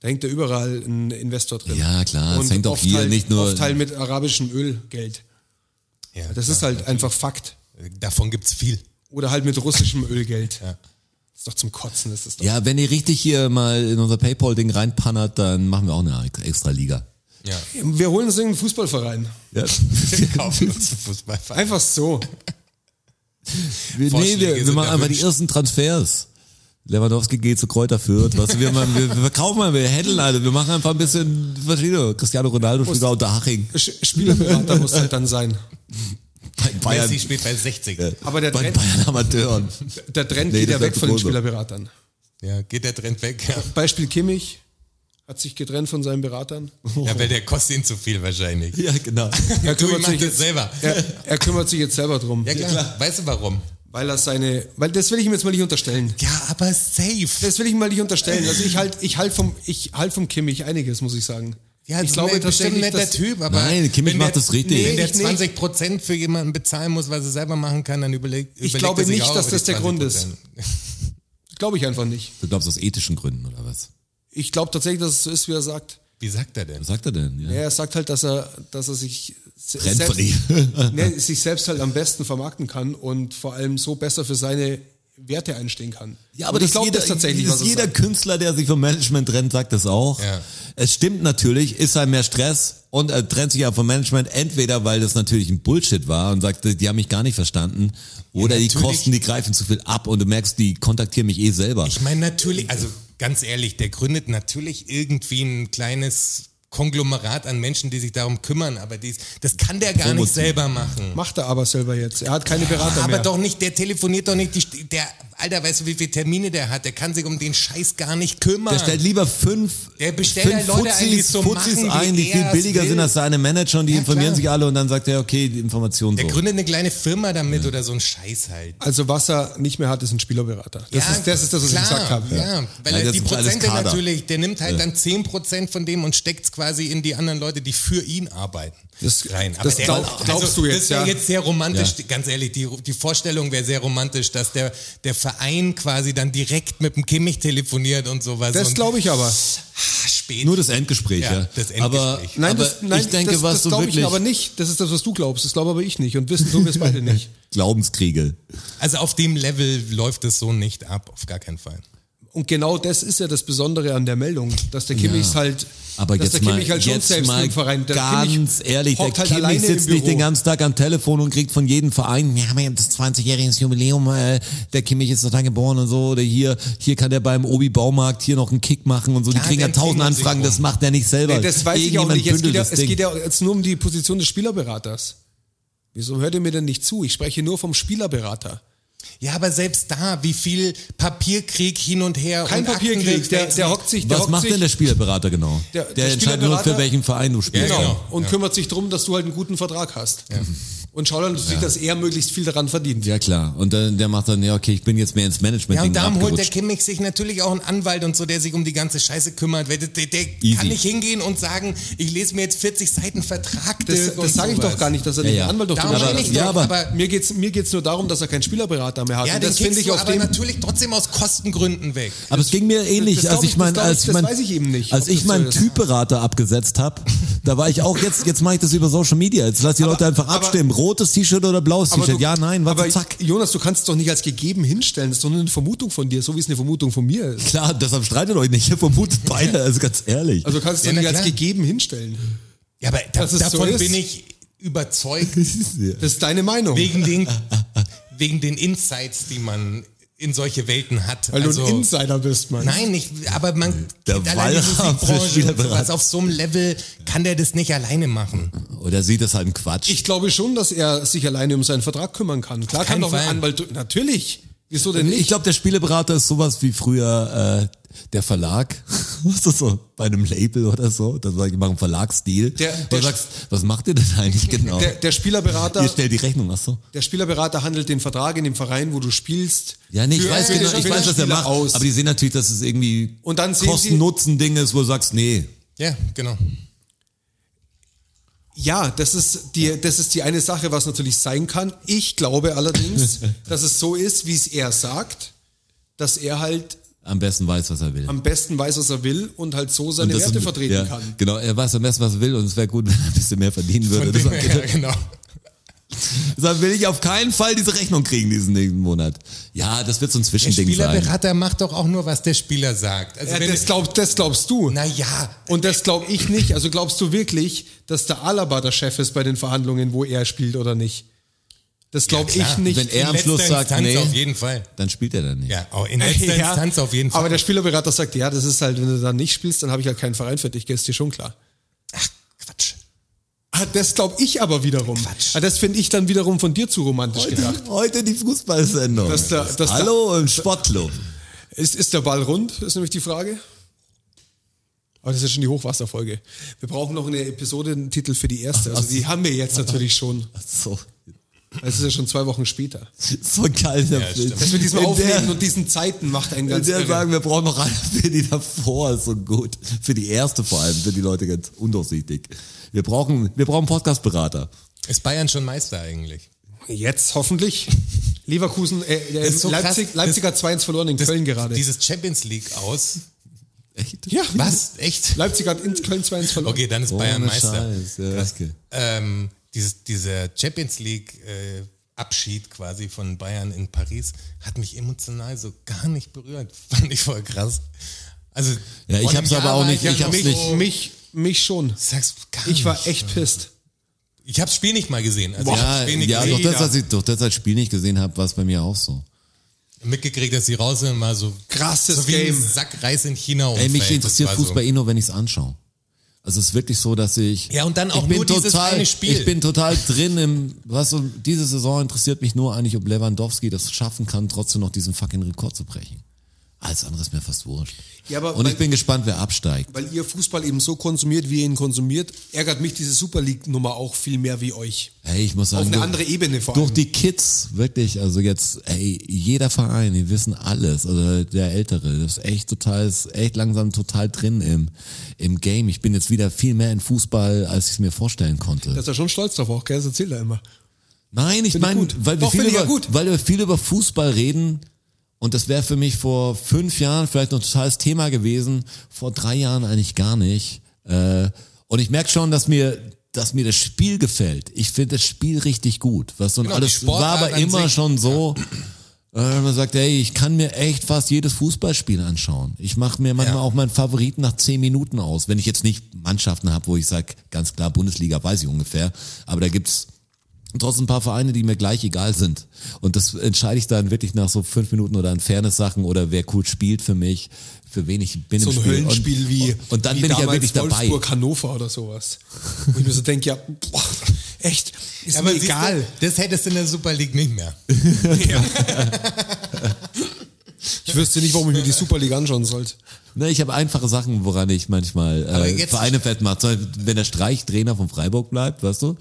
[SPEAKER 3] Da hängt ja überall ein Investor drin.
[SPEAKER 2] Ja, klar, es hängt auch
[SPEAKER 3] oft
[SPEAKER 2] hier
[SPEAKER 3] halt,
[SPEAKER 2] nicht nur-
[SPEAKER 3] Oft halt mit arabischem Ölgeld.
[SPEAKER 4] Ja,
[SPEAKER 3] Das ist halt einfach Fakt.
[SPEAKER 4] Davon gibt's viel.
[SPEAKER 3] Oder halt mit russischem Ölgeld.
[SPEAKER 4] Ja.
[SPEAKER 3] Ist doch zum Kotzen, ist das doch.
[SPEAKER 2] Ja, wenn ihr richtig hier mal in unser Paypal-Ding reinpannert, dann machen wir auch eine extra Liga.
[SPEAKER 3] [laughs]
[SPEAKER 4] Ja.
[SPEAKER 3] Wir holen uns irgendeinen Fußballverein.
[SPEAKER 2] Ja.
[SPEAKER 4] Wir kaufen uns einen Fußballverein.
[SPEAKER 3] Einfach so.
[SPEAKER 2] [laughs] Wir, nee,
[SPEAKER 4] Vorschläge
[SPEAKER 2] wir, wir
[SPEAKER 4] sind
[SPEAKER 2] machen einfach die
[SPEAKER 4] erwünscht.
[SPEAKER 2] ersten Transfers. Lewandowski geht zu Kräuter Fürth. Was wir, mal, wir wir verkaufen mal, wir handeln alle. Wir machen einfach ein bisschen, verstehe du, Cristiano Ronaldo spielt auch unter Haching.
[SPEAKER 3] Sch- Spielerberater muss halt dann sein.
[SPEAKER 2] Bei Bayern,
[SPEAKER 4] Messi spielt bei 60.
[SPEAKER 3] Aber der
[SPEAKER 2] bei
[SPEAKER 3] Trend,
[SPEAKER 2] Bayern Amateuren.
[SPEAKER 3] der Trend
[SPEAKER 2] Nee,
[SPEAKER 3] geht
[SPEAKER 2] das
[SPEAKER 3] ja
[SPEAKER 2] wär
[SPEAKER 3] weg
[SPEAKER 2] zu
[SPEAKER 3] von den
[SPEAKER 2] groß.
[SPEAKER 3] Spielerberatern.
[SPEAKER 4] Ja, geht der
[SPEAKER 3] [laughs]
[SPEAKER 4] Trend weg. Ja,
[SPEAKER 3] Beispiel Kimmich hat sich getrennt von seinen Beratern.
[SPEAKER 4] ja weil der kostet ihn zu viel wahrscheinlich.
[SPEAKER 2] Ja, genau.
[SPEAKER 3] Er
[SPEAKER 4] Du, ich
[SPEAKER 3] kümmert,
[SPEAKER 4] mach
[SPEAKER 3] sich
[SPEAKER 4] das
[SPEAKER 3] jetzt,
[SPEAKER 4] selber.
[SPEAKER 3] er, er kümmert sich jetzt selber drum.
[SPEAKER 4] Ja, klar. Weißt du warum?
[SPEAKER 3] Weil er seine. Weil das will ich ihm jetzt mal nicht unterstellen.
[SPEAKER 4] Ja, aber safe.
[SPEAKER 3] Das will ich ihm mal nicht unterstellen. Also ich halt, ich halt vom, ich halt vom Kimmich einiges, muss ich sagen.
[SPEAKER 4] Ja,
[SPEAKER 3] ich
[SPEAKER 4] das ist ein bestimmt netter
[SPEAKER 3] dass-
[SPEAKER 4] Typ, aber
[SPEAKER 2] Nein, Kimmich
[SPEAKER 4] wenn der-
[SPEAKER 2] macht das richtig.
[SPEAKER 4] Wenn der
[SPEAKER 3] ich nicht.
[SPEAKER 4] 20 Prozent für jemanden bezahlen muss, was er selber machen kann, dann überleg, überlegt
[SPEAKER 3] Ich glaube
[SPEAKER 4] er sich
[SPEAKER 3] nicht,
[SPEAKER 4] auch
[SPEAKER 3] dass
[SPEAKER 4] über die
[SPEAKER 3] das der Grund ist.
[SPEAKER 4] 20%.
[SPEAKER 3] Glaube ich einfach nicht.
[SPEAKER 2] Du glaubst aus ethischen Gründen oder was?
[SPEAKER 3] Ich glaube tatsächlich, dass es so ist, wie er sagt.
[SPEAKER 4] Wie sagt er denn?
[SPEAKER 2] Was sagt er denn? Ja.
[SPEAKER 3] Ja, er sagt halt, dass er, dass er sich se-
[SPEAKER 2] Rennt von
[SPEAKER 3] [laughs]
[SPEAKER 2] ihm.
[SPEAKER 3] nee, sich selbst halt am besten vermarkten kann und vor allem so besser für seine Werte einstehen kann.
[SPEAKER 2] Ja, aber
[SPEAKER 3] und
[SPEAKER 2] das
[SPEAKER 3] ich glaube
[SPEAKER 2] jeder,
[SPEAKER 3] das tatsächlich,
[SPEAKER 2] das
[SPEAKER 3] was er
[SPEAKER 2] jeder
[SPEAKER 3] sagt.
[SPEAKER 2] Künstler, der sich vom Management trennt, sagt das auch.
[SPEAKER 4] Ja.
[SPEAKER 2] Es stimmt natürlich, ist halt mehr Stress und er trennt sich ja vom Management entweder, weil das natürlich ein Bullshit war und sagt, die haben mich gar nicht verstanden, oder die
[SPEAKER 4] natürlich.
[SPEAKER 2] Kosten, die greifen zu viel ab und du merkst, die kontaktieren mich eh selber.
[SPEAKER 4] Ich meine, natürlich, also ganz ehrlich, der gründet natürlich irgendwie ein kleines Konglomerat an Menschen, die sich darum kümmern, aber dies, das kann der gar
[SPEAKER 2] Promotion.
[SPEAKER 4] nicht selber machen.
[SPEAKER 3] Macht er aber selber jetzt. Er hat keine Berater
[SPEAKER 4] Aber
[SPEAKER 3] mehr.
[SPEAKER 4] doch nicht, der telefoniert doch nicht, die, St- der, Alter, weißt du, wie viele Termine der hat, der kann sich um den Scheiß gar nicht kümmern.
[SPEAKER 2] der stellt lieber fünf,
[SPEAKER 4] Der bestellt
[SPEAKER 2] fünf
[SPEAKER 4] ja Leute ein, die
[SPEAKER 2] Fuzis,
[SPEAKER 4] so
[SPEAKER 2] Fuzis
[SPEAKER 4] machen, wie
[SPEAKER 2] ein, die
[SPEAKER 4] er
[SPEAKER 2] viel
[SPEAKER 4] es
[SPEAKER 2] billiger
[SPEAKER 4] will.
[SPEAKER 2] sind als seine Manager und die
[SPEAKER 4] Ja,
[SPEAKER 2] informieren
[SPEAKER 4] klar.
[SPEAKER 2] sich alle und dann sagt er, okay, die Information
[SPEAKER 4] der
[SPEAKER 2] so.
[SPEAKER 4] gründet eine kleine Firma damit oder so ein Scheiß halt.
[SPEAKER 3] Also was er nicht mehr hat, ist ein Spielerberater. Das,
[SPEAKER 4] Ja,
[SPEAKER 3] ist, das ist das, was
[SPEAKER 4] klar,
[SPEAKER 3] ich gesagt habe.
[SPEAKER 4] Ja, weil
[SPEAKER 2] Ja,
[SPEAKER 4] er
[SPEAKER 2] das
[SPEAKER 4] die
[SPEAKER 2] ist ein kleines
[SPEAKER 4] Prozente
[SPEAKER 2] Kader.
[SPEAKER 4] natürlich, der nimmt halt dann 10% von dem und steckt's quasi in die anderen Leute, die für ihn arbeiten.
[SPEAKER 3] Das-
[SPEAKER 4] rein.
[SPEAKER 3] das
[SPEAKER 4] der- also
[SPEAKER 3] glaub- glaubst du jetzt,
[SPEAKER 4] Das wäre
[SPEAKER 3] ja.
[SPEAKER 4] jetzt sehr romantisch,
[SPEAKER 2] Ja.
[SPEAKER 4] ganz ehrlich, die, die Vorstellung wäre sehr romantisch, dass der, der Verein quasi dann direkt mit dem Kimmich telefoniert und sowas.
[SPEAKER 3] Das
[SPEAKER 4] und-
[SPEAKER 3] glaube ich aber.
[SPEAKER 4] Ah, spät.
[SPEAKER 2] Nur das Endgespräch, ja.
[SPEAKER 4] Ja, das Endgespräch.
[SPEAKER 2] Aber,
[SPEAKER 3] Nein,
[SPEAKER 2] aber
[SPEAKER 3] das, nein
[SPEAKER 2] ich denke,
[SPEAKER 3] das,
[SPEAKER 2] was
[SPEAKER 3] das
[SPEAKER 2] du
[SPEAKER 3] glaube ich
[SPEAKER 2] wirklich
[SPEAKER 3] aber nicht. Das ist das, was du glaubst. Das glaube aber ich nicht. Und wissen tun wir
[SPEAKER 2] [laughs]
[SPEAKER 3] es beide nicht.
[SPEAKER 2] Glaubenskriege.
[SPEAKER 4] Also auf dem Level läuft es so nicht ab, auf gar keinen Fall.
[SPEAKER 3] Und genau das ist ja das Besondere an der Meldung, dass der Kimmich
[SPEAKER 2] Ja.
[SPEAKER 3] halt,
[SPEAKER 2] Aber
[SPEAKER 3] dass
[SPEAKER 2] jetzt
[SPEAKER 3] der
[SPEAKER 2] mal,
[SPEAKER 3] Kimmich halt schon
[SPEAKER 2] jetzt
[SPEAKER 3] selbst
[SPEAKER 2] mal
[SPEAKER 3] im Verein. Der
[SPEAKER 2] ganz
[SPEAKER 3] Kimmich
[SPEAKER 2] ehrlich, der
[SPEAKER 3] hockt halt
[SPEAKER 2] Kimmich
[SPEAKER 3] alleine im
[SPEAKER 2] sitzt nicht
[SPEAKER 3] Büro.
[SPEAKER 2] den ganzen Tag am Telefon und kriegt von jedem Verein, ja, wir haben das 20-jähriges Jubiläum, äh, der Kimmich ist total geboren und so, oder hier, hier kann der beim Obi-Baumarkt hier noch einen Kick machen und so, die
[SPEAKER 4] Klar,
[SPEAKER 2] kriegen ja
[SPEAKER 4] dann kriegen
[SPEAKER 2] tausend
[SPEAKER 4] wir sie
[SPEAKER 2] Anfragen,
[SPEAKER 4] rum.
[SPEAKER 2] das macht er nicht selber.
[SPEAKER 3] Nee, das weiß ich auch
[SPEAKER 2] Irgendjemand
[SPEAKER 3] nicht. Jetzt geht
[SPEAKER 2] bündelt
[SPEAKER 3] ja,
[SPEAKER 2] das
[SPEAKER 3] es
[SPEAKER 2] Ding.
[SPEAKER 3] geht ja jetzt nur um die Position des Spielerberaters. Wieso hört ihr mir denn nicht zu? Ich spreche nur vom Spielerberater.
[SPEAKER 4] Ja, aber selbst da, wie viel Papierkrieg hin und her
[SPEAKER 3] Kein
[SPEAKER 4] und
[SPEAKER 3] Papierkrieg. Der, der hockt sich. Der
[SPEAKER 2] Was
[SPEAKER 3] hockt
[SPEAKER 2] macht
[SPEAKER 3] sich,
[SPEAKER 2] denn der Spielerberater genau?
[SPEAKER 3] Der-
[SPEAKER 2] Der,
[SPEAKER 3] der
[SPEAKER 2] entscheidet nur, für
[SPEAKER 3] Spielerberater-
[SPEAKER 2] welchen Verein du spielst.
[SPEAKER 3] Genau.
[SPEAKER 4] genau.
[SPEAKER 3] Und kümmert sich darum, dass du halt einen guten Vertrag hast. Und schau dann, natürlich, dass er möglichst viel daran verdient.
[SPEAKER 2] Ja klar, und dann, der macht dann, ja okay, ich bin jetzt mehr ins Management
[SPEAKER 4] Ja, und darum holt der
[SPEAKER 2] abgerutscht.
[SPEAKER 4] Kimmich sich natürlich auch einen Anwalt und so, der sich um die ganze Scheiße kümmert. Weil Der, der, der
[SPEAKER 2] Easy.
[SPEAKER 4] kann nicht hingehen und sagen, ich lese mir jetzt 40 Seiten Vertrag.
[SPEAKER 3] Das,
[SPEAKER 4] Dirk,
[SPEAKER 3] das
[SPEAKER 4] und
[SPEAKER 3] sage ich
[SPEAKER 4] sowas.
[SPEAKER 3] doch gar nicht, dass er den
[SPEAKER 2] ja.
[SPEAKER 3] Anwalt auf
[SPEAKER 4] Darum
[SPEAKER 3] den
[SPEAKER 2] Aber-
[SPEAKER 4] meine
[SPEAKER 3] Schirm
[SPEAKER 4] ich
[SPEAKER 3] hat.
[SPEAKER 4] doch,
[SPEAKER 2] ja, aber-
[SPEAKER 4] aber
[SPEAKER 3] Mir geht's mir geht's nur darum, dass er keinen Spielerberater mehr hat.
[SPEAKER 4] ja,
[SPEAKER 3] Und
[SPEAKER 4] den
[SPEAKER 3] Also das finde ich
[SPEAKER 4] du
[SPEAKER 3] auf
[SPEAKER 4] aber
[SPEAKER 3] dem
[SPEAKER 4] natürlich trotzdem aus Kostengründen weg.
[SPEAKER 2] Aber es ging mir ähnlich,
[SPEAKER 3] das glaub
[SPEAKER 2] als
[SPEAKER 3] ich-
[SPEAKER 2] ich mein,
[SPEAKER 3] das glaub ich-
[SPEAKER 2] als
[SPEAKER 3] das
[SPEAKER 2] mein,
[SPEAKER 3] weiß ich eben nicht,
[SPEAKER 2] als
[SPEAKER 3] ob
[SPEAKER 2] ich
[SPEAKER 3] das so
[SPEAKER 2] meinen
[SPEAKER 3] ist.
[SPEAKER 2] Typberater abgesetzt habe, Da war ich auch jetzt, jetzt mache ich das über Social Media. Jetzt lass die Leute einfach
[SPEAKER 3] aber-
[SPEAKER 2] abstimmen. Rotes T-Shirt oder blaues
[SPEAKER 3] Aber
[SPEAKER 2] T-Shirt?
[SPEAKER 3] du-
[SPEAKER 2] Ja, nein,
[SPEAKER 3] aber
[SPEAKER 2] warte, zack.
[SPEAKER 3] Jonas, du kannst es doch nicht als gegeben hinstellen. Das ist doch nur eine Vermutung von dir, so wie es eine Vermutung von mir ist.
[SPEAKER 2] Klar, deshalb streitet euch nicht. [laughs] Ihr vermutet beide, also ganz ehrlich.
[SPEAKER 3] Also du kannst es
[SPEAKER 4] Ja,
[SPEAKER 3] doch
[SPEAKER 4] na
[SPEAKER 3] nicht als
[SPEAKER 4] klar.
[SPEAKER 3] gegeben hinstellen.
[SPEAKER 4] Ja, aber da,
[SPEAKER 3] Dass es so
[SPEAKER 4] davon
[SPEAKER 3] ist.
[SPEAKER 4] bin ich überzeugt,
[SPEAKER 3] Das ist deine Meinung.
[SPEAKER 4] wegen den, wegen den Insights, die man in solche Welten hat.
[SPEAKER 3] weil
[SPEAKER 4] also,
[SPEAKER 3] du ein Insider bist, Mann.
[SPEAKER 4] Nein, nicht, aber man,
[SPEAKER 2] Der
[SPEAKER 4] allein die
[SPEAKER 2] Wallraff für
[SPEAKER 4] Musikbranche und
[SPEAKER 2] Spielerberat.
[SPEAKER 4] sowas, auf so einem Level kann der das nicht alleine machen.
[SPEAKER 2] Oder sieht das halt ein Quatsch?
[SPEAKER 3] Ich glaube schon, dass er sich alleine um seinen Vertrag kümmern kann. Klar kann
[SPEAKER 4] keinen
[SPEAKER 3] doch ein
[SPEAKER 4] Fall. Also
[SPEAKER 3] Anwalt. du- Natürlich. Wieso denn
[SPEAKER 2] Ich
[SPEAKER 3] nicht?
[SPEAKER 2] glaube, der Spieleberater ist sowas wie früher äh, der Verlag. [laughs] Was ist das so? Bei einem Label oder so. Da sag ich, ich mache einen Verlagsdeal.
[SPEAKER 3] Der-
[SPEAKER 2] Und
[SPEAKER 3] der-
[SPEAKER 2] du sagst, was macht ihr denn eigentlich genau?
[SPEAKER 3] [laughs] Der, der Spielerberater,
[SPEAKER 2] ihr stellt die Rechnung, ach so.
[SPEAKER 3] der Spielerberater handelt den Vertrag in dem Verein, wo du spielst.
[SPEAKER 2] Ja, nee, ich
[SPEAKER 3] für-
[SPEAKER 2] weiß
[SPEAKER 3] für den-
[SPEAKER 2] genau, ich
[SPEAKER 3] für den
[SPEAKER 2] weiß, was er
[SPEAKER 3] Spieler
[SPEAKER 2] macht.
[SPEAKER 3] Aus.
[SPEAKER 2] Aber die sehen natürlich, dass es irgendwie
[SPEAKER 3] Und dann sehen sie-
[SPEAKER 2] Kosten-Nutzen-Ding ist, wo du sagst, nee.
[SPEAKER 4] Ja, genau.
[SPEAKER 3] Ja, das ist, die, das ist die eine Sache, was natürlich sein kann. Ich
[SPEAKER 2] [laughs]
[SPEAKER 3] glaube allerdings, dass es so ist, wie es er sagt, dass er halt
[SPEAKER 2] Am besten weiß, was er will.
[SPEAKER 3] am besten weiß, was er will und halt so seine
[SPEAKER 2] Und das-
[SPEAKER 3] Werte vertreten
[SPEAKER 2] ja,
[SPEAKER 3] kann.
[SPEAKER 2] Genau, er weiß am besten, was er will und es wäre gut, [laughs] wenn er ein bisschen mehr verdienen würde.
[SPEAKER 4] Von dem,
[SPEAKER 2] Deshalb-
[SPEAKER 4] [laughs] her, genau.
[SPEAKER 2] [laughs] Deshalb will ich auf keinen Fall diese Rechnung kriegen diesen nächsten Monat. Ja, das wird so ein
[SPEAKER 4] Der
[SPEAKER 2] Zwischending sein.
[SPEAKER 4] Spielerberater macht doch auch nur, was der Spieler sagt. Also
[SPEAKER 3] Ja,
[SPEAKER 4] wenn,
[SPEAKER 3] Äh, das, glaub, das glaubst du.
[SPEAKER 4] naja,
[SPEAKER 3] Und das glaube ich nicht. Also glaubst du wirklich, dass der Alaba der Chef ist bei den Verhandlungen, wo er spielt oder nicht? Das glaube ich nicht.
[SPEAKER 2] Wenn er am
[SPEAKER 4] letzter
[SPEAKER 2] Schluss sagt,
[SPEAKER 4] Instanz
[SPEAKER 2] nee,
[SPEAKER 4] auf jeden Fall.
[SPEAKER 2] dann spielt er dann nicht.
[SPEAKER 4] Ja, auch
[SPEAKER 2] [laughs]
[SPEAKER 4] in letzter
[SPEAKER 3] Ja,
[SPEAKER 4] Instanz auf jeden Fall.
[SPEAKER 3] Aber der Spielerberater sagt, ja, das ist halt, wenn du dann nicht spielst, dann habe ich halt keinen Verein für dich, ist dir schon klar.
[SPEAKER 4] Quatsch.
[SPEAKER 3] Ah, das glaube ich aber wiederum.
[SPEAKER 4] Quatsch.
[SPEAKER 3] Ah, das finde ich dann wiederum von dir zu romantisch gedacht.
[SPEAKER 2] Heute die Fußballsendung.
[SPEAKER 3] Dass der- dass der-
[SPEAKER 2] Hallo im Sportclub.
[SPEAKER 3] Ist, ist der Ball rund, ist nämlich die Frage. Aber das ist schon die Hochwasserfolge. Wir brauchen noch eine Episode, einen Titel für die erste. Also die haben wir jetzt natürlich schon.
[SPEAKER 2] So,
[SPEAKER 3] Es ist ja schon zwei Wochen später.
[SPEAKER 2] so ein kalter
[SPEAKER 4] Ja,
[SPEAKER 2] Film.
[SPEAKER 4] stimmt.
[SPEAKER 3] Dass wir diesmal
[SPEAKER 2] In der-
[SPEAKER 3] aufnehmen und diesen Zeiten macht einen
[SPEAKER 2] in
[SPEAKER 3] ganz
[SPEAKER 2] der
[SPEAKER 3] irre.
[SPEAKER 2] sagen, wir brauchen noch eine [laughs] für die davor, ist so gut. Für die erste vor allem, sind die Leute ganz undurchsichtig. Wir brauchen, wir brauchen Podcast-Berater.
[SPEAKER 4] Ist Bayern schon Meister eigentlich?
[SPEAKER 3] Jetzt hoffentlich. Leverkusen, äh, äh,
[SPEAKER 4] ist so
[SPEAKER 3] Leipzig,
[SPEAKER 4] krass.
[SPEAKER 3] Leipzig hat 2-1 verloren in
[SPEAKER 4] Das-
[SPEAKER 3] Köln gerade.
[SPEAKER 4] Dieses Champions League aus.
[SPEAKER 2] Echt?
[SPEAKER 3] ja,
[SPEAKER 4] Was?
[SPEAKER 2] [laughs]
[SPEAKER 4] Echt?
[SPEAKER 3] Leipzig hat in Köln 2-1 verloren.
[SPEAKER 4] Okay, dann ist Bayern
[SPEAKER 2] Ohne
[SPEAKER 4] Meister.
[SPEAKER 2] Scheiß, ja. Okay.
[SPEAKER 4] Ähm, dieses, dieser Champions League äh, Abschied quasi von Bayern in Paris hat mich emotional so gar nicht berührt. [laughs] Fand ich voll krass. Also
[SPEAKER 2] Ja, ich
[SPEAKER 4] vor einem
[SPEAKER 2] hab's aber
[SPEAKER 4] Jahr
[SPEAKER 2] auch
[SPEAKER 4] war
[SPEAKER 2] nicht-
[SPEAKER 4] ja
[SPEAKER 2] ich hab's
[SPEAKER 4] noch
[SPEAKER 2] nicht-
[SPEAKER 4] so-
[SPEAKER 3] Mich, mich schon.
[SPEAKER 4] Sag's gar
[SPEAKER 3] Ich war
[SPEAKER 4] nicht.
[SPEAKER 3] echt pisst.
[SPEAKER 4] Ich hab's Spiel nicht mal gesehen. Also ich
[SPEAKER 2] Ja,
[SPEAKER 4] hab's Spiel nicht
[SPEAKER 2] ja doch,
[SPEAKER 4] gesehen.
[SPEAKER 2] das, was ich, doch das, was ich Spiel nicht gesehen habe, war es bei mir auch so.
[SPEAKER 4] mitgekriegt, dass sie raus sind, mal so
[SPEAKER 3] Krasses
[SPEAKER 4] so wie ein
[SPEAKER 3] Game.
[SPEAKER 4] Sack Reis in China
[SPEAKER 2] Ey, mich
[SPEAKER 4] umfällt.
[SPEAKER 2] interessiert
[SPEAKER 4] Das war
[SPEAKER 2] Fußball eh nur, wenn ich es anschaue. Also es ist wirklich so, dass ich
[SPEAKER 4] Ja, und dann auch
[SPEAKER 2] ich bin
[SPEAKER 4] nur dieses
[SPEAKER 2] total,
[SPEAKER 4] eine Spiel.
[SPEAKER 2] Ich bin total drin im, was so, diese Saison interessiert mich nur eigentlich, ob Lewandowski das schaffen kann, trotzdem noch diesen fucking Rekord zu brechen. Alles andere ist mir fast wurscht.
[SPEAKER 3] Ja, aber
[SPEAKER 2] und ich
[SPEAKER 3] weil-
[SPEAKER 2] bin gespannt, wer absteigt.
[SPEAKER 3] Weil ihr Fußball eben so konsumiert, wie ihr ihn konsumiert, ärgert mich diese Super League-Nummer auch viel mehr wie euch.
[SPEAKER 2] Hey, ich muss sagen,
[SPEAKER 3] Auf eine
[SPEAKER 2] durch-
[SPEAKER 3] andere Ebene vor
[SPEAKER 2] Also durch die
[SPEAKER 3] allem.
[SPEAKER 2] Kids wirklich, also jetzt, hey, jeder Verein, die wissen alles, also der Ältere, das ist echt total, ist echt langsam total drin im, im Game. Ich bin jetzt wieder viel mehr in Fußball, als ich es mir vorstellen konnte.
[SPEAKER 3] Da ist er schon stolz drauf auch, gell? Das erzählt er immer.
[SPEAKER 2] Nein, ich
[SPEAKER 3] Finde ich
[SPEAKER 2] meine,
[SPEAKER 3] gut.
[SPEAKER 2] weil, wir
[SPEAKER 3] Doch,
[SPEAKER 2] viel
[SPEAKER 3] finde
[SPEAKER 2] über-
[SPEAKER 3] ich ja gut.
[SPEAKER 2] weil wir viel über Fußball reden und das wäre für mich vor fünf Jahren vielleicht noch ein totales Thema gewesen, vor drei Jahren eigentlich gar nicht. Äh, und ich merke schon, dass mir, dass mir das Spiel gefällt. Ich finde das Spiel richtig gut. Was so
[SPEAKER 4] Genau, die
[SPEAKER 2] alles war
[SPEAKER 4] Sportart
[SPEAKER 2] aber
[SPEAKER 4] an
[SPEAKER 2] immer
[SPEAKER 4] sich.
[SPEAKER 2] schon so. äh, Man sagt, ey, ich kann mir echt fast jedes Fußballspiel anschauen. Ich mache mir manchmal
[SPEAKER 4] Ja.
[SPEAKER 2] auch meinen Favoriten nach zehn Minuten aus. Wenn ich jetzt nicht Mannschaften habe, wo ich sage, ganz klar, Bundesliga weiß ich ungefähr, aber da gibt's und trotzdem ein paar Vereine, die mir gleich egal sind. Und das entscheide ich dann wirklich nach so fünf Minuten oder an Fairness-Sachen oder wer cool spielt für mich, für wen ich bin
[SPEAKER 3] So
[SPEAKER 2] im
[SPEAKER 3] ein
[SPEAKER 2] Spiel.
[SPEAKER 3] Höllenspiel
[SPEAKER 2] und,
[SPEAKER 3] wie.
[SPEAKER 2] Und, und dann
[SPEAKER 3] wie
[SPEAKER 2] bin ich ja
[SPEAKER 3] damals
[SPEAKER 2] wirklich dabei.
[SPEAKER 3] Wolfsburg, Hannover oder sowas. Wo ich mir so denke, ja, boah, echt, ist
[SPEAKER 4] so.
[SPEAKER 3] mir
[SPEAKER 4] Aber egal.
[SPEAKER 3] egal.
[SPEAKER 4] Du, das hättest du in der Super League nicht mehr.
[SPEAKER 3] Ich wüsste nicht, warum ich mir die Super League anschauen sollte.
[SPEAKER 2] Ne, ich habe einfache Sachen, woran ich manchmal
[SPEAKER 4] Aber
[SPEAKER 2] äh,
[SPEAKER 4] jetzt-
[SPEAKER 2] Vereine festmache. Zum Beispiel, Wenn der Streich Trainer von Freiburg bleibt, weißt du,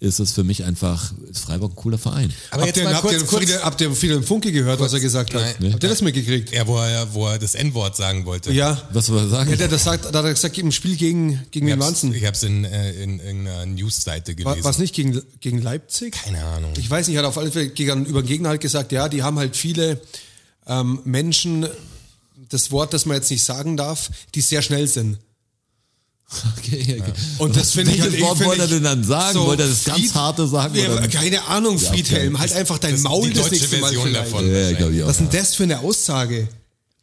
[SPEAKER 2] ist das für mich einfach, ist Freiburg ein cooler Verein.
[SPEAKER 4] Aber
[SPEAKER 3] habt,
[SPEAKER 4] jetzt
[SPEAKER 3] ihr,
[SPEAKER 4] mal
[SPEAKER 3] habt,
[SPEAKER 4] kurz,
[SPEAKER 3] ihr
[SPEAKER 4] kurz
[SPEAKER 3] Friede, habt ihr Friedhelm Funke gehört, was er gesagt hat?
[SPEAKER 4] Nein.
[SPEAKER 3] Habt ihr das mitgekriegt?
[SPEAKER 4] ja, wo, er, wo er das N-Wort sagen wollte.
[SPEAKER 3] Ja.
[SPEAKER 2] Was soll ich sagen?
[SPEAKER 3] Ja, der, das sagt, da hat er gesagt, im Spiel gegen, gegen
[SPEAKER 4] Ich
[SPEAKER 3] den
[SPEAKER 4] hab's,
[SPEAKER 3] Wanzen.
[SPEAKER 4] ich hab's in, äh, in irgendeiner Newsseite
[SPEAKER 3] War
[SPEAKER 4] gelesen.
[SPEAKER 3] es nicht gegen, gegen Leipzig?
[SPEAKER 4] Keine Ahnung.
[SPEAKER 3] Ich weiß nicht, hat auf alle Fälle gegen, über den Gegner halt gesagt, ja, die haben halt viele ähm, Menschen, das Wort, das man jetzt nicht sagen darf, die sehr schnell sind.
[SPEAKER 2] Okay, okay.
[SPEAKER 3] Und das finde ich
[SPEAKER 2] Welches
[SPEAKER 3] halt- ich
[SPEAKER 2] Wort
[SPEAKER 3] finde
[SPEAKER 2] wollte er
[SPEAKER 3] ich
[SPEAKER 2] denn dann sagen?
[SPEAKER 3] so
[SPEAKER 2] wollte er das ganz
[SPEAKER 3] Fried-
[SPEAKER 2] harte sagen?
[SPEAKER 3] Ja,
[SPEAKER 2] oder?
[SPEAKER 3] keine Ahnung, Friedhelm. Halt einfach dein Maul
[SPEAKER 4] die
[SPEAKER 3] das
[SPEAKER 4] deutsche
[SPEAKER 3] nächste Mal
[SPEAKER 4] Version
[SPEAKER 3] vielleicht.
[SPEAKER 4] davon.
[SPEAKER 2] ja, glaube ich auch.
[SPEAKER 3] Was ist denn das für eine Aussage?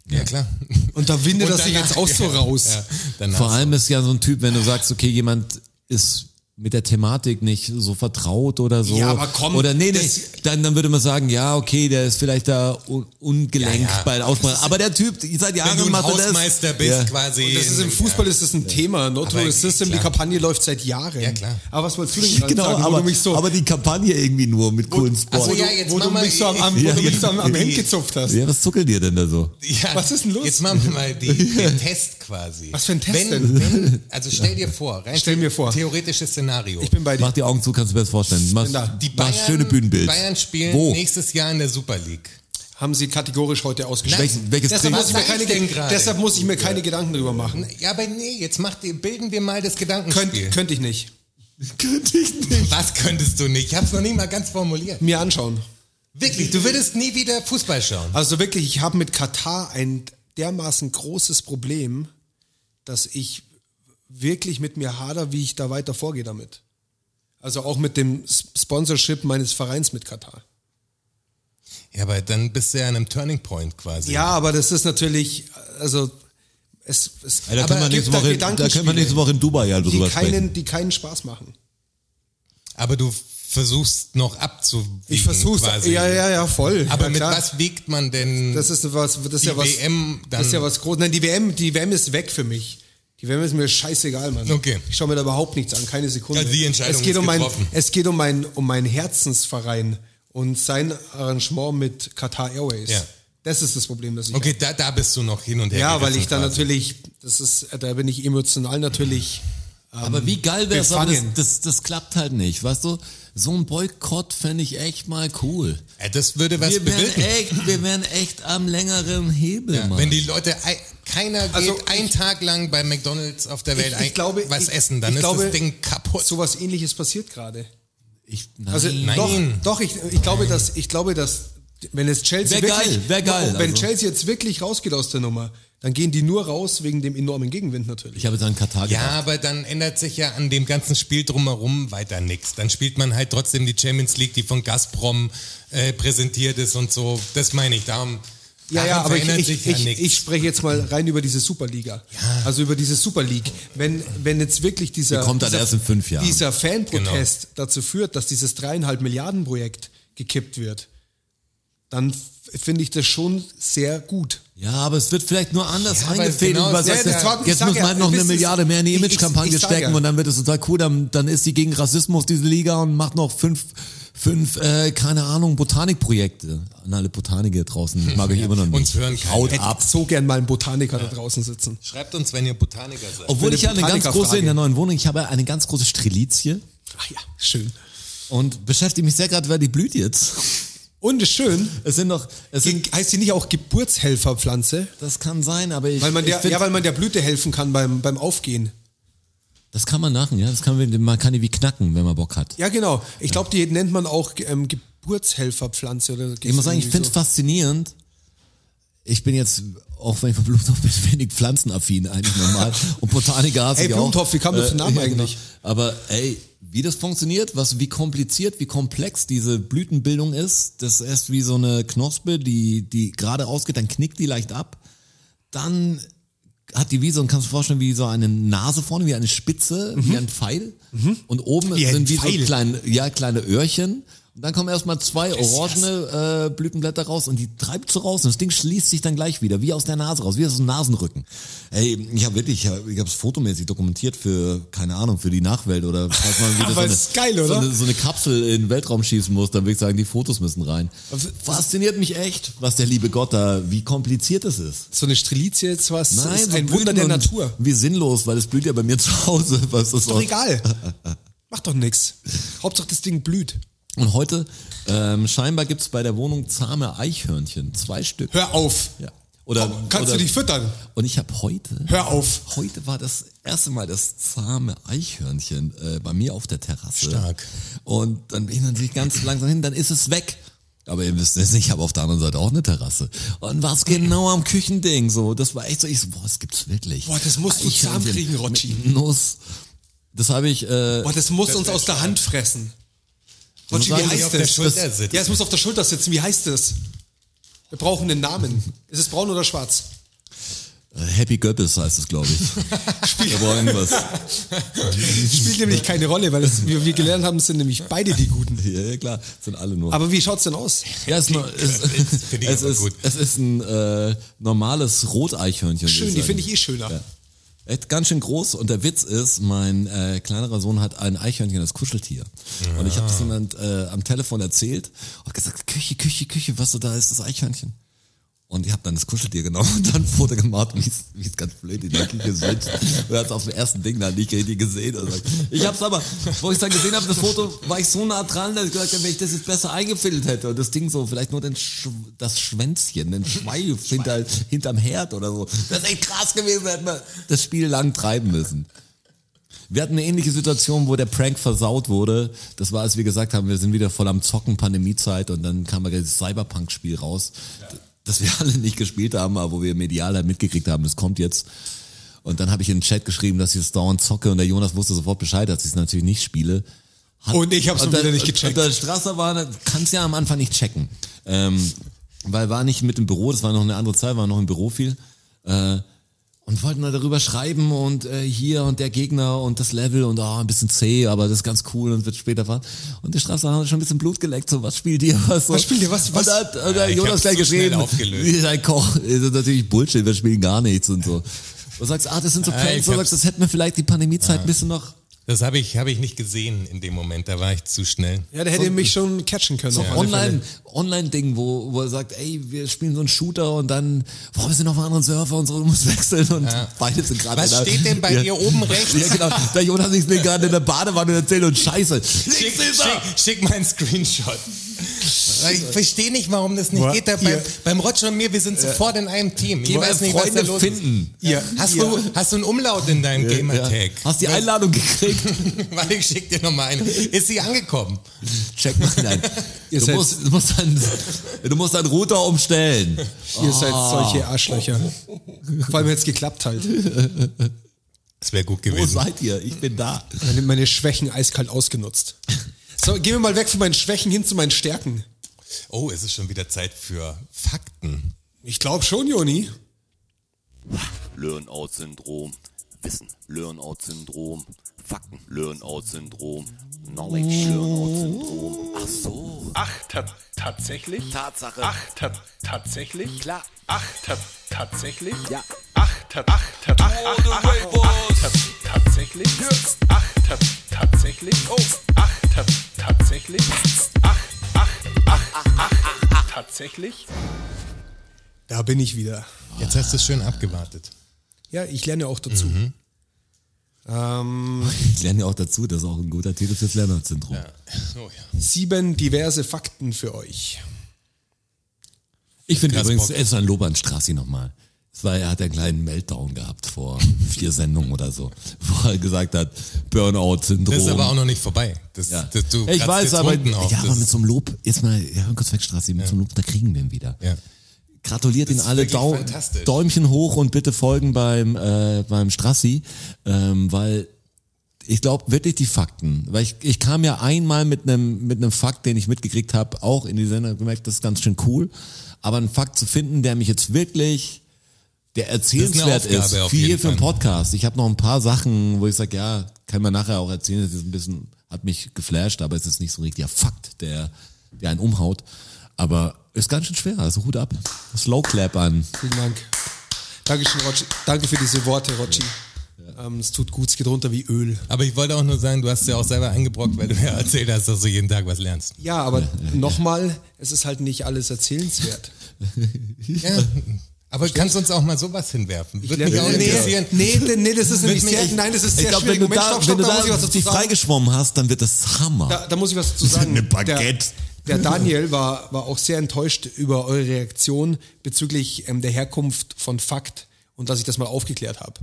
[SPEAKER 4] Ja, klar.
[SPEAKER 3] [laughs] Und da windet
[SPEAKER 4] Und
[SPEAKER 3] das sich
[SPEAKER 4] danach-
[SPEAKER 3] jetzt auch so raus.
[SPEAKER 4] Ja, danach
[SPEAKER 2] Vor allem ist ja so ein Typ, wenn du sagst, okay, jemand ist mit der Thematik nicht so vertraut oder so.
[SPEAKER 3] Ja, aber komm,
[SPEAKER 2] Oder nee, nee,
[SPEAKER 3] das-
[SPEAKER 2] dann, dann würde man sagen, ja, okay, der ist vielleicht da un ungelenkt
[SPEAKER 4] Ja, ja.
[SPEAKER 2] bei der Aussprache. Aber der Typ, seit
[SPEAKER 4] Wenn
[SPEAKER 2] Jahren
[SPEAKER 4] du ein
[SPEAKER 2] macht er das.
[SPEAKER 4] Hausmeister bist,
[SPEAKER 2] Ja.
[SPEAKER 4] quasi.
[SPEAKER 3] Das ist im Fußball ist das ein Thema. Not
[SPEAKER 4] Aber
[SPEAKER 3] to System, die
[SPEAKER 4] klar.
[SPEAKER 3] Kampagne läuft seit Jahren.
[SPEAKER 4] Ja, klar.
[SPEAKER 3] Aber was [laughs] wolltest du denn gerade
[SPEAKER 2] Genau,
[SPEAKER 3] sagen,
[SPEAKER 2] aber,
[SPEAKER 3] wo du mich so,
[SPEAKER 2] aber die Kampagne irgendwie nur mit coolen Sport.
[SPEAKER 4] Also,
[SPEAKER 3] wo,
[SPEAKER 4] ja,
[SPEAKER 3] du-
[SPEAKER 4] jetzt
[SPEAKER 3] wo du
[SPEAKER 4] mach mal-
[SPEAKER 3] mich so am, am,
[SPEAKER 2] Ja.
[SPEAKER 3] wo du mich so am, am
[SPEAKER 4] Die-
[SPEAKER 3] Hemd gezupft hast?
[SPEAKER 2] Ja, was zuckelt ihr denn da so?
[SPEAKER 4] [laughs] Ja.
[SPEAKER 3] Was ist denn los?
[SPEAKER 4] Jetzt machen wir mal
[SPEAKER 3] [laughs]
[SPEAKER 4] die, den Test quasi.
[SPEAKER 3] Was für ein Test
[SPEAKER 4] wenn,
[SPEAKER 3] denn? [laughs]
[SPEAKER 4] Wenn, also stell dir vor, rein
[SPEAKER 3] Stell mir vor.
[SPEAKER 4] Theoretisches Szenario.
[SPEAKER 3] Ich bin bei dir.
[SPEAKER 2] Mach die Augen zu, kannst du dir das vorstellen. Mach,
[SPEAKER 3] da.
[SPEAKER 2] die mach schöne Bühnenbild.
[SPEAKER 4] Bayern spielen
[SPEAKER 2] Wo?
[SPEAKER 4] nächstes Jahr in der Super League.
[SPEAKER 3] Haben sie kategorisch heute ausgeschlossen.
[SPEAKER 2] Welches, welches
[SPEAKER 3] Deshalb
[SPEAKER 2] Team?
[SPEAKER 3] muss, ich mir
[SPEAKER 4] sag
[SPEAKER 3] keine,
[SPEAKER 4] ich denn gerade?
[SPEAKER 3] deshalb muss ich mir keine Gedanken drüber machen.
[SPEAKER 4] Ja, aber nee, jetzt macht, ihr- bilden wir mal das
[SPEAKER 3] Könnt,
[SPEAKER 4] Gedankenspiel.
[SPEAKER 3] könnte ich nicht.
[SPEAKER 2] Könnte ich
[SPEAKER 4] [laughs]
[SPEAKER 2] nicht.
[SPEAKER 4] Was könntest du nicht? Ich hab's noch nicht mal ganz formuliert.
[SPEAKER 3] Mir anschauen.
[SPEAKER 4] Wirklich, du würdest nie wieder Fußball schauen.
[SPEAKER 3] Also wirklich, ich habe mit Katar ein dermaßen großes Problem, dass ich wirklich mit mir hader, wie ich da weiter vorgehe damit. Also auch mit dem S- Sponsorship meines Vereins mit Katar.
[SPEAKER 4] Ja, aber dann bist du ja an einem Turning Point quasi.
[SPEAKER 3] Ja, aber das ist natürlich, also es, es
[SPEAKER 2] da
[SPEAKER 3] aber
[SPEAKER 2] können wir
[SPEAKER 3] gibt
[SPEAKER 2] nächste Woche, da können wir
[SPEAKER 3] Gedankenspiele,
[SPEAKER 2] nächste Woche in Dubai ja
[SPEAKER 3] die
[SPEAKER 2] drüber sprechen.
[SPEAKER 3] keinen, die keinen Spaß machen.
[SPEAKER 4] Aber du versuchst noch abzuwiegen
[SPEAKER 3] Ich versuch's.
[SPEAKER 4] quasi.
[SPEAKER 3] Ja, ja, ja, voll.
[SPEAKER 4] Aber
[SPEAKER 3] ja,
[SPEAKER 4] mit
[SPEAKER 3] klar.
[SPEAKER 4] was wiegt man denn?
[SPEAKER 3] Das ist was, das ist
[SPEAKER 4] Die
[SPEAKER 3] ja was.
[SPEAKER 4] WM dann-
[SPEAKER 3] das ist ja was groß. Nein, die WM, die WM ist weg für mich. Die WM ist mir scheißegal, Mann.
[SPEAKER 4] Okay.
[SPEAKER 3] Ich schaue mir da überhaupt nichts an, keine Sekunde.
[SPEAKER 4] Ja, die Entscheidung
[SPEAKER 3] es geht
[SPEAKER 4] ist
[SPEAKER 3] um mein,
[SPEAKER 4] getroffen.
[SPEAKER 3] Es geht um mein, um mein Herzensverein und sein Arrangement mit Qatar Airways.
[SPEAKER 4] Ja.
[SPEAKER 3] Das ist das Problem, das ich
[SPEAKER 4] okay, da, da bist du noch hin und her.
[SPEAKER 3] Ja, weil
[SPEAKER 4] gerissen
[SPEAKER 3] ich da
[SPEAKER 4] quasi.
[SPEAKER 3] natürlich, das ist, da bin ich emotional natürlich.
[SPEAKER 2] Aber wie geil wäre es, aber das,
[SPEAKER 3] gefangen.
[SPEAKER 2] das, das klappt halt nicht, weißt du? So ein Boykott fände ich echt mal cool.
[SPEAKER 4] Ja, das würde was
[SPEAKER 2] Wir wären,
[SPEAKER 4] bewirken.
[SPEAKER 2] echt, wir wären echt am längeren Hebel,
[SPEAKER 4] Ja,
[SPEAKER 2] Mann.
[SPEAKER 4] wenn die Leute, ei- keiner geht
[SPEAKER 3] Also ich-
[SPEAKER 4] einen Tag lang bei McDonalds auf der Welt
[SPEAKER 3] ich
[SPEAKER 4] ein-
[SPEAKER 3] glaube,
[SPEAKER 4] was
[SPEAKER 3] ich-
[SPEAKER 4] essen, dann
[SPEAKER 3] ich
[SPEAKER 4] ist
[SPEAKER 3] glaube,
[SPEAKER 4] das Ding kaputt.
[SPEAKER 3] Sowas ähnliches passiert gerade.
[SPEAKER 2] ich, nein.
[SPEAKER 3] Also
[SPEAKER 4] Nein.
[SPEAKER 3] doch, doch ich, ich glaube, dass ich glaube, dass wenn es Chelsea
[SPEAKER 2] Wär
[SPEAKER 3] wirklich,
[SPEAKER 2] geil, wär geil,
[SPEAKER 3] wenn
[SPEAKER 2] also.
[SPEAKER 3] Chelsea jetzt wirklich rausgeht aus der Nummer, dann gehen die nur raus wegen dem enormen Gegenwind natürlich.
[SPEAKER 2] ich habe jetzt an Katar
[SPEAKER 4] ja,
[SPEAKER 2] gedacht.
[SPEAKER 4] aber dann ändert sich ja an dem ganzen Spiel drumherum weiter nichts. Dann spielt man halt trotzdem die Champions League, die von Gazprom äh, präsentiert ist und so. Das meine ich. Darum,
[SPEAKER 3] Ja, ja,
[SPEAKER 4] daran
[SPEAKER 3] aber ich,
[SPEAKER 4] verändert
[SPEAKER 3] ich,
[SPEAKER 4] sich ja
[SPEAKER 3] ich,
[SPEAKER 4] nichts.
[SPEAKER 3] ich spreche jetzt mal rein über diese Superliga.
[SPEAKER 4] Ja.
[SPEAKER 3] Also über diese Super League. Wenn, wenn jetzt wirklich dieser,
[SPEAKER 2] Die kommt dann
[SPEAKER 3] dieser,
[SPEAKER 2] erst in fünf Jahren. Genau.
[SPEAKER 3] dieser Fanprotest dazu führt, dass dieses dreieinhalb Milliarden Projekt gekippt wird, dann f- finde ich das schon sehr gut.
[SPEAKER 2] Ja, aber es wird vielleicht nur anders
[SPEAKER 4] Ja, aber
[SPEAKER 2] eingefädelt.
[SPEAKER 4] genau,
[SPEAKER 2] was
[SPEAKER 4] ja,
[SPEAKER 2] heißt
[SPEAKER 4] das
[SPEAKER 2] jetzt
[SPEAKER 4] war-
[SPEAKER 3] ich
[SPEAKER 2] jetzt
[SPEAKER 3] sag
[SPEAKER 2] muss
[SPEAKER 3] ja,
[SPEAKER 2] man halt noch
[SPEAKER 3] das
[SPEAKER 2] eine
[SPEAKER 3] ist-
[SPEAKER 2] Milliarde mehr in die
[SPEAKER 3] ich- ich-
[SPEAKER 2] Imagekampagne
[SPEAKER 3] ich sag
[SPEAKER 2] stecken
[SPEAKER 3] ja.
[SPEAKER 2] und dann wird es total cool. Dann, dann ist sie gegen Rassismus, diese Liga, und macht noch fünf, fünf äh, keine Ahnung, Botanikprojekte. An alle Botaniker draußen. Ich mag euch immer noch nicht.
[SPEAKER 4] Uns hören keine.
[SPEAKER 2] Haut
[SPEAKER 3] Hätte
[SPEAKER 2] ab.
[SPEAKER 3] so gern mal einen Botaniker da draußen sitzen.
[SPEAKER 4] Schreibt uns, wenn ihr Botaniker seid.
[SPEAKER 2] Obwohl
[SPEAKER 3] Eine
[SPEAKER 2] ich ja eine ganz große
[SPEAKER 3] Botanikerfrage.
[SPEAKER 2] in der neuen Wohnung, ich habe eine ganz große Strelizie
[SPEAKER 3] Ach ja, schön.
[SPEAKER 2] und beschäftige mich sehr gerade, weil die blüht jetzt. [laughs]
[SPEAKER 3] Und ist schön,
[SPEAKER 2] Es sind noch, es sind,
[SPEAKER 3] heißt die nicht auch Geburtshelferpflanze?
[SPEAKER 2] das kann sein, aber ich,
[SPEAKER 3] Weil man
[SPEAKER 2] ich
[SPEAKER 3] der,
[SPEAKER 2] find-
[SPEAKER 3] ja, weil man der Blüte helfen kann beim, beim Aufgehen.
[SPEAKER 2] das kann man machen, ja, das kann man, man kann die wie knacken, wenn man Bock hat.
[SPEAKER 3] Ja, genau. Ich glaube, die nennt man auch ähm, Geburtshelferpflanze. Oder
[SPEAKER 2] Ich muss sagen, ich finde es faszinierend. Ich bin jetzt, auch wenn ich von Blumentopf bin, wenig pflanzenaffin eigentlich
[SPEAKER 3] [laughs]
[SPEAKER 2] normal. Und Botaniker hasse
[SPEAKER 3] Ey,
[SPEAKER 2] ich auch. Äh, genau.
[SPEAKER 3] Blumentopf, wie kam das für ein Name eigentlich?
[SPEAKER 2] Aber ey, wie das funktioniert, was, wie kompliziert, wie komplex diese Blütenbildung ist, das ist wie so eine Knospe, die, die gerade ausgeht, dann knickt die leicht ab. Dann hat die wie so, und kannst du dir vorstellen, wie so eine Nase vorne, wie eine Spitze, wie ein Pfeil. Und oben
[SPEAKER 3] Mhm. ein
[SPEAKER 2] sind wie so
[SPEAKER 3] Pfeil.
[SPEAKER 2] kleine, ja, kleine Öhrchen. Und dann kommen erstmal zwei orangene äh, Blütenblätter raus und die treibt so raus und das Ding schließt sich dann gleich wieder, wie aus der Nase raus, wie aus dem Nasenrücken. Ey, ich habe wirklich, ich habe es fotomäßig dokumentiert für, keine Ahnung, für die Nachwelt oder falls man wieder so,
[SPEAKER 3] [laughs] Aber
[SPEAKER 2] eine,
[SPEAKER 3] ist geil,
[SPEAKER 2] so,
[SPEAKER 3] oder?
[SPEAKER 2] eine, so eine Kapsel in den Weltraum schießen muss, dann würde ich sagen, die Fotos müssen rein. Fasziniert mich echt, was der liebe Gott da, wie kompliziert es ist.
[SPEAKER 3] so eine Strelizie jetzt was.
[SPEAKER 2] Nein,
[SPEAKER 3] ist
[SPEAKER 2] so
[SPEAKER 3] ein Wunder
[SPEAKER 2] Blüten
[SPEAKER 3] der
[SPEAKER 2] und Oh.
[SPEAKER 3] Natur.
[SPEAKER 2] Wie sinnlos, weil es blüht ja bei mir [laughs] zu Hause. Was ist
[SPEAKER 3] Ist doch
[SPEAKER 2] das? [laughs]
[SPEAKER 3] egal. Macht doch nix. Hauptsache das Ding blüht.
[SPEAKER 2] Und heute, ähm, scheinbar gibt's bei der Wohnung zahme Eichhörnchen. Zwei Stück.
[SPEAKER 3] Hör auf.
[SPEAKER 2] Ja. Oder,
[SPEAKER 3] Kannst
[SPEAKER 2] oder,
[SPEAKER 3] du dich füttern?
[SPEAKER 2] Und ich habe heute,
[SPEAKER 3] Hör auf.
[SPEAKER 2] heute war das erste Mal das zahme Eichhörnchen äh, bei mir auf der Terrasse.
[SPEAKER 4] Stark.
[SPEAKER 2] Und dann bin ich natürlich ganz langsam hin, dann ist es weg. Aber ihr wisst es, ich habe auf der anderen Seite auch eine Terrasse. Und was genau am Küchending so? Das war echt so, ich so, boah, das gibt's wirklich.
[SPEAKER 3] Boah, das musst du
[SPEAKER 2] Eichhörnchen
[SPEAKER 3] zusammenkriegen, Rotschi.
[SPEAKER 2] mit Nuss. Das habe ich, äh,
[SPEAKER 3] Boah, Oh, das muss uns aus der Hand fressen. Rotschi,
[SPEAKER 2] muss
[SPEAKER 3] wie
[SPEAKER 2] sagen,
[SPEAKER 4] die auf
[SPEAKER 3] heißt
[SPEAKER 4] der
[SPEAKER 3] das?
[SPEAKER 4] Schulter
[SPEAKER 3] das
[SPEAKER 4] sitzt.
[SPEAKER 3] ja, es muss auf der Schulter sitzen. Wie heißt das? Wir brauchen den Namen. Ist es braun oder schwarz?
[SPEAKER 2] Happy Goebbels heißt es,
[SPEAKER 3] [laughs]
[SPEAKER 2] glaube ich. Spiel. Aber irgendwas.
[SPEAKER 3] Spielt nämlich keine Rolle, weil das, wie wir gelernt haben, sind nämlich beide die Guten.
[SPEAKER 2] Ja, ja, klar, sind alle nur.
[SPEAKER 3] Aber wie schaut's denn aus?
[SPEAKER 2] ja, es, ist nur- es,
[SPEAKER 4] Finde ich
[SPEAKER 2] es,
[SPEAKER 4] aber
[SPEAKER 2] ist,
[SPEAKER 4] gut.
[SPEAKER 2] es ist ein äh, normales Roteichhörnchen. würd
[SPEAKER 3] Schön, die
[SPEAKER 2] sagen.
[SPEAKER 3] finde ich eh schöner.
[SPEAKER 2] Echt ganz schön groß und der Witz ist, mein äh, kleinerer Sohn hat ein Eichhörnchen als Kuscheltier. Und ich habe
[SPEAKER 3] Ah.
[SPEAKER 2] das jemand äh, am Telefon erzählt und gesagt, Küche, Küche, Küche, was so da ist, das Eichhörnchen. Und ich habe dann das Kuscheltier genommen und dann ein Foto gemacht, wie es- wie es ganz blöd in der Küche sitzt. Und hat es auf dem ersten Ding dann nicht richtig gesehen. Und sagt, ich hab's aber, wo ich dann gesehen habe, das Foto, war ich so nah dran, dass ich gesagt habe, wenn ich das jetzt besser eingefädelt hätte und das Ding so, vielleicht nur den Sch das Schwänzchen, den Schweif hinter, hinterm Herd oder so. Das ist echt krass gewesen, hätten wir das Spiel lang treiben müssen. Wir hatten eine ähnliche Situation, wo der Prank versaut wurde. Das war, als wir gesagt haben, wir sind wieder voll am Zocken, Pandemiezeit und dann kam mal dieses Cyberpunk-Spiel raus, d- das wir [laughs] alle nicht gespielt haben, aber wo wir medial halt mitgekriegt haben, das kommt jetzt. Und dann habe ich in den Chat geschrieben, dass ich es dauernd zocke und der Jonas wusste sofort Bescheid, dass ich es natürlich nicht spiele. Hat-
[SPEAKER 3] Und ich hab's
[SPEAKER 2] und
[SPEAKER 3] wieder
[SPEAKER 2] dann-
[SPEAKER 3] nicht gecheckt.
[SPEAKER 2] Und der Strasser war, ne, kannst ja am Anfang nicht checken. Ähm, weil war nicht mit im Büro, das war noch eine andere Zeit, war noch im Büro viel äh, und wollten da darüber schreiben und äh, hier und der Gegner und das Level und ah ein bisschen zäh, aber das ist ganz cool und wird später fahren. Und die Straße hat schon ein bisschen Blut geleckt, so was spielt ihr? Was, so.
[SPEAKER 3] Was spielt ihr? Was-
[SPEAKER 2] Und
[SPEAKER 3] was-
[SPEAKER 2] da hat, und da hat
[SPEAKER 4] ich
[SPEAKER 2] Jonas
[SPEAKER 4] hab's
[SPEAKER 2] gleich
[SPEAKER 4] so schnell
[SPEAKER 2] geschrieben,
[SPEAKER 4] aufgelöst.
[SPEAKER 2] ihr seid Koch, das ist natürlich Bullshit, wir spielen gar nichts und so. Du sagst, ah, das sind so
[SPEAKER 4] Ah,
[SPEAKER 2] Pranks,
[SPEAKER 4] ich
[SPEAKER 2] du
[SPEAKER 4] hab's-
[SPEAKER 2] sagst, das hätten wir vielleicht die Pandemiezeit ein bisschen noch
[SPEAKER 4] Das habe ich, hab ich nicht gesehen in dem Moment, da war ich zu schnell.
[SPEAKER 3] Ja, der hätte mich schon catchen können. auf alle Fälle.
[SPEAKER 2] Online, Online-Ding, wo, wo er sagt, ey, wir spielen so einen Shooter und dann, boah, wir sind auf einem anderen Server und so, du musst [laughs] wechseln und beide sind gerade
[SPEAKER 4] Was
[SPEAKER 2] in der-
[SPEAKER 4] steht denn bei dir oben rechts?
[SPEAKER 2] Ja,
[SPEAKER 4] [laughs]
[SPEAKER 2] genau. Der Jonas ist mir gerade in der Badewanne und erzählt und scheiße.
[SPEAKER 4] Schick, schick, schick mal einen Screenshot. Weil Ich verstehe nicht, warum das nicht
[SPEAKER 3] Boah,
[SPEAKER 4] geht. Da
[SPEAKER 3] ihr-
[SPEAKER 4] beim, beim Roger und mir, wir sind sofort in einem Team. Ich
[SPEAKER 2] Geh mal
[SPEAKER 4] weiß nicht, was da
[SPEAKER 2] Freunde
[SPEAKER 4] los
[SPEAKER 2] finden.
[SPEAKER 3] Ihr,
[SPEAKER 4] ist. Hast
[SPEAKER 3] ihr,
[SPEAKER 4] du, hast du einen Umlaut in deinem Gamertag?
[SPEAKER 2] Hast die Einladung
[SPEAKER 4] [laughs]
[SPEAKER 2] gekriegt?
[SPEAKER 4] Warte, ich schick dir nochmal eine. Ist sie angekommen?
[SPEAKER 2] Check mal rein.
[SPEAKER 3] Ihr
[SPEAKER 2] Du
[SPEAKER 3] seid-
[SPEAKER 2] musst, du, musst deinen, du musst deinen Router umstellen.
[SPEAKER 3] ihr seid
[SPEAKER 2] Ah.
[SPEAKER 3] solche Arschlöcher. Vor allem jetzt geklappt halt.
[SPEAKER 4] Das wäre gut
[SPEAKER 2] Wo
[SPEAKER 4] gewesen.
[SPEAKER 2] seid ihr? Ich bin da.
[SPEAKER 3] Meine, meine Schwächen eiskalt ausgenutzt. So, gehen wir mal weg von meinen Schwächen hin zu meinen Stärken.
[SPEAKER 4] Oh, es ist schon wieder Zeit für Fakten.
[SPEAKER 3] Ich glaube schon, Joni.
[SPEAKER 1] Learn-out-Syndrom. Wissen, Learn-out-Syndrom. Fakten, Learn-out-Syndrom. Knowledge, Learn-out-Syndrom. Ach so.
[SPEAKER 5] Ach, ta tatsächlich?
[SPEAKER 1] Tatsache.
[SPEAKER 5] Ach, ta tatsächlich?
[SPEAKER 1] Klar.
[SPEAKER 5] Ach, ta tatsächlich?
[SPEAKER 1] Ja.
[SPEAKER 5] Ach, ta ach, ta ach, ach, ach, ach, ta tatsächlich? Ach, ta tatsächlich? Oh. Ach, ta tatsächlich? Ach, ach, ach, ach, ach, ach, tatsächlich?
[SPEAKER 3] Da bin ich wieder.
[SPEAKER 4] Jetzt hast du es schön abgewartet.
[SPEAKER 3] Ja, ich lerne auch dazu.
[SPEAKER 5] Mhm.
[SPEAKER 3] Ähm,
[SPEAKER 2] Ich lerne ja auch dazu, das ist auch ein guter Titel fürs Lennart-Syndrom.
[SPEAKER 4] Oh, ja.
[SPEAKER 3] sieben diverse Fakten für euch.
[SPEAKER 2] Ich finde
[SPEAKER 4] Krass
[SPEAKER 2] übrigens,
[SPEAKER 4] Bock.
[SPEAKER 2] es war ein Lob an Strassi nochmal. Es war, er hat einen kleinen Meltdown gehabt vor [laughs] vier Sendungen oder so, wo er gesagt hat, Burnout-Syndrom.
[SPEAKER 4] Das ist aber auch noch nicht vorbei. Das,
[SPEAKER 2] Ja.
[SPEAKER 4] das, du
[SPEAKER 2] ich
[SPEAKER 4] kratzt
[SPEAKER 2] weiß,
[SPEAKER 4] jetzt
[SPEAKER 2] aber,
[SPEAKER 4] Wunden auf.
[SPEAKER 2] ja, aber
[SPEAKER 4] Das-
[SPEAKER 2] mit so einem Lob, jetzt mal, ja, kurz weg, Strassi, mit so einem Lob, da kriegen wir ihn wieder.
[SPEAKER 4] ja.
[SPEAKER 2] Gratuliert ihn
[SPEAKER 4] ist
[SPEAKER 2] alle,
[SPEAKER 4] wirklich
[SPEAKER 2] Dau
[SPEAKER 4] fantastisch.
[SPEAKER 2] Däumchen hoch und bitte folgen beim, äh, beim Strassi, ähm, weil ich glaube wirklich die Fakten, weil ich, ich kam ja einmal mit einem mit einem Fakt, den ich mitgekriegt habe, auch in die Sendung hab gemerkt, das ist ganz schön cool, aber einen Fakt zu finden, der mich jetzt wirklich der erzählenswert
[SPEAKER 4] Das ist eine
[SPEAKER 2] ist,
[SPEAKER 4] Aufgabe auf
[SPEAKER 2] viel
[SPEAKER 4] jeden
[SPEAKER 2] für einen
[SPEAKER 4] Fall.
[SPEAKER 2] Podcast. Ich habe noch ein paar Sachen, wo ich sage, ja, kann man nachher auch erzählen, das ist ein bisschen hat mich geflasht, aber es ist nicht so ein richtiger Fakt, der der einen umhaut, aber ist ganz schön schwer, also Hut ab. Slow Clap an.
[SPEAKER 3] Vielen Dank. Dankeschön, Rotschi. Danke für diese Worte, Rotschi. Ähm, es tut gut, es geht runter wie Öl.
[SPEAKER 4] Aber ich wollte auch nur sagen, du hast ja auch selber eingebrockt, weil du ja erzählt hast, dass du jeden Tag was lernst.
[SPEAKER 3] Ja, aber nochmal, es ist halt nicht alles erzählenswert.
[SPEAKER 4] Ja. Aber kannst uns auch mal sowas hinwerfen? Würde mich auch
[SPEAKER 3] nee,
[SPEAKER 4] interessieren.
[SPEAKER 3] nee, nee, nee, das ist nämlich
[SPEAKER 4] mich
[SPEAKER 3] sehr,
[SPEAKER 4] echt-
[SPEAKER 3] nein, das ist
[SPEAKER 2] Ich
[SPEAKER 3] sehr
[SPEAKER 2] glaube, wenn
[SPEAKER 3] schwierig.
[SPEAKER 2] du
[SPEAKER 3] Moment,
[SPEAKER 2] da,
[SPEAKER 3] stopp,
[SPEAKER 2] wenn
[SPEAKER 3] stopp,
[SPEAKER 2] du
[SPEAKER 3] da
[SPEAKER 2] da,
[SPEAKER 3] muss ich was
[SPEAKER 2] dich
[SPEAKER 3] dazu sagen.
[SPEAKER 2] freigeschwommen hast, dann wird das Hammer.
[SPEAKER 3] Da, da muss ich was dazu
[SPEAKER 2] [laughs]
[SPEAKER 3] sagen.
[SPEAKER 2] Eine Baguette.
[SPEAKER 3] Der, der Daniel war, war auch sehr enttäuscht über eure Reaktion bezüglich ähm, der Herkunft von Fakt und dass ich das mal aufgeklärt habe.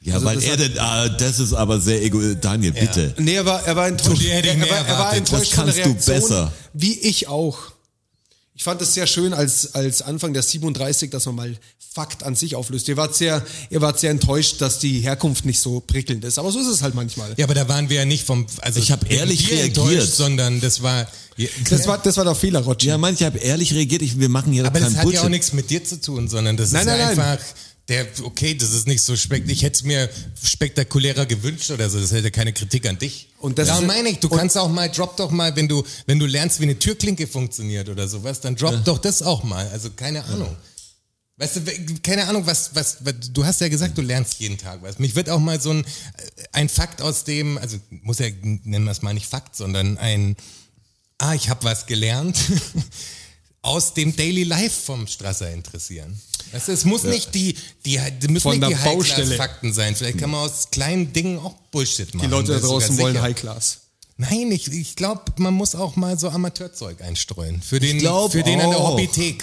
[SPEAKER 2] ja,
[SPEAKER 3] Also
[SPEAKER 2] weil
[SPEAKER 3] das
[SPEAKER 2] er
[SPEAKER 3] hat-
[SPEAKER 2] denn, ah, das ist aber sehr ego, Daniel, bitte.
[SPEAKER 3] Nee, er war, er war enttäuscht.
[SPEAKER 4] die hätte ich
[SPEAKER 3] er,
[SPEAKER 4] mehr
[SPEAKER 3] war, er war
[SPEAKER 4] erwartet.
[SPEAKER 3] enttäuscht
[SPEAKER 2] Das
[SPEAKER 3] von der
[SPEAKER 2] kannst du
[SPEAKER 3] Reaktion,
[SPEAKER 2] besser.
[SPEAKER 3] wie ich auch. Ich fand es sehr schön als, als Anfang der 37, dass man mal Fakt an sich auflöst. Ihr wart, sehr, ihr wart sehr enttäuscht, dass die Herkunft nicht so prickelnd ist. Aber so ist es halt manchmal.
[SPEAKER 4] Ja, aber da waren wir ja nicht vom, also
[SPEAKER 2] Ich hab
[SPEAKER 4] wegen
[SPEAKER 2] ehrlich
[SPEAKER 4] dir
[SPEAKER 2] reagiert.
[SPEAKER 4] enttäuscht, sondern das war,
[SPEAKER 3] Das war, das war der Fehler, Roger.
[SPEAKER 2] Ja, manche haben ehrlich reagiert, ich, wir machen hier
[SPEAKER 4] aber
[SPEAKER 2] keinen
[SPEAKER 4] das hat
[SPEAKER 2] Bullshit.
[SPEAKER 4] ja auch nichts mit dir zu tun, sondern das
[SPEAKER 3] Nein,
[SPEAKER 4] ist ja
[SPEAKER 3] nein, nein.
[SPEAKER 4] einfach der, okay, das ist nicht so spektakulär, ich hätte es mir spektakulärer gewünscht oder so, das hätte keine Kritik an dich.
[SPEAKER 3] Und das
[SPEAKER 4] ja,
[SPEAKER 3] ist-
[SPEAKER 4] meine ich, du kannst auch mal, drop doch mal, wenn du, wenn du lernst, wie eine Türklinke funktioniert oder sowas, dann drop doch das auch mal, also keine Ahnung. Weißt du, we- keine Ahnung, was, was, was, du hast ja gesagt, du lernst jeden Tag was. Mich wird auch mal so ein, äh, ein Fakt aus dem, also muss ja, nennen wir es mal nicht Fakt, sondern ein, ah, ich habe was gelernt, [laughs] aus dem Daily Life vom Strasser interessieren. Weißt du, es muss nicht die, die, die müssen
[SPEAKER 3] Von
[SPEAKER 4] nicht die
[SPEAKER 3] der Baustelle. Hm.
[SPEAKER 4] High-Class-Fakten sein. Vielleicht kann man aus kleinen Dingen auch Bullshit machen.
[SPEAKER 3] die Leute da
[SPEAKER 4] Das ist sogar
[SPEAKER 3] draußen wollen
[SPEAKER 4] sicher.
[SPEAKER 3] High-Class.
[SPEAKER 4] Nein, ich, ich glaube, man muss auch mal so Amateurzeug einstreuen. Für den,
[SPEAKER 2] glaub
[SPEAKER 4] für den an der
[SPEAKER 2] auch.
[SPEAKER 4] Hobbythek.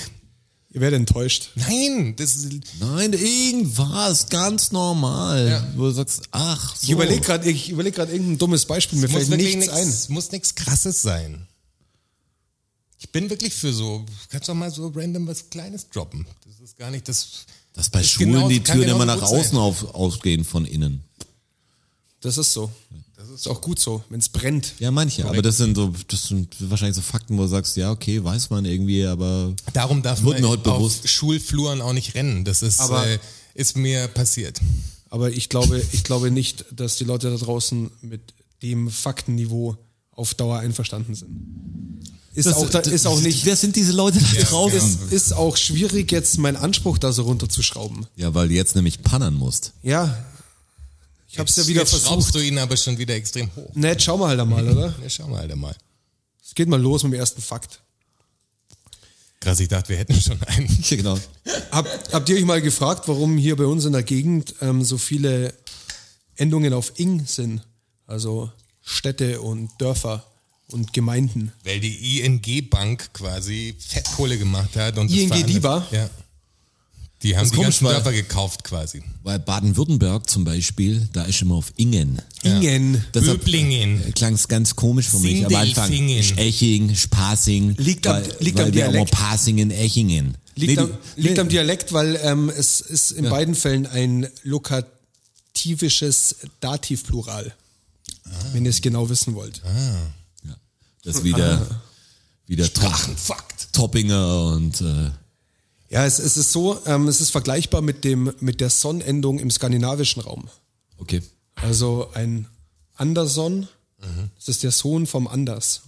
[SPEAKER 3] Ihr werdet enttäuscht.
[SPEAKER 4] Nein, das ist,
[SPEAKER 2] Nein, irgendwas, ganz normal. Wo du sagst, ach, so.
[SPEAKER 3] Ich überlege gerade überleg grad irgendein dummes Beispiel, mir
[SPEAKER 4] muss
[SPEAKER 3] fällt
[SPEAKER 4] wirklich
[SPEAKER 3] nichts
[SPEAKER 4] nichts
[SPEAKER 3] ein.
[SPEAKER 4] muss nichts krasses sein. Ich bin wirklich für so, kannst doch mal so random was Kleines droppen. Das ist gar nicht das.
[SPEAKER 2] Dass bei
[SPEAKER 4] ist
[SPEAKER 2] Schulen
[SPEAKER 4] genau-
[SPEAKER 2] die
[SPEAKER 4] kann
[SPEAKER 2] Türen
[SPEAKER 4] genauso
[SPEAKER 2] immer nach
[SPEAKER 4] gut sein.
[SPEAKER 2] außen auf, ausgehen von innen.
[SPEAKER 3] Das ist so. Das ist auch gut so, wenn es brennt.
[SPEAKER 2] Ja, manche, aber das sind so, das sind wahrscheinlich so Fakten, wo du sagst, ja, okay, weiß man irgendwie, aber
[SPEAKER 4] Darum darf
[SPEAKER 2] Wurde
[SPEAKER 4] man
[SPEAKER 2] mir heute
[SPEAKER 4] auf
[SPEAKER 2] bewusst.
[SPEAKER 4] Schulfluren auch nicht rennen. Das ist,
[SPEAKER 3] Aber-
[SPEAKER 4] äh, ist mir passiert.
[SPEAKER 3] Aber ich glaube, ich glaube nicht, dass die Leute da draußen mit dem Faktenniveau auf Dauer einverstanden sind. Ist, auch, da, ist auch nicht. genau.
[SPEAKER 2] Wer sind diese Leute da draußen?
[SPEAKER 3] Ist, ist auch schwierig, jetzt meinen Anspruch da so runterzuschrauben.
[SPEAKER 2] Ja, weil du jetzt nämlich pannern musst.
[SPEAKER 3] Ja. Ich hab's ja wieder
[SPEAKER 4] Jetzt schraubst
[SPEAKER 3] versucht.
[SPEAKER 4] du ihn aber schon wieder extrem hoch.
[SPEAKER 3] Ne, jetzt schauen wir halt einmal, oder?
[SPEAKER 4] Ja, schauen wir halt mal.
[SPEAKER 3] Es geht mal los mit dem ersten Fakt.
[SPEAKER 4] Krass, ich dachte, wir hätten schon einen.
[SPEAKER 2] [laughs] Ja, genau.
[SPEAKER 3] Hab, habt ihr euch mal gefragt, warum hier bei uns in der Gegend ähm, so viele Endungen auf ing sind? Also Städte und Dörfer und Gemeinden.
[SPEAKER 4] Weil die ING-Bank quasi Fettkohle gemacht hat. und das
[SPEAKER 3] ING
[SPEAKER 4] verändert-
[SPEAKER 3] Diba?
[SPEAKER 4] Ja. Die haben die
[SPEAKER 2] komisch,
[SPEAKER 4] ganzen
[SPEAKER 2] weil-
[SPEAKER 4] Dörfer gekauft quasi.
[SPEAKER 2] Weil Baden-Württemberg zum Beispiel, da ist immer auf Ingen.
[SPEAKER 3] Ingen.
[SPEAKER 2] Deshalb-
[SPEAKER 4] Böblingen.
[SPEAKER 2] Klang es ganz komisch für mich am Anfang.
[SPEAKER 4] Sindelfingen.
[SPEAKER 2] Eching, Spassing.
[SPEAKER 3] Liegt am-
[SPEAKER 2] weil,
[SPEAKER 3] liegt
[SPEAKER 2] weil wir
[SPEAKER 3] am Dialekt.
[SPEAKER 2] immer Passing in Echingen.
[SPEAKER 3] Liegt,
[SPEAKER 2] Nee,
[SPEAKER 3] am,
[SPEAKER 2] die-
[SPEAKER 3] liegt
[SPEAKER 2] nee,
[SPEAKER 3] am Dialekt, weil ähm, es ist in beiden Fällen ein lokativisches Dativplural.
[SPEAKER 2] Ah.
[SPEAKER 3] Wenn ihr es genau wissen wollt.
[SPEAKER 2] Das ist
[SPEAKER 3] Ah.
[SPEAKER 2] wieder, wieder Top,
[SPEAKER 4] Fakt.
[SPEAKER 2] Toppinger und äh,
[SPEAKER 3] Ja, es, es ist so, ähm, es ist vergleichbar mit, dem, mit der Sonnendung im skandinavischen Raum.
[SPEAKER 2] okay.
[SPEAKER 3] Also ein Anderson, das ist der Sohn vom Anders.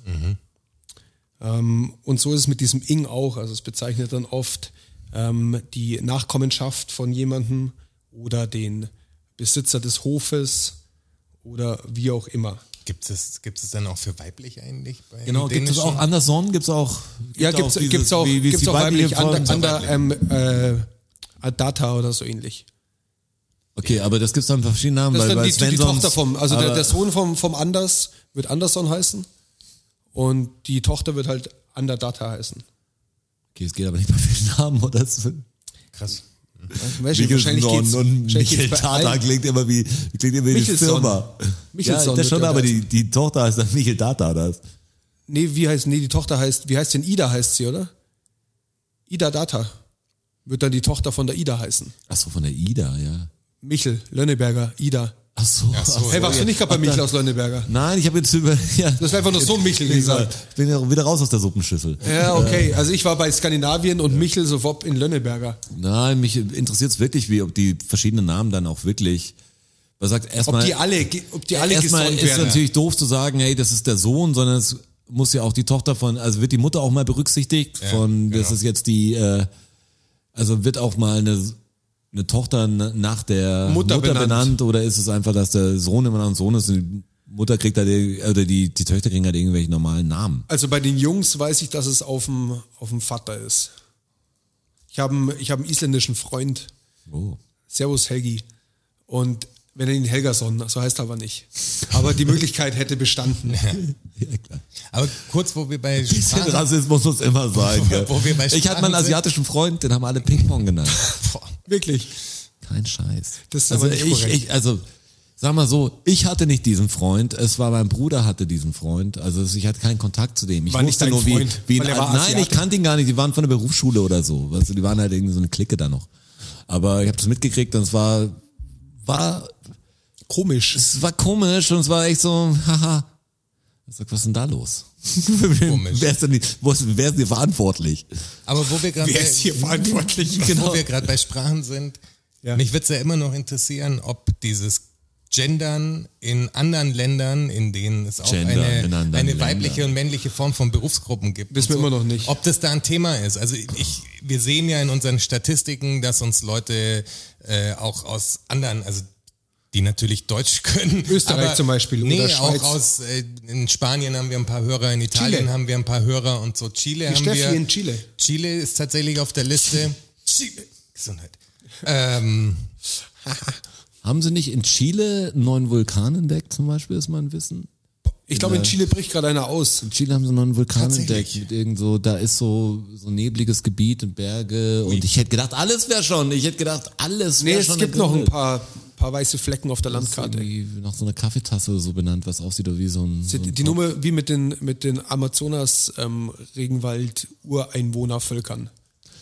[SPEAKER 3] Ähm, und so ist es mit diesem Ing auch. Also es bezeichnet dann oft ähm, die Nachkommenschaft von jemandem oder den Besitzer des Hofes oder wie auch immer.
[SPEAKER 4] Gibt es gibt es dann auch für weiblich eigentlich? Bei
[SPEAKER 2] Genau, gibt es
[SPEAKER 4] [laughs]
[SPEAKER 2] auch Anderson, gibt es auch.
[SPEAKER 3] Ja, gibt's,
[SPEAKER 2] dieses-
[SPEAKER 3] gibt's auch,
[SPEAKER 2] wie- wie ist
[SPEAKER 3] gibt's
[SPEAKER 2] die
[SPEAKER 3] auch
[SPEAKER 2] weibliche
[SPEAKER 3] weiblich,
[SPEAKER 2] Form?
[SPEAKER 3] under, under, ähm, äh, Adata oder so ähnlich.
[SPEAKER 2] Okay, aber das gibt's dann unter verschiedenen Namen,
[SPEAKER 3] Das ist
[SPEAKER 2] weil,
[SPEAKER 3] dann
[SPEAKER 2] weil
[SPEAKER 3] die,
[SPEAKER 2] Sven
[SPEAKER 3] die
[SPEAKER 2] sonst,
[SPEAKER 3] Tochter vom, also der,
[SPEAKER 2] aber-
[SPEAKER 3] der Sohn vom, vom Anders wird Anderson heißen und die Tochter wird halt Andadata heißen.
[SPEAKER 2] Okay, es geht aber nicht bei vielen Namen, oder? Das
[SPEAKER 4] Krass.
[SPEAKER 3] Weißt du, wahrscheinlich geht's,
[SPEAKER 2] und
[SPEAKER 3] wahrscheinlich
[SPEAKER 2] Michel
[SPEAKER 3] geht's bei allen-
[SPEAKER 2] Tata klingt immer wie, klingt immer wie die
[SPEAKER 3] Michelson.
[SPEAKER 2] Firma.
[SPEAKER 3] Michelson
[SPEAKER 2] ja, das
[SPEAKER 3] wird
[SPEAKER 2] schon,
[SPEAKER 3] der
[SPEAKER 2] aber
[SPEAKER 3] heißen.
[SPEAKER 2] die, die Tochter heißt dann Michel Tata, das.
[SPEAKER 3] Nee, wie heißt, nee, die Tochter heißt, wie heißt denn Ida heißt sie, oder? Ida Data. Wird dann die Tochter von der Ida heißen.
[SPEAKER 2] Ach so, von der Ida, ja.
[SPEAKER 3] Michel, Lönneberger, Ida.
[SPEAKER 2] Ach so.
[SPEAKER 4] Ach so.
[SPEAKER 3] Hey, warst du nicht gerade bei Michel aus Lönneberger?
[SPEAKER 2] Nein, ich habe jetzt über, [laughs] ja.
[SPEAKER 3] Das war einfach nur so Michel gesagt.
[SPEAKER 2] Ich bin ja wieder raus aus der Suppenschüssel.
[SPEAKER 3] Ja, okay. Also ich war bei Skandinavien und Michel sofort in Lönneberger.
[SPEAKER 2] Nein, mich interessiert's wirklich, wie, ob die verschiedenen Namen dann auch wirklich, was sagt
[SPEAKER 3] Ob
[SPEAKER 2] erstmal.
[SPEAKER 3] die alle, ge- ob die alle
[SPEAKER 2] Erstmal
[SPEAKER 3] gesund
[SPEAKER 2] ist
[SPEAKER 3] werden.
[SPEAKER 2] natürlich doof zu sagen, hey, das ist der Sohn, sondern es muss ja auch die Tochter von, also wird die Mutter auch mal berücksichtigt von, das ist jetzt die, äh, also wird auch mal eine, eine Tochter na- nach der
[SPEAKER 3] Mutter
[SPEAKER 2] Mutter,
[SPEAKER 3] benannt.
[SPEAKER 2] benannt. oder ist es einfach, dass der Sohn immer noch ein Sohn ist und die Mutter kriegt halt, ir- oder die, die Töchter kriegen halt irgendwelche normalen Namen.
[SPEAKER 3] Also bei den Jungs weiß ich, dass es auf dem, auf dem Vater ist. Ich habe einen, ich hab einen isländischen Freund,
[SPEAKER 2] Oh. [laughs]
[SPEAKER 3] Servus Helgi. Und wenn er ihn Helgason, so heißt er aber nicht. Aber die Möglichkeit hätte bestanden.
[SPEAKER 2] Ja, klar.
[SPEAKER 4] Aber kurz, wo
[SPEAKER 2] [laughs]
[SPEAKER 4] wir bei
[SPEAKER 2] Bisschen
[SPEAKER 4] Sprache-
[SPEAKER 2] Rassismus muss immer sein. gell?
[SPEAKER 4] Wo wir bei
[SPEAKER 2] ich hatte mal einen
[SPEAKER 4] Sprachen sind.
[SPEAKER 2] asiatischen Freund, den haben alle Ping-Pong genannt.
[SPEAKER 3] Wirklich.
[SPEAKER 2] Kein Scheiß.
[SPEAKER 3] Das ist
[SPEAKER 2] also
[SPEAKER 3] aber nicht
[SPEAKER 2] ich,
[SPEAKER 3] korrekt.
[SPEAKER 2] ich, also Sag mal so, ich hatte nicht diesen Freund, es war mein Bruder hatte diesen Freund, also es- ich hatte keinen Kontakt zu dem. Ich
[SPEAKER 3] War nicht
[SPEAKER 2] wusste
[SPEAKER 3] dein
[SPEAKER 2] nur, wie,
[SPEAKER 3] Freund,
[SPEAKER 2] wie
[SPEAKER 3] weil er war
[SPEAKER 2] Nein, ich
[SPEAKER 3] Asiate.
[SPEAKER 2] kannte ihn gar nicht, die waren von der Berufsschule oder so. Weißt du, die waren halt irgendwie so eine Clique da noch. Aber ich habe das mitgekriegt und es war, war,
[SPEAKER 3] Komisch.
[SPEAKER 2] es war komisch und es war echt so, haha. Ich sag, was ist denn da los? Komisch. [laughs] Wer ist denn, die, wo ist, wer ist denn verantwortlich? Genau.
[SPEAKER 4] Aber wo wir gerade
[SPEAKER 3] Wer ist hier
[SPEAKER 4] bei,
[SPEAKER 3] verantwortlich?
[SPEAKER 4] wo wir gerade bei Sprachen sind,
[SPEAKER 3] Ja.
[SPEAKER 4] mich würde es ja immer noch interessieren, ob dieses Gendern in anderen Ländern, in denen es auch
[SPEAKER 2] Gendern in
[SPEAKER 4] eine,
[SPEAKER 2] anderen
[SPEAKER 4] eine
[SPEAKER 2] Ländern.
[SPEAKER 4] weibliche und männliche Form von Berufsgruppen gibt.
[SPEAKER 3] Wissen
[SPEAKER 4] und
[SPEAKER 3] wir immer noch nicht.
[SPEAKER 4] Ob das da ein Thema ist. Also ich, wir sehen ja in unseren Statistiken, dass uns Leute äh, auch aus anderen, also die natürlich Deutsch [laughs] können.
[SPEAKER 3] Österreich
[SPEAKER 4] aber-
[SPEAKER 3] zum Beispiel oder
[SPEAKER 4] nee,
[SPEAKER 3] Schweiz.
[SPEAKER 4] auch aus, äh, in Spanien haben wir ein paar Hörer, in Italien
[SPEAKER 3] Chile.
[SPEAKER 4] haben wir ein paar Hörer und so. Chile
[SPEAKER 3] Die
[SPEAKER 4] haben
[SPEAKER 3] Steffi
[SPEAKER 4] wir.
[SPEAKER 3] in Chile.
[SPEAKER 4] Chile ist tatsächlich auf der Liste. Chile. Gesundheit. Ähm,
[SPEAKER 2] Haben sie nicht in Chile einen neuen Vulkan entdeckt, zum Beispiel, ist mein Wissen?
[SPEAKER 3] Ich glaube, in Chile bricht gerade einer aus.
[SPEAKER 2] In Chile haben sie noch einen Vulkan
[SPEAKER 4] Tatsächlich?
[SPEAKER 2] entdeckt mit irgend so, da ist so, so nebliges Gebiet und Berge und ich hätte gedacht, alles wäre schon. Ich hätte gedacht, alles
[SPEAKER 3] Nee,
[SPEAKER 2] wäre
[SPEAKER 3] es
[SPEAKER 2] schon.
[SPEAKER 3] gibt noch ein paar, paar weiße Flecken auf der
[SPEAKER 2] Karte.
[SPEAKER 3] Landkarte.
[SPEAKER 2] Nach so einer Kaffeetasse oder so benannt, was aussieht oder wie so ein. so
[SPEAKER 3] Die,
[SPEAKER 2] ein
[SPEAKER 3] die Nummer wie mit den, mit den ähm, Amazonas-Regenwald-Ureinwohnervölkern.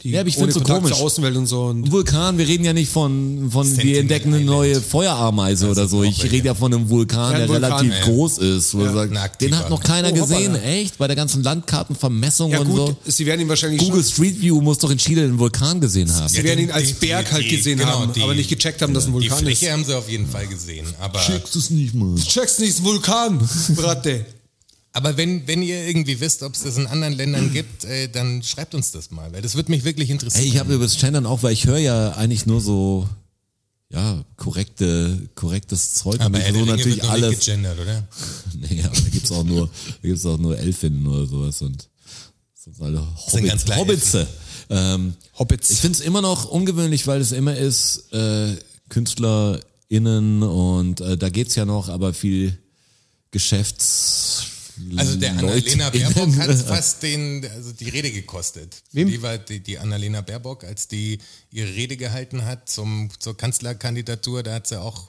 [SPEAKER 3] die
[SPEAKER 2] Ja, aber ich
[SPEAKER 3] ohne
[SPEAKER 2] find's so
[SPEAKER 3] Kontakt
[SPEAKER 2] komisch.
[SPEAKER 3] zur Außenwelt und so. Und
[SPEAKER 2] Vulkan, wir reden ja nicht von, von wir
[SPEAKER 4] Sentinel
[SPEAKER 2] entdecken eine
[SPEAKER 4] Island.
[SPEAKER 2] neue Feuerameise oder so. Ich
[SPEAKER 4] Popeye.
[SPEAKER 2] rede ja von einem Vulkan,
[SPEAKER 3] Ja, ein
[SPEAKER 2] der
[SPEAKER 3] Vulkan,
[SPEAKER 2] relativ
[SPEAKER 3] ja.
[SPEAKER 2] groß ist. Wo du sagst,
[SPEAKER 4] ein aktiver.
[SPEAKER 2] den hat noch keiner
[SPEAKER 3] Oh, hoppala.
[SPEAKER 2] gesehen, echt? Bei der ganzen Landkartenvermessung
[SPEAKER 3] ja
[SPEAKER 2] und
[SPEAKER 3] gut,
[SPEAKER 2] so.
[SPEAKER 3] sie werden ihn wahrscheinlich
[SPEAKER 2] Google
[SPEAKER 3] schon,
[SPEAKER 2] Street View muss doch in Chile einen Vulkan gesehen haben.
[SPEAKER 3] sie werden ihn als
[SPEAKER 4] die-
[SPEAKER 3] Berg
[SPEAKER 4] die-
[SPEAKER 3] halt
[SPEAKER 4] die-
[SPEAKER 3] gesehen
[SPEAKER 4] genau,
[SPEAKER 3] haben,
[SPEAKER 4] die-
[SPEAKER 3] aber nicht gecheckt haben, dass ein
[SPEAKER 4] die
[SPEAKER 3] Vulkan
[SPEAKER 4] Fläche
[SPEAKER 3] ist.
[SPEAKER 4] haben sie auf jeden Fall gesehen. Aber,
[SPEAKER 2] Checkst es nicht, Mann.
[SPEAKER 3] Checkst nicht, ist ein Vulkan, Bratte.
[SPEAKER 4] aber wenn, wenn ihr irgendwie wisst, ob es das in anderen Ländern gibt, äh, dann schreibt uns das mal, weil das würde mich wirklich interessieren.
[SPEAKER 2] Ey, ich habe über das Gendern auch, weil ich höre ja eigentlich nur so ja korrekte korrektes Zeug und
[SPEAKER 4] aber
[SPEAKER 2] ich
[SPEAKER 4] Herr der
[SPEAKER 2] versuche
[SPEAKER 4] Ringe
[SPEAKER 2] natürlich
[SPEAKER 4] wird noch nicht
[SPEAKER 2] alles.
[SPEAKER 4] gegendert, oder?
[SPEAKER 2] Nee, aber da gibt's auch nur da gibt's auch nur Elfinnen oder sowas und sonst alle Hobbit,
[SPEAKER 4] ganz klar
[SPEAKER 2] Hobbitze. Ähm,
[SPEAKER 3] Hobbits.
[SPEAKER 2] ich finde es immer noch ungewöhnlich, weil es immer ist äh, KünstlerInnen und äh, da geht's ja noch, aber viel Geschäfts
[SPEAKER 4] Also der Annalena
[SPEAKER 2] LeutInnen.
[SPEAKER 3] [laughs]
[SPEAKER 4] Baerbock hat fast den, also die Rede gekostet. Die war die, die Annalena Baerbock, als die ihre Rede gehalten hat zum, zur Kanzlerkandidatur, da hat sie auch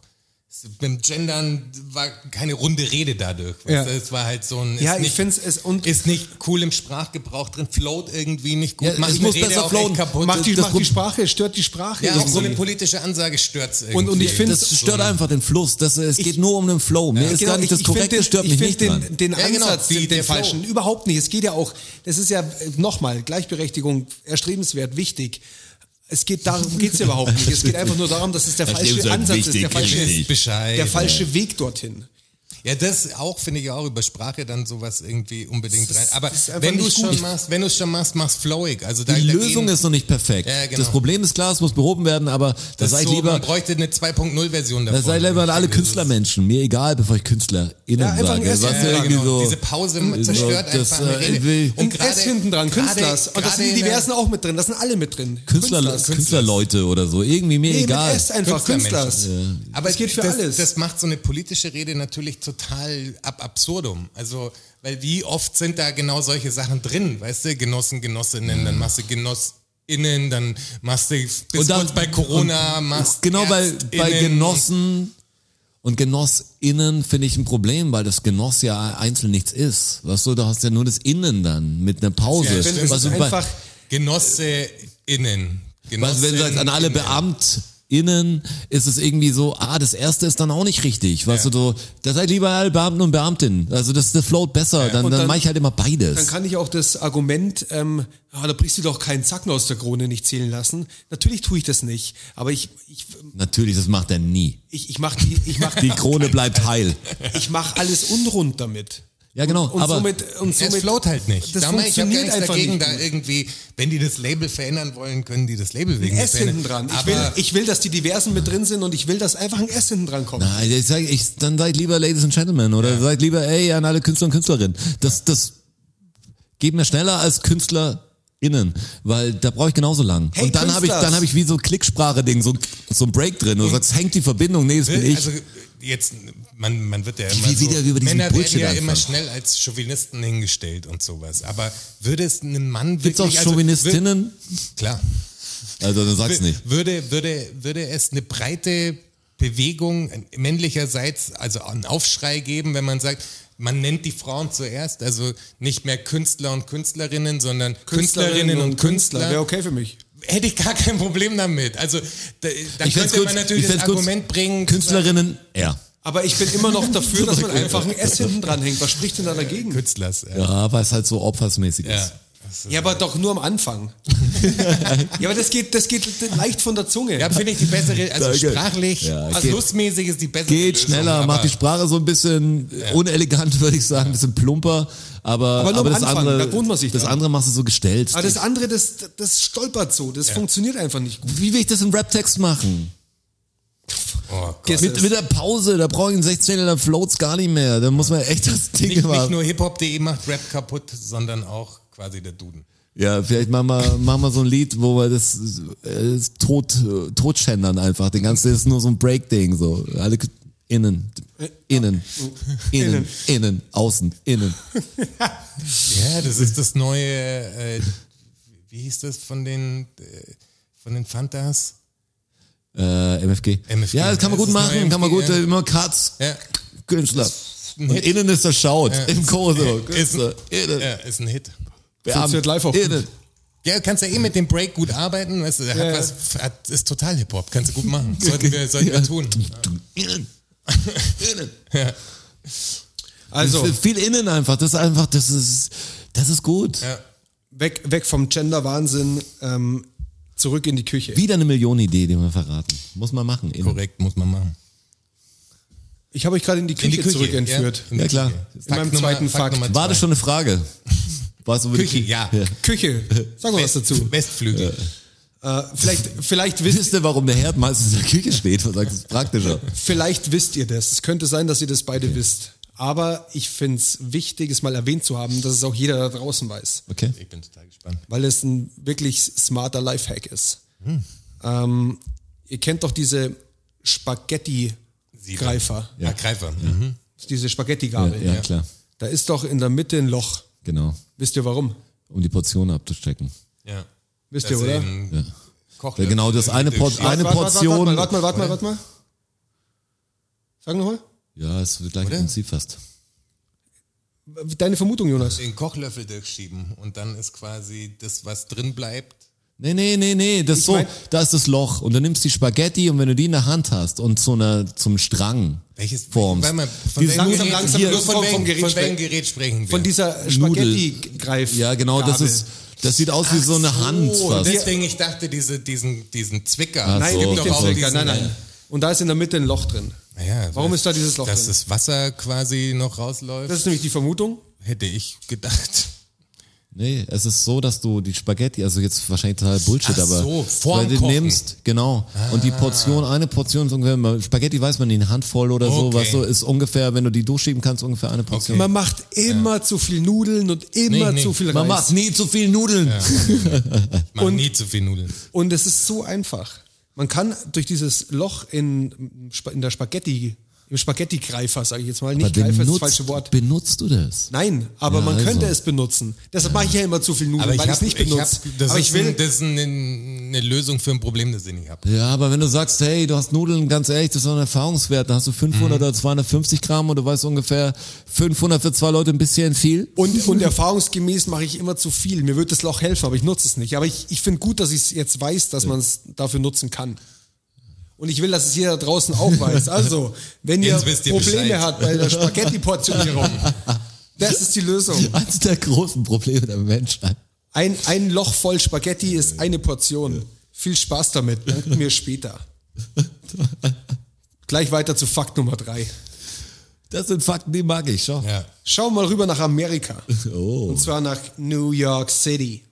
[SPEAKER 4] mit dem Gendern war keine runde Rede dadurch.
[SPEAKER 3] Ja.
[SPEAKER 4] weißt du? Es war halt so ein.
[SPEAKER 3] Ja,
[SPEAKER 4] ist
[SPEAKER 3] ich
[SPEAKER 4] nicht-
[SPEAKER 3] finde es, und
[SPEAKER 4] Ist nicht cool im Sprachgebrauch drin, float irgendwie nicht gut.
[SPEAKER 2] Ja, es muss besser
[SPEAKER 4] auch
[SPEAKER 2] flowen.
[SPEAKER 4] echt kaputt.
[SPEAKER 3] macht die,
[SPEAKER 2] das
[SPEAKER 3] macht
[SPEAKER 2] Pro-
[SPEAKER 3] die Sprache, stört die Sprache.
[SPEAKER 4] ja, auch so eine
[SPEAKER 3] irgendwie.
[SPEAKER 4] politische Ansage stört's irgendwie.
[SPEAKER 3] und ich finde-
[SPEAKER 2] Das stört einfach den Fluss. Das, es geht nur um den Flow. Mir ist
[SPEAKER 3] Genau,
[SPEAKER 2] gar nicht das
[SPEAKER 3] ich- ich find
[SPEAKER 2] Korrekte,
[SPEAKER 3] den-
[SPEAKER 2] stört
[SPEAKER 3] ich
[SPEAKER 2] mich
[SPEAKER 3] find
[SPEAKER 2] nicht
[SPEAKER 3] den,
[SPEAKER 2] dran.
[SPEAKER 3] Den
[SPEAKER 4] Ja, genau,
[SPEAKER 3] Ansatz,
[SPEAKER 4] die-
[SPEAKER 3] den,
[SPEAKER 4] der
[SPEAKER 3] den falschen,
[SPEAKER 4] Flow.
[SPEAKER 3] überhaupt nicht. Es geht ja auch, das ist ja äh, nochmal, Gleichberechtigung, erstrebenswert, wichtig. Es geht darum, geht's ja überhaupt nicht. Es
[SPEAKER 2] [laughs]
[SPEAKER 3] geht einfach nur darum, dass es der falsche
[SPEAKER 2] Erstrebenswert,
[SPEAKER 3] Ansatz ist,
[SPEAKER 2] wichtig,
[SPEAKER 3] der falsche,
[SPEAKER 2] richtig.
[SPEAKER 4] Bescheid.
[SPEAKER 3] der falsche Weg dorthin.
[SPEAKER 4] Ja, das auch finde ich auch über Sprache dann sowas irgendwie unbedingt rein. Aber
[SPEAKER 3] das ist einfach
[SPEAKER 4] wenn du
[SPEAKER 3] nicht
[SPEAKER 4] es schon
[SPEAKER 3] gut.
[SPEAKER 4] machst, wenn du es schon machst, mach's flowig. Also da,
[SPEAKER 2] Die
[SPEAKER 4] da
[SPEAKER 2] Lösung
[SPEAKER 4] gehen-
[SPEAKER 2] ist noch nicht perfekt.
[SPEAKER 4] Ja, genau.
[SPEAKER 2] Das Problem ist klar, es muss behoben werden, aber da
[SPEAKER 4] das
[SPEAKER 2] sei
[SPEAKER 4] ist
[SPEAKER 2] ich
[SPEAKER 4] so,
[SPEAKER 2] lieber,
[SPEAKER 4] man bräuchte eine 2.0 Version davon.
[SPEAKER 2] da sei ich lieber an alle Künstlermenschen. Mir egal, bevor ich KünstlerInnen
[SPEAKER 3] Ja, einfach ein
[SPEAKER 2] sage.
[SPEAKER 3] S-
[SPEAKER 2] Weißt du,
[SPEAKER 4] Ja,
[SPEAKER 2] irgendwie
[SPEAKER 4] genau.
[SPEAKER 2] so,
[SPEAKER 4] Diese Pause zerstört
[SPEAKER 2] das,
[SPEAKER 4] einfach eine
[SPEAKER 2] äh,
[SPEAKER 4] Rede.
[SPEAKER 2] will-
[SPEAKER 4] Und
[SPEAKER 3] Und
[SPEAKER 4] gerade-
[SPEAKER 3] S hinten dran,
[SPEAKER 4] gerade-
[SPEAKER 3] Künstlers. Und das
[SPEAKER 4] gerade
[SPEAKER 3] sind die
[SPEAKER 4] in der-
[SPEAKER 3] diversen auch mit drin, das sind alle mit drin.
[SPEAKER 2] Künstler,
[SPEAKER 3] Künstlers.
[SPEAKER 2] Künstlerleute oder so. Irgendwie mir
[SPEAKER 3] Nee,
[SPEAKER 2] egal.
[SPEAKER 3] mit S einfach, Künstlers.
[SPEAKER 4] Künstlermenschen. Aber
[SPEAKER 3] es geht für
[SPEAKER 4] das,
[SPEAKER 3] alles.
[SPEAKER 4] Das macht so eine politische Rede natürlich total ab absurdum. Also, weil wie oft sind da genau solche Sachen drin, weißt du, Genossen, Genossinnen, dann machst du Genossinnen, dann machst du bis
[SPEAKER 2] Und dann-
[SPEAKER 4] kurz bei Corona,
[SPEAKER 2] und-
[SPEAKER 4] machst
[SPEAKER 2] Genau, bei, bei
[SPEAKER 4] Ärztinnen
[SPEAKER 2] Genossen und GenossInnen finde ich ein Problem, weil das Genoss ja einzeln nichts ist. Weißt du, da hast ja nur das Innen dann mit einer Pause.
[SPEAKER 4] Ja,
[SPEAKER 3] Ich finde,
[SPEAKER 4] stimmt.
[SPEAKER 3] es
[SPEAKER 2] Was
[SPEAKER 3] ist
[SPEAKER 2] du bei-
[SPEAKER 3] einfach,
[SPEAKER 4] GenosseInnen.
[SPEAKER 2] Was, wenn du sagst, an alle
[SPEAKER 4] Genossinnen.
[SPEAKER 2] BeamtInnen ist es irgendwie so, ah, das erste ist dann auch nicht richtig. Weißt
[SPEAKER 4] Ja.
[SPEAKER 2] du, so, da seid lieber alle Beamten und Beamtinnen. Also das, das float besser, dann,
[SPEAKER 3] Und
[SPEAKER 2] dann,
[SPEAKER 3] dann-
[SPEAKER 2] mache ich halt immer
[SPEAKER 3] dann
[SPEAKER 2] beides.
[SPEAKER 3] kann ich auch das Argument, ähm, ah, da brichst du doch keinen Zacken aus der Krone nicht zählen lassen. Natürlich tue ich das nicht, aber ich, ich,
[SPEAKER 2] Natürlich, das macht er nie.
[SPEAKER 3] ich, ich mache die, ich
[SPEAKER 2] [laughs]
[SPEAKER 3] mach
[SPEAKER 2] Die Krone bleibt heil.
[SPEAKER 3] ich mache alles unrund damit.
[SPEAKER 2] Ja, genau,
[SPEAKER 3] Und, und
[SPEAKER 2] aber-
[SPEAKER 3] somit, und
[SPEAKER 4] Es
[SPEAKER 3] somit
[SPEAKER 4] float halt nicht.
[SPEAKER 3] Das
[SPEAKER 4] Da mach ich hab gar
[SPEAKER 3] funktioniert
[SPEAKER 4] nichts
[SPEAKER 3] einfach
[SPEAKER 4] dagegen,
[SPEAKER 3] nicht.
[SPEAKER 4] da irgendwie, wenn die das Label verändern wollen, können die das Label wegen
[SPEAKER 3] Ein
[SPEAKER 4] mir
[SPEAKER 3] S hinten dran.
[SPEAKER 4] verändern.
[SPEAKER 3] Ich
[SPEAKER 4] Aber ne,
[SPEAKER 3] will, ich will, dass die Diversen mit drin sind und ich will, dass einfach ein S hinten dran kommt.
[SPEAKER 2] Ah, Ich sag, ich, dann seid lieber Ladies and Gentlemen oder seid lieber, ey, an alle Künstler und Künstlerinnen. Das, das geht mir schneller als KünstlerInnen, weil da brauche ich genauso lang.
[SPEAKER 3] Hey,
[SPEAKER 2] und dann habe ich,
[SPEAKER 3] Künstlers.
[SPEAKER 2] dann habe ich wie so Klicksprache-Ding, so, so ein Break drin. Du sagst, hängt die Verbindung, nee, das bin ich.
[SPEAKER 4] also jetzt, man, man wird ja immer
[SPEAKER 2] Wie
[SPEAKER 4] so,
[SPEAKER 2] wieder über diesen
[SPEAKER 4] Männer
[SPEAKER 2] Bullshit
[SPEAKER 4] werden ja
[SPEAKER 2] anfangen.
[SPEAKER 4] immer schnell als Chauvinisten hingestellt und sowas. Aber würde es einem Mann
[SPEAKER 2] Gibt's auch
[SPEAKER 4] wirklich... also,
[SPEAKER 2] Chauvinistinnen?
[SPEAKER 4] wür- klar.
[SPEAKER 2] Also dann sag's nicht.
[SPEAKER 4] Würde, würde, würde es eine breite Bewegung männlicherseits, also einen Aufschrei geben, wenn man sagt, man nennt die Frauen zuerst, also nicht mehr Künstler und Künstlerinnen, sondern Künstlerinnen, und Künstler.
[SPEAKER 3] Wäre okay für mich.
[SPEAKER 4] Hätte ich gar kein Problem damit. Also da, da
[SPEAKER 2] Ich find's
[SPEAKER 4] könnte man
[SPEAKER 2] gut,
[SPEAKER 4] natürlich
[SPEAKER 2] ich
[SPEAKER 4] das
[SPEAKER 2] find's gut.
[SPEAKER 4] Argument bringen.
[SPEAKER 2] Künstlerinnen, ja.
[SPEAKER 3] Aber ich bin immer [laughs] noch dafür, dass man einfach ein S hinten dran hängt. Was spricht denn da dagegen?
[SPEAKER 4] Künstlers. Ja.
[SPEAKER 2] Ja, weil es halt so opfersmäßig
[SPEAKER 4] Ja.
[SPEAKER 2] ist.
[SPEAKER 3] Ja, aber doch nur am Anfang. [laughs] ja, aber das geht, das geht leicht von der Zunge.
[SPEAKER 4] Ja, finde ich
[SPEAKER 2] [laughs]
[SPEAKER 4] die bessere, also
[SPEAKER 2] Danke.
[SPEAKER 4] sprachlich,
[SPEAKER 2] Ja,
[SPEAKER 4] also
[SPEAKER 2] geht-
[SPEAKER 4] lustmäßig ist die bessere.
[SPEAKER 2] Geht
[SPEAKER 4] Lösung,
[SPEAKER 2] schneller, macht
[SPEAKER 4] aber-
[SPEAKER 2] die Sprache so ein bisschen äh, unelegant, [laughs] würde ich sagen, ein bisschen plumper, aber,
[SPEAKER 3] Aber
[SPEAKER 2] aber,
[SPEAKER 3] nur am
[SPEAKER 2] das
[SPEAKER 3] Anfang,
[SPEAKER 2] andere,
[SPEAKER 3] da gewohnt man sich
[SPEAKER 2] das
[SPEAKER 3] dran.
[SPEAKER 2] andere machst du so gestellt.
[SPEAKER 3] aber das andere, das, das stolpert so. Das funktioniert einfach nicht gut.
[SPEAKER 2] Wie will ich das im Raptext machen?
[SPEAKER 4] Oh Gott.
[SPEAKER 2] Mit, mit der Pause, da brauche ich einen 16er, da floats gar nicht mehr. Da muss man echt das Ding
[SPEAKER 4] Nicht, nicht
[SPEAKER 2] machen.
[SPEAKER 4] nur hiphop.de macht Rap kaputt, sondern auch quasi der Duden.
[SPEAKER 2] Ja, vielleicht machen wir, machen wir so ein Lied, wo wir das, äh, das tot, äh, totschändern einfach. Den ganzen das ist nur so ein Break-Ding, so. Alle k- innen,
[SPEAKER 4] Äh,
[SPEAKER 2] innen, innen, innen, außen, innen.
[SPEAKER 4] Ja, das ist das neue, äh, wie hieß das von den, äh, von den Fantas?
[SPEAKER 2] Äh, MFG.
[SPEAKER 4] MFG,
[SPEAKER 2] Ja, das kann man
[SPEAKER 4] das
[SPEAKER 2] gut
[SPEAKER 4] ist das
[SPEAKER 2] machen,
[SPEAKER 4] neue
[SPEAKER 2] kann man gut,
[SPEAKER 4] MFG,
[SPEAKER 2] äh,
[SPEAKER 4] ja.
[SPEAKER 2] immer Cuts,
[SPEAKER 4] Ja.
[SPEAKER 2] Künstler.
[SPEAKER 4] ein
[SPEAKER 2] Und
[SPEAKER 4] Hit.
[SPEAKER 2] innen ist der Shout,
[SPEAKER 4] Ja.
[SPEAKER 2] im Chor so.
[SPEAKER 4] Ist,
[SPEAKER 2] Künstler, innen,
[SPEAKER 4] ja, ist ein Hit.
[SPEAKER 3] funktioniert live auch gut.
[SPEAKER 2] innen.
[SPEAKER 4] Ja, du kannst ja eh mit dem Break gut arbeiten, weißt du, der hat
[SPEAKER 3] Ja.
[SPEAKER 4] was, hat, ist total Hip-Hop, kannst du gut machen. Sollten wir, sollten wir tun.
[SPEAKER 2] Innen. Innen.
[SPEAKER 3] Also,
[SPEAKER 2] Viel- Viel innen einfach, das ist einfach, das ist, das ist gut.
[SPEAKER 4] Ja.
[SPEAKER 3] weg, weg vom Gender-Wahnsinn, ähm, zurück in die Küche.
[SPEAKER 2] Wieder eine Millionenidee, die wir verraten. Muss man machen. Innen.
[SPEAKER 4] Korrekt, muss man machen.
[SPEAKER 3] Ich habe euch gerade in die Küche, zurückentführt.
[SPEAKER 4] Ja, in die
[SPEAKER 2] Ja, klar.
[SPEAKER 4] Küche.
[SPEAKER 2] In
[SPEAKER 4] Fakt
[SPEAKER 3] meinem
[SPEAKER 4] Nummer-
[SPEAKER 3] zweiten Fakt.
[SPEAKER 4] Nummer
[SPEAKER 2] War das
[SPEAKER 4] zwei.
[SPEAKER 2] schon eine Frage?
[SPEAKER 4] [laughs]
[SPEAKER 2] Warst du mit-
[SPEAKER 4] Küche, ja.
[SPEAKER 3] Küche, sag mal was dazu.
[SPEAKER 4] Westflügel.
[SPEAKER 3] Äh, vielleicht, vielleicht, wisst,
[SPEAKER 2] Wisst ihr, warum der Herd meistens in der Küche steht? Was sagst du, ist praktischer?
[SPEAKER 3] vielleicht wisst ihr das. Es könnte sein, dass ihr das beide wisst. Aber ich finde es wichtig, es mal erwähnt zu haben, dass es auch jeder da draußen weiß.
[SPEAKER 2] Okay.
[SPEAKER 4] Ich bin total gespannt.
[SPEAKER 3] weil es ein wirklich smarter Lifehack ist.
[SPEAKER 2] Hm.
[SPEAKER 3] Ähm, ihr kennt doch diese Spaghetti-Greifer,
[SPEAKER 4] Ja. Ah, Greifer. Mhm.
[SPEAKER 3] diese
[SPEAKER 2] Ja,
[SPEAKER 3] Spaghetti-Gabel.
[SPEAKER 2] ja, klar.
[SPEAKER 3] Da ist doch in der Mitte ein Loch.
[SPEAKER 2] Genau.
[SPEAKER 3] Wisst ihr warum?
[SPEAKER 2] Um die Portion abzustecken.
[SPEAKER 4] Ja.
[SPEAKER 3] Wisst
[SPEAKER 4] Dass
[SPEAKER 3] ihr, oder?
[SPEAKER 4] eben Koch-
[SPEAKER 2] Ja, genau, das eine Port-
[SPEAKER 4] Ja,
[SPEAKER 2] eine- Portion-
[SPEAKER 3] Warte mal, warte mal, warte mal. Warte mal. Sag nochmal.
[SPEAKER 2] Ja, es wird gleich
[SPEAKER 4] Oder?
[SPEAKER 2] im Prinzip fast.
[SPEAKER 3] Deine Vermutung, Jonas.
[SPEAKER 4] Den Kochlöffel durchschieben und dann ist quasi das, was drin bleibt.
[SPEAKER 2] Nee, nee, nee, nee, das so,
[SPEAKER 3] mein-
[SPEAKER 2] da ist das Loch und du nimmst die Spaghetti und wenn du die in der Hand hast und zu einer, zum Strang
[SPEAKER 4] Welches
[SPEAKER 2] formst.
[SPEAKER 4] Warte mal, von
[SPEAKER 2] Die
[SPEAKER 4] welchem
[SPEAKER 2] Nudeln-
[SPEAKER 4] Gerät-
[SPEAKER 3] langsam,
[SPEAKER 4] hier,
[SPEAKER 3] nur
[SPEAKER 4] von,
[SPEAKER 3] vom-
[SPEAKER 4] welchem-
[SPEAKER 3] vom Gerät
[SPEAKER 4] von welchem
[SPEAKER 3] sprechen.
[SPEAKER 4] Gerät sprechen wir?
[SPEAKER 3] Von dieser
[SPEAKER 2] Nudel.
[SPEAKER 3] Spaghetti-Greif.
[SPEAKER 2] Ja, genau, das ist, das sieht aus wie so eine Hand fast.
[SPEAKER 4] Oh, Deswegen, ich dachte, diese, diesen, diesen Zwicker.
[SPEAKER 2] Ach
[SPEAKER 4] Es
[SPEAKER 3] Nein,
[SPEAKER 2] so,
[SPEAKER 4] gibt
[SPEAKER 3] nicht
[SPEAKER 4] doch
[SPEAKER 3] den
[SPEAKER 4] auch
[SPEAKER 3] Zwicker,
[SPEAKER 4] diesen-
[SPEAKER 3] nein, nein. Und da ist in der Mitte ein Loch drin.
[SPEAKER 4] Naja,
[SPEAKER 3] Warum
[SPEAKER 4] weil-
[SPEAKER 3] ist da dieses Loch
[SPEAKER 4] Dass
[SPEAKER 3] drin?
[SPEAKER 4] das Wasser quasi noch rausläuft,
[SPEAKER 3] Das ist nämlich die Vermutung.
[SPEAKER 4] hätte ich gedacht.
[SPEAKER 2] Nee, es ist so, dass du die Spaghetti, also jetzt wahrscheinlich total Bullshit,
[SPEAKER 4] Ach
[SPEAKER 2] aber
[SPEAKER 4] so, vorm
[SPEAKER 2] weil du
[SPEAKER 4] Kochen.
[SPEAKER 2] nimmst, genau. Und
[SPEAKER 3] Ah.
[SPEAKER 2] die Portion, eine Portion ist ungefähr, Spaghetti weiß man nicht, eine Handvoll oder so,
[SPEAKER 4] Okay.
[SPEAKER 2] was so ist ungefähr, wenn du die durchschieben kannst, ungefähr eine Portion.
[SPEAKER 3] Man macht immer zu viel Nudeln und immer
[SPEAKER 4] Nee, nee.
[SPEAKER 3] zu viel Reis.
[SPEAKER 2] Man macht nie zu viel Nudeln.
[SPEAKER 4] [laughs] Ich mache nie zu viel Nudeln.
[SPEAKER 3] Und es ist so einfach. Man kann durch dieses Loch in, in der Spaghetti, im Spaghetti-Greifer, sage ich jetzt mal,
[SPEAKER 2] Aber
[SPEAKER 3] nicht Greifer ist das falsche Wort.
[SPEAKER 2] benutzt du das?
[SPEAKER 3] Nein, aber
[SPEAKER 2] Ja,
[SPEAKER 3] man
[SPEAKER 2] also.
[SPEAKER 3] könnte es benutzen. Deshalb mache ich ja immer zu viel Nudeln, weil ich es
[SPEAKER 4] hab-
[SPEAKER 3] nicht benutze.
[SPEAKER 4] Ich hab, das
[SPEAKER 3] aber
[SPEAKER 4] ist
[SPEAKER 3] ich will,
[SPEAKER 4] ein, das ist eine, eine Lösung für ein Problem, das ich nicht habe.
[SPEAKER 2] Ja, aber wenn du sagst, hey, du hast Nudeln, ganz ehrlich, das ist doch ein Erfahrungswert, dann hast du 500
[SPEAKER 3] Mhm.
[SPEAKER 2] oder 250 Gramm und du weißt ungefähr 500 für zwei Leute ein bisschen viel. [laughs]
[SPEAKER 3] und, und erfahrungsgemäß mache ich immer zu viel. Mir wird das Loch helfen, aber ich nutze es nicht. Aber ich, ich finde gut, dass ich es jetzt weiß, dass man es dafür nutzen kann. Und ich will, dass es jeder da draußen auch
[SPEAKER 4] [laughs]
[SPEAKER 3] weiß. Also, wenn ihr
[SPEAKER 4] Jetzt wisst ihr
[SPEAKER 3] Probleme
[SPEAKER 4] Bescheid.
[SPEAKER 3] habt bei
[SPEAKER 4] [laughs]
[SPEAKER 3] der Spaghetti-Portionierung, das ist die Lösung.
[SPEAKER 2] Eines der großen Probleme der Menschheit.
[SPEAKER 3] Ein, ein Loch voll Spaghetti ist eine Portion. Viel Spaß damit. Danken wir später. Gleich weiter zu Fakt Nummer drei.
[SPEAKER 2] Das sind Fakten, die mag ich, schau.
[SPEAKER 4] Ja.
[SPEAKER 3] Schau mal rüber nach Amerika.
[SPEAKER 2] Oh.
[SPEAKER 3] Und zwar nach New York City.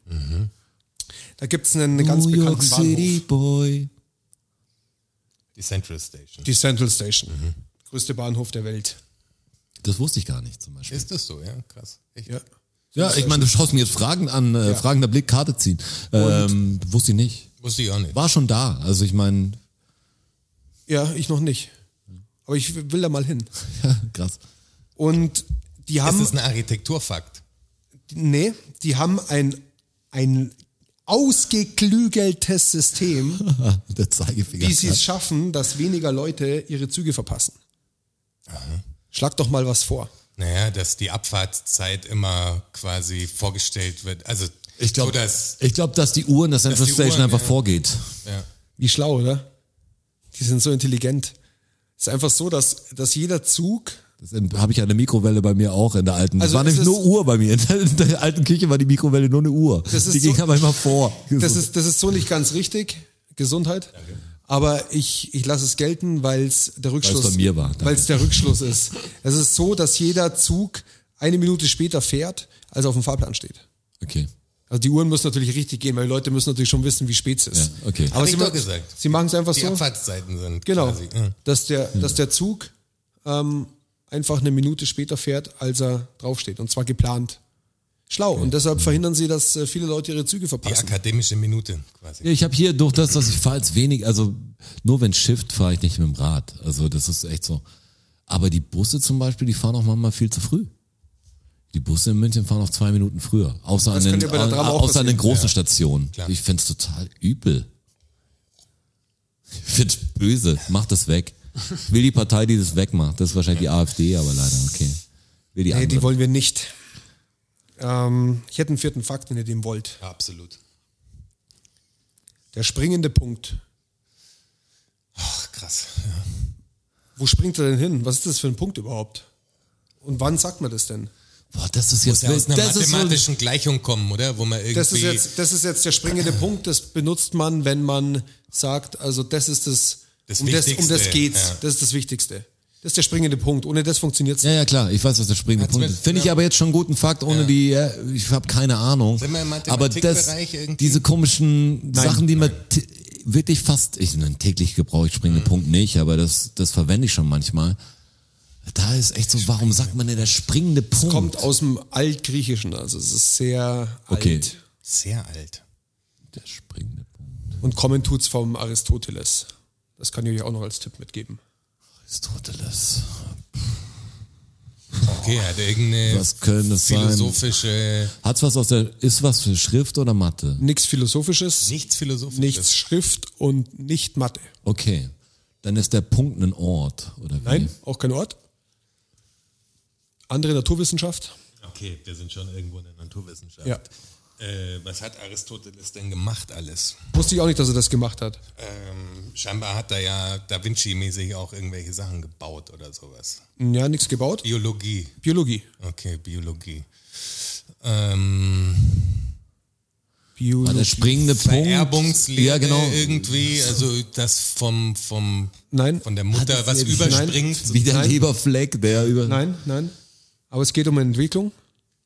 [SPEAKER 3] Da gibt es einen ganz
[SPEAKER 2] Mhm. New York
[SPEAKER 3] bekannten Bahnhof.
[SPEAKER 2] City Boy.
[SPEAKER 4] Die Central Station.
[SPEAKER 3] Die Central Station.
[SPEAKER 2] Mhm.
[SPEAKER 3] Größte Bahnhof der Welt.
[SPEAKER 2] Das wusste ich gar nicht zum Beispiel.
[SPEAKER 4] ist das so, ja? Krass. Echt?
[SPEAKER 3] Ja.
[SPEAKER 2] Ja, ich meine, du schaust mir jetzt Fragen an, äh, fragender Blick, Karte ziehen. Ähm, wusste ich nicht.
[SPEAKER 4] Wusste ich auch nicht.
[SPEAKER 2] War schon da. Also ich meine, [laughs]
[SPEAKER 3] ja, ich noch nicht. Aber ich will da mal hin.
[SPEAKER 2] ja, krass. [laughs]
[SPEAKER 3] Und die haben.
[SPEAKER 4] Ist das ein Architekturfakt?
[SPEAKER 3] Nee, die haben ein, ein ausgeklügeltes System,
[SPEAKER 2] Der Zeigefinger.
[SPEAKER 3] wie sie es schaffen, dass weniger Leute ihre Züge verpassen. Schlag doch mal was vor.
[SPEAKER 4] Naja, dass die Abfahrtszeit immer quasi vorgestellt wird. Also
[SPEAKER 2] ich glaube,
[SPEAKER 4] so dass
[SPEAKER 2] ich glaub, dass die Uhr in der Central
[SPEAKER 4] die
[SPEAKER 2] Station
[SPEAKER 4] Uhren,
[SPEAKER 2] einfach
[SPEAKER 4] ja.
[SPEAKER 2] vorgeht.
[SPEAKER 4] ja,
[SPEAKER 3] Wie schlau, oder? Die sind so intelligent. Es ist einfach so, dass, dass jeder Zug,
[SPEAKER 2] Das habe ich ja eine Mikrowelle bei mir auch in der alten.
[SPEAKER 3] Also
[SPEAKER 2] das war
[SPEAKER 3] ist
[SPEAKER 2] nämlich
[SPEAKER 3] es-
[SPEAKER 2] nur Uhr bei mir. [laughs] In der, in der alten Küche war die Mikrowelle nur eine Uhr.
[SPEAKER 3] Das ist
[SPEAKER 2] die ging
[SPEAKER 3] so-
[SPEAKER 2] aber immer vor.
[SPEAKER 3] das ist, das ist so nicht ganz richtig, Gesundheit, aber ich, ich lasse es gelten, weil es der Rückschluss
[SPEAKER 2] bei mir war, danke.
[SPEAKER 3] Weil es der Rückschluss ist. Es ist so, dass jeder Zug eine Minute später fährt, als er auf dem Fahrplan steht.
[SPEAKER 2] [laughs] okay.
[SPEAKER 3] Also die Uhren müssen natürlich richtig gehen, weil die Leute müssen natürlich schon wissen, wie spät es ist.
[SPEAKER 2] Ja, okay.
[SPEAKER 3] Aber
[SPEAKER 4] Hab
[SPEAKER 3] sie,
[SPEAKER 4] ich doch
[SPEAKER 3] ma-
[SPEAKER 4] gesagt.
[SPEAKER 3] sie machen es einfach
[SPEAKER 4] die
[SPEAKER 3] so.
[SPEAKER 4] Abfahrtszeiten sind
[SPEAKER 3] Genau.
[SPEAKER 4] quasi. Ja.
[SPEAKER 3] Dass der, dass der Zug ähm, einfach eine Minute später fährt, als er draufsteht. Und zwar geplant. Schlau. Und deshalb verhindern sie, dass äh, viele Leute ihre Züge
[SPEAKER 4] Die
[SPEAKER 3] verpassen.
[SPEAKER 4] akademische Minute quasi.
[SPEAKER 2] Ja, Ich habe hier durch das, dass ich fahre jetzt wenig, also nur wenn Shift fahre ich nicht mit dem Rad. Also das ist echt so. Aber die Busse zum Beispiel, die fahren auch manchmal viel zu früh. Die Busse in München fahren auch zwei Minuten früher. Außer an
[SPEAKER 3] kann
[SPEAKER 2] den,
[SPEAKER 3] dir bei der
[SPEAKER 2] an,
[SPEAKER 3] Drama auch
[SPEAKER 2] außer an den
[SPEAKER 3] passieren.
[SPEAKER 2] großen Stationen.
[SPEAKER 4] klar.
[SPEAKER 2] Ich find's total übel. Ich find's böse. Mach das weg. Ich will die Partei, die das wegmacht. Das ist wahrscheinlich die AfD, aber leider, okay. Will die
[SPEAKER 3] Nee,
[SPEAKER 2] andere.
[SPEAKER 3] die wollen wir nicht. Ähm, ich hätte einen vierten Fakt, wenn ihr den wollt.
[SPEAKER 4] Ja, absolut.
[SPEAKER 3] Der springende Punkt.
[SPEAKER 4] Ach, krass.
[SPEAKER 3] Wo springt er denn hin? Was ist das für ein Punkt überhaupt? Und wann sagt man das denn?
[SPEAKER 2] Boah, das ist jetzt,
[SPEAKER 4] Ja. Aus einer
[SPEAKER 2] das ist so,
[SPEAKER 4] mathematischen Gleichung kommen, oder? Wo man irgendwie.
[SPEAKER 3] Das ist, jetzt, das ist jetzt der
[SPEAKER 4] [clears throat]
[SPEAKER 3] springende Punkt, das benutzt man, wenn man sagt, also das ist das,
[SPEAKER 4] Das
[SPEAKER 3] um, das um das
[SPEAKER 4] Wichtigste,
[SPEAKER 3] geht's,
[SPEAKER 4] ja.
[SPEAKER 3] das ist das Wichtigste. Das ist der springende Punkt, ohne das funktioniert's.
[SPEAKER 2] Ja, ja, klar, ich weiß, was der springende
[SPEAKER 4] Hat's
[SPEAKER 2] Punkt
[SPEAKER 4] mit-
[SPEAKER 2] ist. Finde ich
[SPEAKER 4] ja.
[SPEAKER 2] aber jetzt schon einen guten Fakt, ohne die, äh, ich habe keine Ahnung.
[SPEAKER 4] Sind wir im
[SPEAKER 2] aber das,
[SPEAKER 4] Mathematikbereich irgendwie?
[SPEAKER 2] diese komischen Sachen, die man t- wirklich fast, ich nenne täglich Gebrauch, ich
[SPEAKER 3] Mhm.
[SPEAKER 2] springende Punkt nicht, aber das, das verwende ich schon manchmal. Da ist echt so, warum sagt man denn der springende Punkt?
[SPEAKER 3] Kommt aus dem Altgriechischen, also es ist sehr
[SPEAKER 2] Okay.
[SPEAKER 3] alt.
[SPEAKER 4] Sehr alt.
[SPEAKER 2] der springende Punkt.
[SPEAKER 3] Und kommen tut's vom Aristoteles. Das kann ich euch auch noch als Tipp mitgeben.
[SPEAKER 2] Aristoteles.
[SPEAKER 4] Okay, hat irgendeine
[SPEAKER 2] Was könnte das sein?
[SPEAKER 4] philosophische.
[SPEAKER 2] Hat's was aus der, ist was für Schrift oder Mathe?
[SPEAKER 3] Nichts Philosophisches,
[SPEAKER 4] Nichts philosophisches.
[SPEAKER 3] nichts Schrift und nicht Mathe.
[SPEAKER 2] Okay. Dann ist der Punkt ein Ort, oder wie?
[SPEAKER 3] Nein, auch kein Ort. Andere Naturwissenschaft.
[SPEAKER 4] Okay, wir sind schon irgendwo in der Naturwissenschaft.
[SPEAKER 3] Ja.
[SPEAKER 4] Äh, was hat Aristoteles denn gemacht alles?
[SPEAKER 3] Wusste ich auch nicht, dass er das gemacht hat.
[SPEAKER 4] Ähm, scheinbar hat er ja Da Vinci-mäßig auch irgendwelche Sachen gebaut oder sowas.
[SPEAKER 3] Ja, nichts gebaut.
[SPEAKER 4] Biologie.
[SPEAKER 3] Biologie.
[SPEAKER 4] Okay, Biologie. Ähm,
[SPEAKER 2] War der
[SPEAKER 3] Biologie.
[SPEAKER 2] springende Punkt.
[SPEAKER 4] Vererbungslehre
[SPEAKER 2] Ja, genau.
[SPEAKER 4] irgendwie, also das vom, vom,
[SPEAKER 3] Nein.
[SPEAKER 4] von der Mutter,
[SPEAKER 2] das
[SPEAKER 4] was
[SPEAKER 2] jetzt-
[SPEAKER 4] überspringt.
[SPEAKER 2] Wie der
[SPEAKER 3] Nein.
[SPEAKER 2] Leberfleck, der über.
[SPEAKER 3] Nein, nein. Aber es geht um Entwicklung.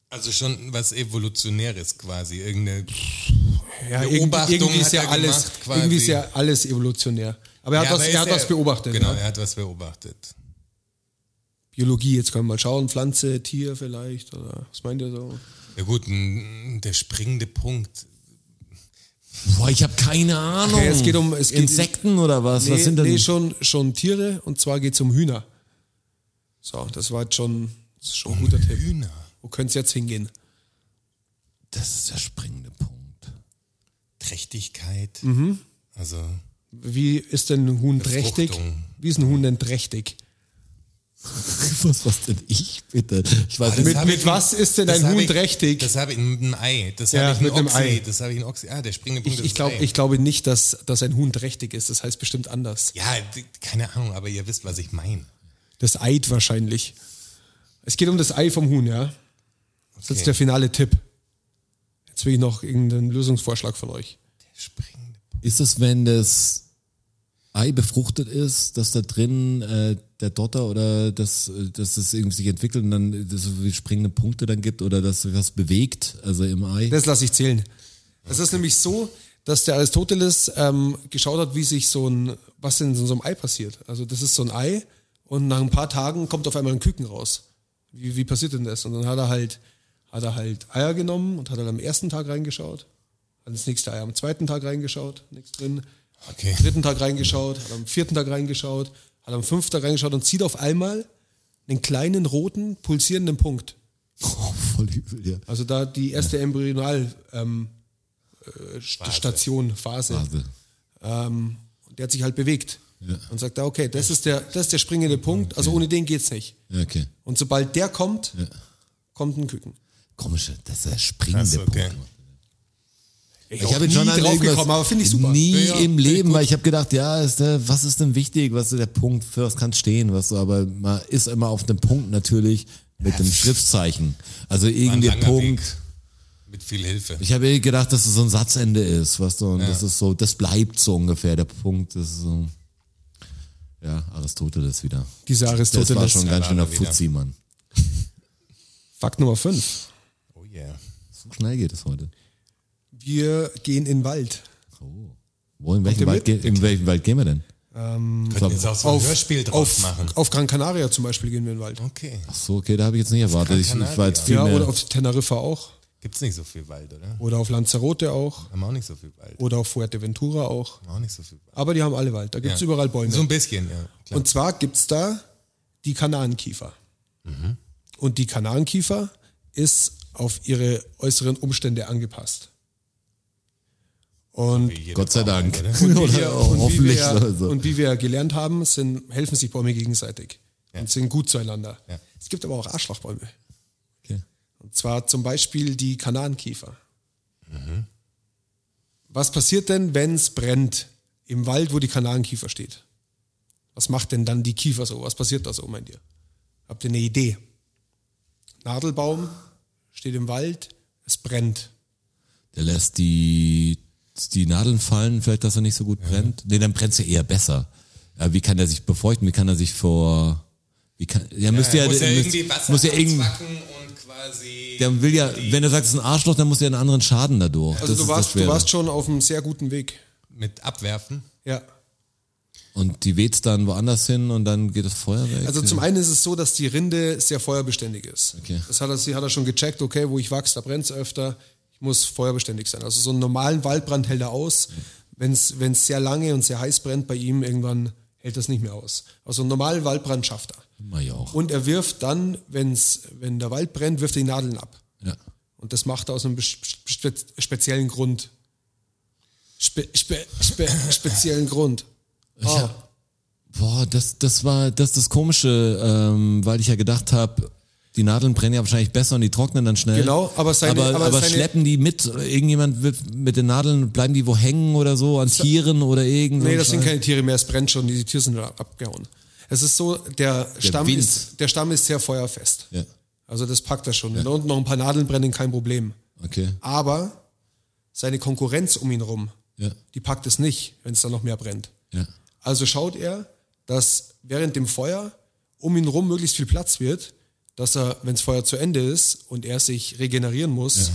[SPEAKER 4] Also schon was Evolutionäres quasi. Irgendeine,
[SPEAKER 3] Ja,
[SPEAKER 4] irgendwie- Beobachtung
[SPEAKER 3] irgendwie ist
[SPEAKER 4] hat
[SPEAKER 3] ja
[SPEAKER 4] er
[SPEAKER 3] alles,
[SPEAKER 4] gemacht, quasi.
[SPEAKER 3] irgendwie ist ja alles evolutionär. Aber er hat,
[SPEAKER 4] Ja,
[SPEAKER 3] was,
[SPEAKER 4] aber
[SPEAKER 3] er
[SPEAKER 4] ist
[SPEAKER 3] hat was beobachtet. ne?
[SPEAKER 4] Genau,
[SPEAKER 3] ja.
[SPEAKER 4] er hat was beobachtet.
[SPEAKER 3] Biologie, jetzt können wir mal schauen. Pflanze, Tier vielleicht. Oder was meint ihr so?
[SPEAKER 4] Ja gut, n- der springende Punkt.
[SPEAKER 2] Boah, ich habe keine Ahnung.
[SPEAKER 3] Okay, es geht um- es geht-
[SPEAKER 2] Insekten oder was?
[SPEAKER 3] Nee,
[SPEAKER 2] was sind denn?
[SPEAKER 3] nee schon, schon Tiere und zwar geht es um Hühner. So, das war jetzt schon, das ist schon ein guter Tipp.
[SPEAKER 4] Hühner.
[SPEAKER 3] Wo könnte es jetzt hingehen?
[SPEAKER 2] das ist der springende Punkt. [laughs]
[SPEAKER 4] Trächtigkeit.
[SPEAKER 3] Mhm.
[SPEAKER 4] Also
[SPEAKER 3] Wie ist denn ein Huhn trächtig?
[SPEAKER 4] Befruchtung.
[SPEAKER 3] Wie ist ein Huhn denn trächtig?
[SPEAKER 2] Was, was denn ich bitte? Ich weiß
[SPEAKER 4] das
[SPEAKER 2] nicht.
[SPEAKER 4] hab
[SPEAKER 3] mit
[SPEAKER 4] ich-
[SPEAKER 3] was ist denn
[SPEAKER 4] das
[SPEAKER 3] ein
[SPEAKER 4] hab
[SPEAKER 3] Huhn
[SPEAKER 4] ich-
[SPEAKER 3] trächtig?
[SPEAKER 4] Das habe ich mit einem Ei. Das
[SPEAKER 3] Ja,
[SPEAKER 4] habe ich in
[SPEAKER 3] mit einem
[SPEAKER 4] Ochse.
[SPEAKER 3] Ei.
[SPEAKER 4] Das habe ich in Ochse. Ah, der springende Punkt
[SPEAKER 3] Ich,
[SPEAKER 4] ist
[SPEAKER 3] ich,
[SPEAKER 4] das
[SPEAKER 3] glaub,
[SPEAKER 4] Ei.
[SPEAKER 3] ich glaube nicht, dass, dass ein Huhn trächtig ist. Das heißt bestimmt anders.
[SPEAKER 4] Ja, d- keine Ahnung, aber ihr wisst, was ich meine.
[SPEAKER 3] Das Eid wahrscheinlich. Es geht um das Ei vom Huhn, ja? Das ist jetzt der finale Tipp. Jetzt will ich noch irgendeinen Lösungsvorschlag von euch.
[SPEAKER 4] Springende
[SPEAKER 2] Ist es, wenn das Ei befruchtet ist, dass da drin äh, der Dotter oder das, äh, dass es irgendwie sich entwickelt und dann äh, dass es so springende Punkte dann gibt oder dass sich was bewegt, also im Ei?
[SPEAKER 3] Das lasse ich zählen. Es ist nämlich so, dass der Aristoteles ähm, geschaut hat, wie sich so ein, was denn in so einem Ei passiert. Also das ist so ein Ei und nach ein paar Tagen kommt auf einmal ein Küken raus. Wie, wie passiert denn das? Und dann hat er halt, hat er halt Eier genommen und hat dann am ersten Tag reingeschaut, hat ins nächste Ei am zweiten Tag reingeschaut, nichts drin.
[SPEAKER 4] Okay.
[SPEAKER 3] Am dritten Tag reingeschaut, hat am vierten Tag reingeschaut, hat am fünften Tag reingeschaut und sieht auf einmal einen kleinen roten pulsierenden Punkt.
[SPEAKER 2] oh, voll übel, ja.
[SPEAKER 3] Also da die erste Embryonal ähm, äh, St- Station, Phase.
[SPEAKER 2] Phase.
[SPEAKER 3] Ähm, und der hat sich halt bewegt. Und sagt, da, okay, das ist der, das ist der springende Punkt, also ohne den geht's nicht.
[SPEAKER 2] Ja, okay.
[SPEAKER 3] Und sobald der kommt, kommt ein Küken.
[SPEAKER 2] Komische, das ist der springende
[SPEAKER 4] Krass, okay.
[SPEAKER 2] Punkt.
[SPEAKER 3] Ich,
[SPEAKER 2] Ich habe ihn schon an irgendwas-
[SPEAKER 3] draufgekommen, aber finde ich super.
[SPEAKER 2] Nie
[SPEAKER 4] Ja, ja,
[SPEAKER 2] im
[SPEAKER 4] finde ich
[SPEAKER 2] Leben, weil ich habe gedacht, ja, ist der, was ist denn wichtig, was ist der Punkt, für was kann stehen, was so, aber man ist immer auf dem Punkt natürlich mit dem Schriftzeichen. Also irgendein
[SPEAKER 4] langer
[SPEAKER 2] Punkt.
[SPEAKER 4] Weg. Mit viel Hilfe.
[SPEAKER 2] Ich habe eh gedacht, dass es so ein Satzende ist, was so, und das ist so, das bleibt so ungefähr, der Punkt ist so, ja, Aristoteles wieder.
[SPEAKER 3] Diese
[SPEAKER 2] Das war
[SPEAKER 3] Aristoteles.
[SPEAKER 2] schon ganz schön der
[SPEAKER 4] wieder.
[SPEAKER 2] Fuzzi, Mann.
[SPEAKER 3] Fakt Nummer 5.
[SPEAKER 4] Oh yeah.
[SPEAKER 2] So schnell geht es heute.
[SPEAKER 3] Wir gehen in den Wald.
[SPEAKER 2] Oh. Wo, in welchen
[SPEAKER 3] ihr
[SPEAKER 2] Wald, ge
[SPEAKER 3] mit?
[SPEAKER 2] in welchen Wald gehen wir denn?
[SPEAKER 4] Könnten jetzt auch so ein Hörspiel drauf
[SPEAKER 3] auf,
[SPEAKER 4] machen.
[SPEAKER 3] auf Gran Canaria zum Beispiel gehen wir in den Wald.
[SPEAKER 4] Okay.
[SPEAKER 2] Ach so, okay, da habe ich jetzt nicht erwartet. Ich, ich war jetzt Oh, viel
[SPEAKER 3] Ja,
[SPEAKER 2] mehr.
[SPEAKER 3] oder auf Teneriffa auch.
[SPEAKER 4] Gibt's nicht so viel Wald, oder?
[SPEAKER 3] Oder auf Lanzarote auch.
[SPEAKER 4] Haben wir auch nicht so viel Wald.
[SPEAKER 3] Oder auf Fuerteventura auch.
[SPEAKER 4] Haben wir auch nicht so viel Wald.
[SPEAKER 3] Aber die haben alle Wald. Da gibt es
[SPEAKER 4] Ja.
[SPEAKER 3] überall Bäume.
[SPEAKER 4] So ein bisschen, ja. Klar.
[SPEAKER 3] Und zwar gibt es da die Kanarenkiefer. Und die Kanarenkiefer ist auf ihre äußeren Umstände angepasst. Und
[SPEAKER 4] Wie jeder
[SPEAKER 2] Gott sei
[SPEAKER 4] Baum,
[SPEAKER 2] Dank.
[SPEAKER 4] oder?
[SPEAKER 3] wie
[SPEAKER 2] Oder
[SPEAKER 3] wir, und, wie
[SPEAKER 2] hoffentlich.
[SPEAKER 3] wir,
[SPEAKER 2] oder so.
[SPEAKER 3] und wie wir gelernt haben, sind, helfen sich Bäume gegenseitig und sind gut zueinander.
[SPEAKER 4] Ja.
[SPEAKER 3] Es gibt aber auch Arschlochbäume.
[SPEAKER 2] Okay.
[SPEAKER 3] Und zwar zum Beispiel die Kanarenkiefer. Was passiert denn, wenn es brennt im Wald, wo die Kanarenkiefer steht? Was macht denn dann die Kiefer so? Was passiert da so, meint ihr? Habt ihr eine Idee? Nadelbaum steht im Wald, es brennt.
[SPEAKER 2] Der lässt die, die Nadeln fallen, vielleicht, dass er nicht so gut brennt. Nee, dann brennt er eher besser. Ja, wie kann er sich befeuchten? Wie kann er sich vor. Wie kann, ja, müsste ja,
[SPEAKER 4] muss ja
[SPEAKER 2] müsst-
[SPEAKER 4] irgendwie Wasser
[SPEAKER 2] muss ja irgend,
[SPEAKER 4] abzwacken und quasi.
[SPEAKER 2] der will ja, wenn er sagt, es ist ein Arschloch, dann muss er einen anderen Schaden dadurch. das
[SPEAKER 3] Also du
[SPEAKER 2] ist das
[SPEAKER 3] warst, du
[SPEAKER 2] Schwere.
[SPEAKER 3] warst schon auf einem sehr guten Weg.
[SPEAKER 4] mit abwerfen.
[SPEAKER 3] Ja.
[SPEAKER 2] Und die weht's dann woanders hin und dann geht das Feuer weg.
[SPEAKER 3] Also zum einen ist es so, dass die Rinde sehr feuerbeständig ist.
[SPEAKER 2] Okay.
[SPEAKER 3] Das hat er, sie hat er schon gecheckt, okay, wo ich wachse, da brennt es öfter, ich muss feuerbeständig sein. Also so einen normalen Waldbrand hält er aus. Wenn es sehr lange und sehr heiß brennt bei ihm, irgendwann hält das nicht mehr aus. Also einen normalen Waldbrand schafft er.
[SPEAKER 2] Mach ich auch.
[SPEAKER 3] Und er wirft dann, wenn's, wenn der Wald brennt, wirft er die Nadeln ab.
[SPEAKER 2] ja.
[SPEAKER 3] Und das macht er aus einem bes- spe speziellen Grund. Spe spe spe speziellen Grund. Oh,
[SPEAKER 2] Boah, das, das war das ist das Komische, ähm, weil ich ja gedacht habe, die Nadeln brennen ja wahrscheinlich besser und die trocknen dann schnell.
[SPEAKER 3] Genau, aber seine-
[SPEAKER 2] aber,
[SPEAKER 3] aber
[SPEAKER 2] aber
[SPEAKER 3] seine-
[SPEAKER 2] schleppen die mit, irgendjemand wird mit den Nadeln, bleiben die wo hängen oder so, an Tieren oder irgend. so
[SPEAKER 3] Nee,
[SPEAKER 2] ein
[SPEAKER 3] das sind
[SPEAKER 2] Scheiß.
[SPEAKER 3] keine Tiere mehr, es brennt schon, die Tiere sind abgehauen. Es ist so, der, Stamm,
[SPEAKER 2] Wind.
[SPEAKER 3] ist, der Stamm ist sehr feuerfest.
[SPEAKER 2] Ja,
[SPEAKER 3] Also das packt er schon. Und Da unten noch ein paar Nadeln brennen, kein Problem.
[SPEAKER 2] okay.
[SPEAKER 3] Aber seine Konkurrenz um ihn rum,
[SPEAKER 2] Ja,
[SPEAKER 3] die packt es nicht, wenn es dann noch mehr brennt.
[SPEAKER 2] ja.
[SPEAKER 3] Also schaut er, dass während dem Feuer um ihn rum möglichst viel Platz wird, dass er, wenn das Feuer zu Ende ist und er sich regenerieren muss,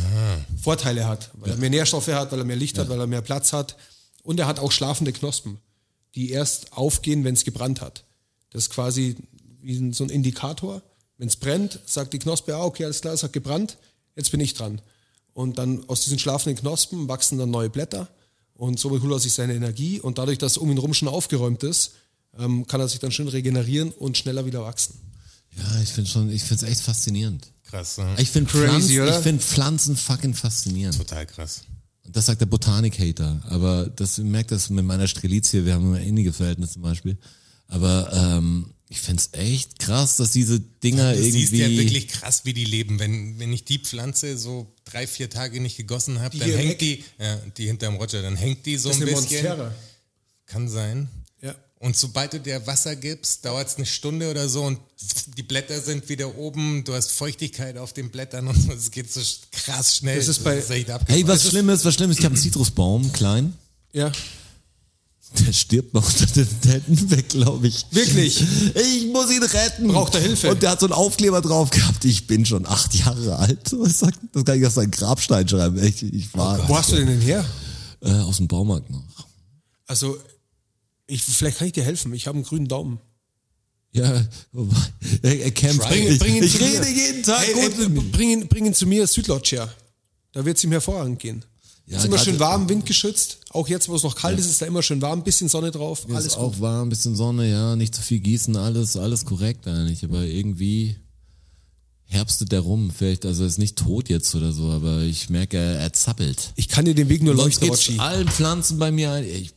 [SPEAKER 3] Vorteile hat, weil er mehr Nährstoffe hat, weil er mehr Licht hat, weil er mehr Platz hat. Und er hat auch schlafende Knospen, die erst aufgehen, wenn es gebrannt hat. Das ist quasi wie ein- so ein Indikator. Wenn es brennt, sagt die Knospe, ah, okay, alles klar, es hat gebrannt, jetzt bin ich dran. Und dann aus diesen schlafenden Knospen wachsen dann neue Blätter und so holt er sich seine Energie und dadurch, dass um ihn rum schon aufgeräumt ist, ähm, kann er sich dann schön regenerieren und schneller wieder wachsen.
[SPEAKER 2] Ja, ich finde schon, ich finde es echt faszinierend.
[SPEAKER 4] Krass, ne?
[SPEAKER 2] Ich finde
[SPEAKER 3] Crazy,
[SPEAKER 2] Pflanzen,
[SPEAKER 3] oder?
[SPEAKER 2] ich find Pflanzen fucking faszinierend.
[SPEAKER 4] Total krass.
[SPEAKER 2] Das sagt der Botanik-Hater, aber das ich merke das mit meiner Strelizie, wir haben immer ähnliche Verhältnisse zum Beispiel. Aber ähm, ich find's echt krass, dass diese Dinger
[SPEAKER 4] Du siehst
[SPEAKER 2] irgendwie.
[SPEAKER 4] ja wirklich krass, wie die leben. Wenn, wenn ich die Pflanze so drei, vier Tage nicht gegossen habe, dann
[SPEAKER 3] hier
[SPEAKER 4] hängt
[SPEAKER 3] weg?
[SPEAKER 4] die, ja, die hinterm Roger, dann hängt die so
[SPEAKER 3] Das ist
[SPEAKER 4] ein
[SPEAKER 3] eine
[SPEAKER 4] bisschen.
[SPEAKER 3] Monstera.
[SPEAKER 4] Kann sein.
[SPEAKER 3] Ja.
[SPEAKER 4] Und sobald du dir Wasser gibst, dauert es eine Stunde oder so und die Blätter sind wieder oben, du hast Feuchtigkeit auf den Blättern und so. es geht so sch- krass schnell.
[SPEAKER 3] Das ist bei-
[SPEAKER 4] echt
[SPEAKER 2] hey,
[SPEAKER 4] abgefahren.
[SPEAKER 2] was Schlimmes, was Schlimmes, ich habe einen Zitrusbaum, klein.
[SPEAKER 3] Ja.
[SPEAKER 2] Der stirbt noch unter den Tenten weg, glaube ich.
[SPEAKER 3] Wirklich?
[SPEAKER 2] Ich muss ihn retten.
[SPEAKER 3] Braucht er Hilfe?
[SPEAKER 2] Und der hat so einen Aufkleber drauf gehabt. Ich bin schon acht Jahre alt. [laughs] Was sagt, das kann ich auf seinen Grabstein schreiben. Ich, ich war
[SPEAKER 3] Wo hast du den denn her?
[SPEAKER 2] äh, aus dem Baumarkt noch.
[SPEAKER 3] Also, ich, vielleicht kann ich dir helfen. Ich habe einen grünen Daumen.
[SPEAKER 2] Ja, [laughs] wobei, er, er kämpft.
[SPEAKER 4] Bring
[SPEAKER 2] ich
[SPEAKER 3] bring ihn
[SPEAKER 2] ich
[SPEAKER 3] zu mir.
[SPEAKER 2] rede jeden Tag
[SPEAKER 3] Ey,
[SPEAKER 2] gut
[SPEAKER 3] ey,
[SPEAKER 2] mit ihm.
[SPEAKER 3] bring, ihn, bring ihn zu mir, Südlodge her. Da wird es ihm hervorragend gehen.
[SPEAKER 2] Ja,
[SPEAKER 3] ist immer
[SPEAKER 2] gerade-
[SPEAKER 3] schön warm, windgeschützt. Auch jetzt, wo es noch kalt ist, ist da immer schön warm, bisschen Sonne drauf.
[SPEAKER 2] Alles
[SPEAKER 3] alles
[SPEAKER 2] ist
[SPEAKER 3] gut.
[SPEAKER 2] auch warm, bisschen Sonne, ja, nicht zu viel gießen, alles, alles korrekt eigentlich, aber irgendwie herbstet der rum. Vielleicht, also er ist nicht tot jetzt oder so, aber ich merke, er, er zappelt.
[SPEAKER 3] Ich kann dir den Weg nur
[SPEAKER 2] Sonst
[SPEAKER 3] leuchten,
[SPEAKER 2] geht's
[SPEAKER 3] Rotschi.
[SPEAKER 2] allen Pflanzen bei mir ein. Ich,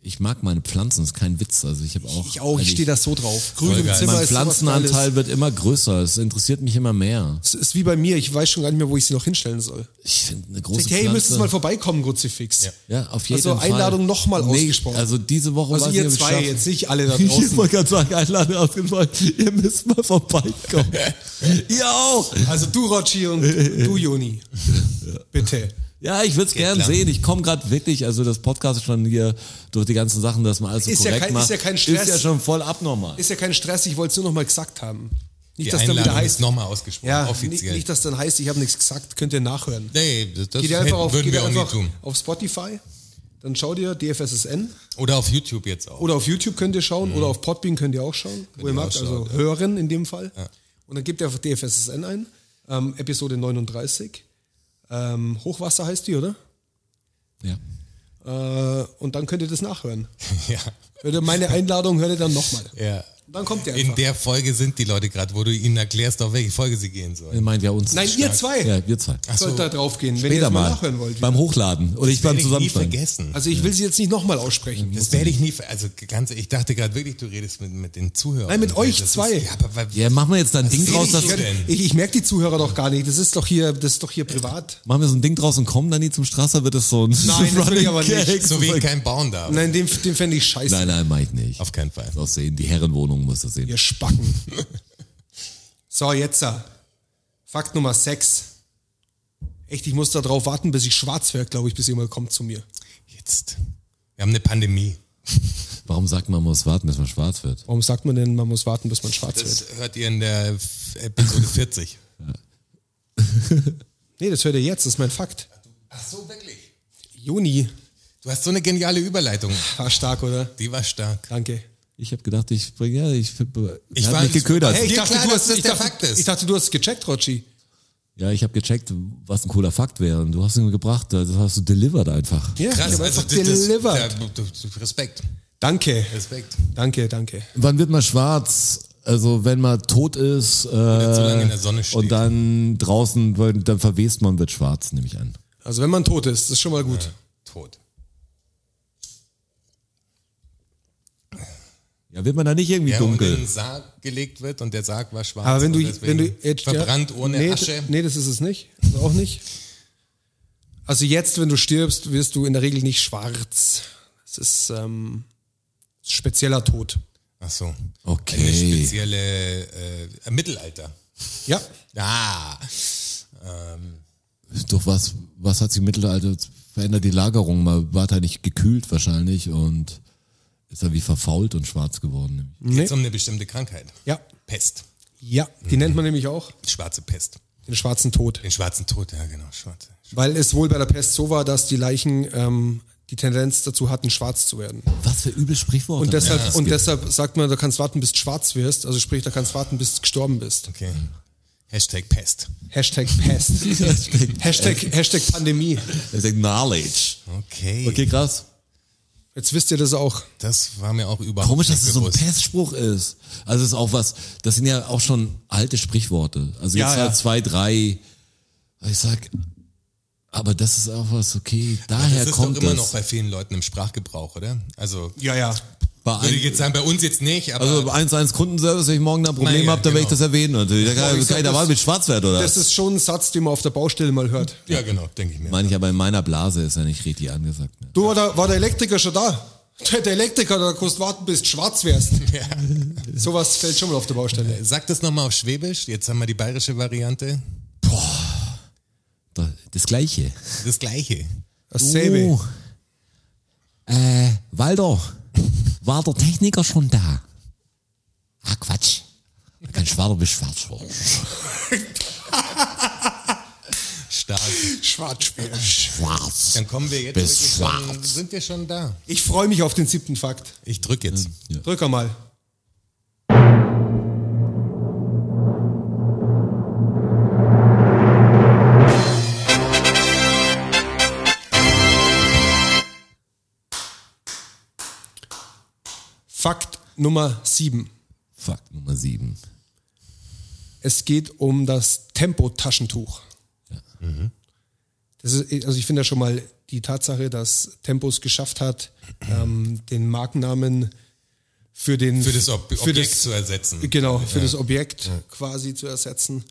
[SPEAKER 2] ich mag meine Pflanzen, ist kein Witz. Also ich habe auch.
[SPEAKER 3] Ich auch, ich
[SPEAKER 2] also
[SPEAKER 3] stehe da so drauf. Grün im
[SPEAKER 4] geil.
[SPEAKER 3] Zimmer
[SPEAKER 2] Mein
[SPEAKER 3] ist sowas Geiles.
[SPEAKER 2] Pflanzenanteil wird immer größer. Es interessiert mich immer mehr.
[SPEAKER 3] Es ist wie bei mir, ich weiß schon gar nicht mehr, wo ich sie noch hinstellen soll.
[SPEAKER 2] Ich finde eine große
[SPEAKER 3] Sagt, hey, ihr müsst jetzt
[SPEAKER 2] Pflanze.
[SPEAKER 3] mal vorbeikommen, Gutzifix.
[SPEAKER 4] Ja.
[SPEAKER 2] ja, auf jeden
[SPEAKER 3] Also
[SPEAKER 2] Fall.
[SPEAKER 3] Einladung noch mal ausgesprochen.
[SPEAKER 2] Also diese Woche
[SPEAKER 3] Also
[SPEAKER 2] weiß
[SPEAKER 3] ihr
[SPEAKER 2] nicht, ob ich
[SPEAKER 3] zwei
[SPEAKER 2] schaffe.
[SPEAKER 3] jetzt, nicht alle da
[SPEAKER 2] [laughs] Ich
[SPEAKER 3] draußen.
[SPEAKER 2] wollte gerade sagen, Einladung ausgesprochen. Ihr müsst mal
[SPEAKER 3] [laughs]
[SPEAKER 2] vorbeikommen. ihr auch.
[SPEAKER 3] Also du, Rotschi, und du, Joni. Bitte.
[SPEAKER 2] Ja, ich würde es gern
[SPEAKER 4] klar.
[SPEAKER 2] sehen. Ich komme gerade wirklich, also das Podcast ist schon hier durch die ganzen Sachen, dass man alles so
[SPEAKER 3] Ist ja
[SPEAKER 2] korrekt
[SPEAKER 3] kein- ist
[SPEAKER 2] macht.
[SPEAKER 3] ja kein Stress.
[SPEAKER 2] Ist ja schon voll abnormal.
[SPEAKER 3] Ist ja kein Stress, ich wollte es nur noch mal gesagt haben. Nicht,
[SPEAKER 4] Die
[SPEAKER 3] dass dann wieder
[SPEAKER 4] Einladung ist
[SPEAKER 3] heißt,
[SPEAKER 4] nochmal ausgesprochen,
[SPEAKER 3] ja,
[SPEAKER 4] offiziell.
[SPEAKER 3] Nicht, nicht, dass dann heißt, ich habe nichts gesagt, könnt ihr nachhören.
[SPEAKER 4] nee, das, das
[SPEAKER 3] Geht ihr einfach,
[SPEAKER 4] hätten-
[SPEAKER 3] auf,
[SPEAKER 4] würden
[SPEAKER 3] geht ihr
[SPEAKER 4] wir auch nie
[SPEAKER 3] einfach
[SPEAKER 4] tun.
[SPEAKER 3] auf Spotify, dann schaut ihr DFSSN
[SPEAKER 4] Oder auf YouTube jetzt auch.
[SPEAKER 3] oder auf YouTube könnt ihr schauen oder auf Podbean könnt ihr auch schauen, wo ihr
[SPEAKER 4] Mhm. ihr
[SPEAKER 3] mag,
[SPEAKER 4] auch
[SPEAKER 3] also
[SPEAKER 4] schauen,
[SPEAKER 3] hören in dem Fall. Und dann gebt ihr einfach DFSSN ein, ähm, Episode 39. Ähm, Hochwasser heißt die, oder?
[SPEAKER 2] ja.
[SPEAKER 3] Äh, und dann könnt ihr das nachhören.
[SPEAKER 4] [laughs] ja.
[SPEAKER 3] Hört ihr meine Einladung, hört ihr dann nochmal.
[SPEAKER 4] [laughs] ja.
[SPEAKER 3] Dann kommt ihr einfach.
[SPEAKER 4] In der Folge sind die Leute gerade, wo du ihnen erklärst, auf welche Folge sie gehen sollen.
[SPEAKER 2] Ihr meint ja uns.
[SPEAKER 3] Nein, ihr zwei.
[SPEAKER 2] Ja, wir zwei.
[SPEAKER 4] Ach so,
[SPEAKER 3] Sollt da drauf gehen, wenn ihr
[SPEAKER 2] Später
[SPEAKER 3] das mal
[SPEAKER 2] mal.
[SPEAKER 3] nachhören wollt.
[SPEAKER 2] Beim Hochladen. Oder ich beim
[SPEAKER 4] werde ich nie
[SPEAKER 2] Zusammenstellen.
[SPEAKER 4] vergessen.
[SPEAKER 3] Also ich will sie jetzt nicht nochmal aussprechen.
[SPEAKER 4] Das werde ich nie, ver- also ganz, ich dachte gerade wirklich, du redest mit, mit den Zuhörern.
[SPEAKER 3] Nein, mit
[SPEAKER 4] Weil
[SPEAKER 3] euch
[SPEAKER 4] das
[SPEAKER 3] zwei.
[SPEAKER 4] Ist, ja, aber weil,
[SPEAKER 2] Ja, machen wir jetzt da ein Ding
[SPEAKER 4] sehe
[SPEAKER 2] draus,
[SPEAKER 4] ich
[SPEAKER 2] dass,
[SPEAKER 4] so denn.
[SPEAKER 3] Ich, ich merke die Zuhörer doch gar nicht. Das ist doch hier, das ist doch hier privat.
[SPEAKER 2] machen wir so ein Ding draus und kommen dann nie zum Strasser, wird es so ein [laughs]
[SPEAKER 3] Nein, das will ich aber nicht.
[SPEAKER 2] Gag.
[SPEAKER 4] so wie kein Bauen darf.
[SPEAKER 3] Nein, den, den fände ich scheiße.
[SPEAKER 2] Nein, nein, mach ich nicht.
[SPEAKER 4] Auf keinen Fall.
[SPEAKER 2] Das aussehen. Die Herrenwohnung muss das sehen.
[SPEAKER 3] Ihr Spacken. [laughs] so, jetzt. äh, Fakt Nummer 6. Echt, ich muss da drauf warten, bis ich schwarz werde, glaube ich, bis jemand kommt zu mir.
[SPEAKER 4] Jetzt. Wir haben eine Pandemie.
[SPEAKER 2] Warum sagt man, man muss warten, bis man schwarz wird?
[SPEAKER 3] Warum sagt man denn, man muss warten, bis man schwarz wird?
[SPEAKER 4] Das hört ihr in der F- Episode 40.
[SPEAKER 3] Nee, das hört ihr jetzt, das ist mein Fakt.
[SPEAKER 4] Ach so, wirklich?
[SPEAKER 3] Juni [laughs]
[SPEAKER 4] Du hast so eine geniale Überleitung.
[SPEAKER 3] war stark, oder?
[SPEAKER 4] Die war stark.
[SPEAKER 3] Danke.
[SPEAKER 2] Ich habe gedacht, ich bringe, ja, ich, ich
[SPEAKER 4] war-
[SPEAKER 2] habe mich geködert.
[SPEAKER 4] Hey,
[SPEAKER 3] ich
[SPEAKER 4] dir klar, dass das
[SPEAKER 3] ich
[SPEAKER 4] der
[SPEAKER 3] dachte,
[SPEAKER 4] Fakt ist?
[SPEAKER 3] Ich dachte, du hast gecheckt, Rotschi.
[SPEAKER 2] Ja, ich habe gecheckt, was ein cooler Fakt wäre. Und du hast ihn gebracht, das hast du delivered einfach.
[SPEAKER 3] Ja, ich
[SPEAKER 4] Krass,
[SPEAKER 3] hab
[SPEAKER 4] also
[SPEAKER 3] einfach
[SPEAKER 4] das, das,
[SPEAKER 3] delivered. Äh,
[SPEAKER 4] da- Respekt.
[SPEAKER 3] danke,
[SPEAKER 4] Respekt.
[SPEAKER 3] danke, danke.
[SPEAKER 2] Wann wird man schwarz? Also wenn man tot ist äh,
[SPEAKER 4] zu lange in der Sonne steht.
[SPEAKER 2] und dann draußen, weil dann verwest man, wird schwarz, nehme ich an.
[SPEAKER 3] Also wenn man tot ist, das ist schon mal gut.
[SPEAKER 4] Tot.
[SPEAKER 2] Ja, wird man da nicht irgendwie
[SPEAKER 4] Ja,
[SPEAKER 2] dunkel?
[SPEAKER 4] und in den Sarg gelegt wird und der Sarg war schwarz.
[SPEAKER 3] Aber wenn du,
[SPEAKER 4] und
[SPEAKER 3] wenn
[SPEAKER 4] deswegen
[SPEAKER 3] du jetzt
[SPEAKER 4] verbrannt ohne
[SPEAKER 3] nee,
[SPEAKER 4] Asche.
[SPEAKER 3] Nee, das ist es nicht. Also auch nicht. Also jetzt, wenn du stirbst, wirst du in der Regel nicht schwarz. Das ist ähm, spezieller Tod.
[SPEAKER 4] Ach so. Eine
[SPEAKER 2] Okay.
[SPEAKER 4] spezielle äh, Mittelalter.
[SPEAKER 3] Ja.
[SPEAKER 4] Ah. Ähm,
[SPEAKER 2] Doch was, was hat sich im Mittelalter verändert? Die Lagerung, man war da nicht gekühlt wahrscheinlich und ist dann wie verfault und schwarz geworden.
[SPEAKER 4] nee. Jetzt um eine bestimmte Krankheit.
[SPEAKER 3] Ja.
[SPEAKER 4] Pest.
[SPEAKER 3] Ja. Die nennt man nämlich auch
[SPEAKER 4] Schwarze Pest.
[SPEAKER 3] den schwarzen Tod.
[SPEAKER 4] Den schwarzen Tod, ja genau, schwarze.
[SPEAKER 3] Weil es wohl bei der Pest so war, dass die Leichen ähm, die Tendenz dazu hatten, schwarz zu werden.
[SPEAKER 2] Was für üble Sprichworte.
[SPEAKER 3] Und deshalb,
[SPEAKER 2] Ja.
[SPEAKER 3] und deshalb sagt man, du kannst warten, bis du schwarz wirst. Also sprich, du kannst warten, bis du gestorben bist.
[SPEAKER 4] Okay. Hashtag Pest.
[SPEAKER 3] Hashtag
[SPEAKER 4] [laughs]
[SPEAKER 3] Pest. Hashtag, Hashtag Pandemie.
[SPEAKER 2] Das ist Knowledge.
[SPEAKER 4] Okay.
[SPEAKER 2] Okay, krass.
[SPEAKER 3] Jetzt wisst ihr das auch.
[SPEAKER 4] Das war mir auch überhaupt
[SPEAKER 2] Komisch, dass
[SPEAKER 4] nicht
[SPEAKER 2] es so ein
[SPEAKER 4] bewusst.
[SPEAKER 2] Pestspruch ist. Also es ist auch was, das sind ja auch schon alte Sprichworte. Also
[SPEAKER 3] Ja,
[SPEAKER 2] jetzt
[SPEAKER 3] ja.
[SPEAKER 2] halt zwei, drei. Ich sag, aber das ist auch was, okay, daher
[SPEAKER 4] das ist
[SPEAKER 2] kommt
[SPEAKER 4] doch immer
[SPEAKER 2] das.
[SPEAKER 4] noch bei vielen Leuten im Sprachgebrauch, oder? Also,
[SPEAKER 3] Ja, ja.
[SPEAKER 2] bei
[SPEAKER 4] würde
[SPEAKER 2] ein,
[SPEAKER 4] ich jetzt sagen, bei uns jetzt nicht, aber
[SPEAKER 2] also 1 1 Kundenservice, wenn ich morgen da ein Problem
[SPEAKER 4] Nein, ja,
[SPEAKER 2] habe, dann werde ich das
[SPEAKER 4] genau.
[SPEAKER 2] erwähnen. Natürlich. Da kann,
[SPEAKER 3] ich
[SPEAKER 2] ich
[SPEAKER 3] sag,
[SPEAKER 2] kann ich da
[SPEAKER 3] das-
[SPEAKER 2] mal mit Schwarzwert oder?
[SPEAKER 3] Das ist schon ein Satz, den man auf der Baustelle mal hört.
[SPEAKER 4] ja genau, denke ich mir.
[SPEAKER 2] meine ich, aber in meiner Blase ist ja nicht richtig angesagt. Ne?
[SPEAKER 3] Du, war der, war der Elektriker schon da? Der, der Elektriker, da kannst du warten, bis du schwarz wärst. Sowas fällt schon mal auf der Baustelle.
[SPEAKER 4] Sag das nochmal auf Schwäbisch, jetzt haben wir die bayerische Variante.
[SPEAKER 2] Da- Das Gleiche.
[SPEAKER 4] Das gleiche.
[SPEAKER 2] Uh.
[SPEAKER 3] Dasselbe.
[SPEAKER 2] Oh. Äh,
[SPEAKER 3] [laughs]
[SPEAKER 2] Walter, war der Techniker schon da? Ah, Quatsch. Kein Schwader bis Schwarz.
[SPEAKER 4] Stark.
[SPEAKER 3] Schwarzschwäbisch.
[SPEAKER 2] Schwarz.
[SPEAKER 4] Dann kommen wir jetzt
[SPEAKER 2] Bis
[SPEAKER 4] wirklich schon,
[SPEAKER 2] schwarz.
[SPEAKER 4] sind wir schon da.
[SPEAKER 3] Ich freue mich auf den siebten Fakt.
[SPEAKER 4] Ich drück
[SPEAKER 2] Mhm.
[SPEAKER 4] jetzt.
[SPEAKER 3] Drück er mal. Fakt Nummer 7.
[SPEAKER 2] Fakt Nummer sieben.
[SPEAKER 3] Es geht um das Tempotaschentuch. Mhm. Das ist, also ich finde ja schon mal die Tatsache, dass Tempo es geschafft hat, ähm, den Markennamen für den
[SPEAKER 4] Für das Ob
[SPEAKER 3] für
[SPEAKER 4] Objekt
[SPEAKER 3] das-
[SPEAKER 4] zu ersetzen.
[SPEAKER 3] Genau, für das Objekt quasi zu ersetzen,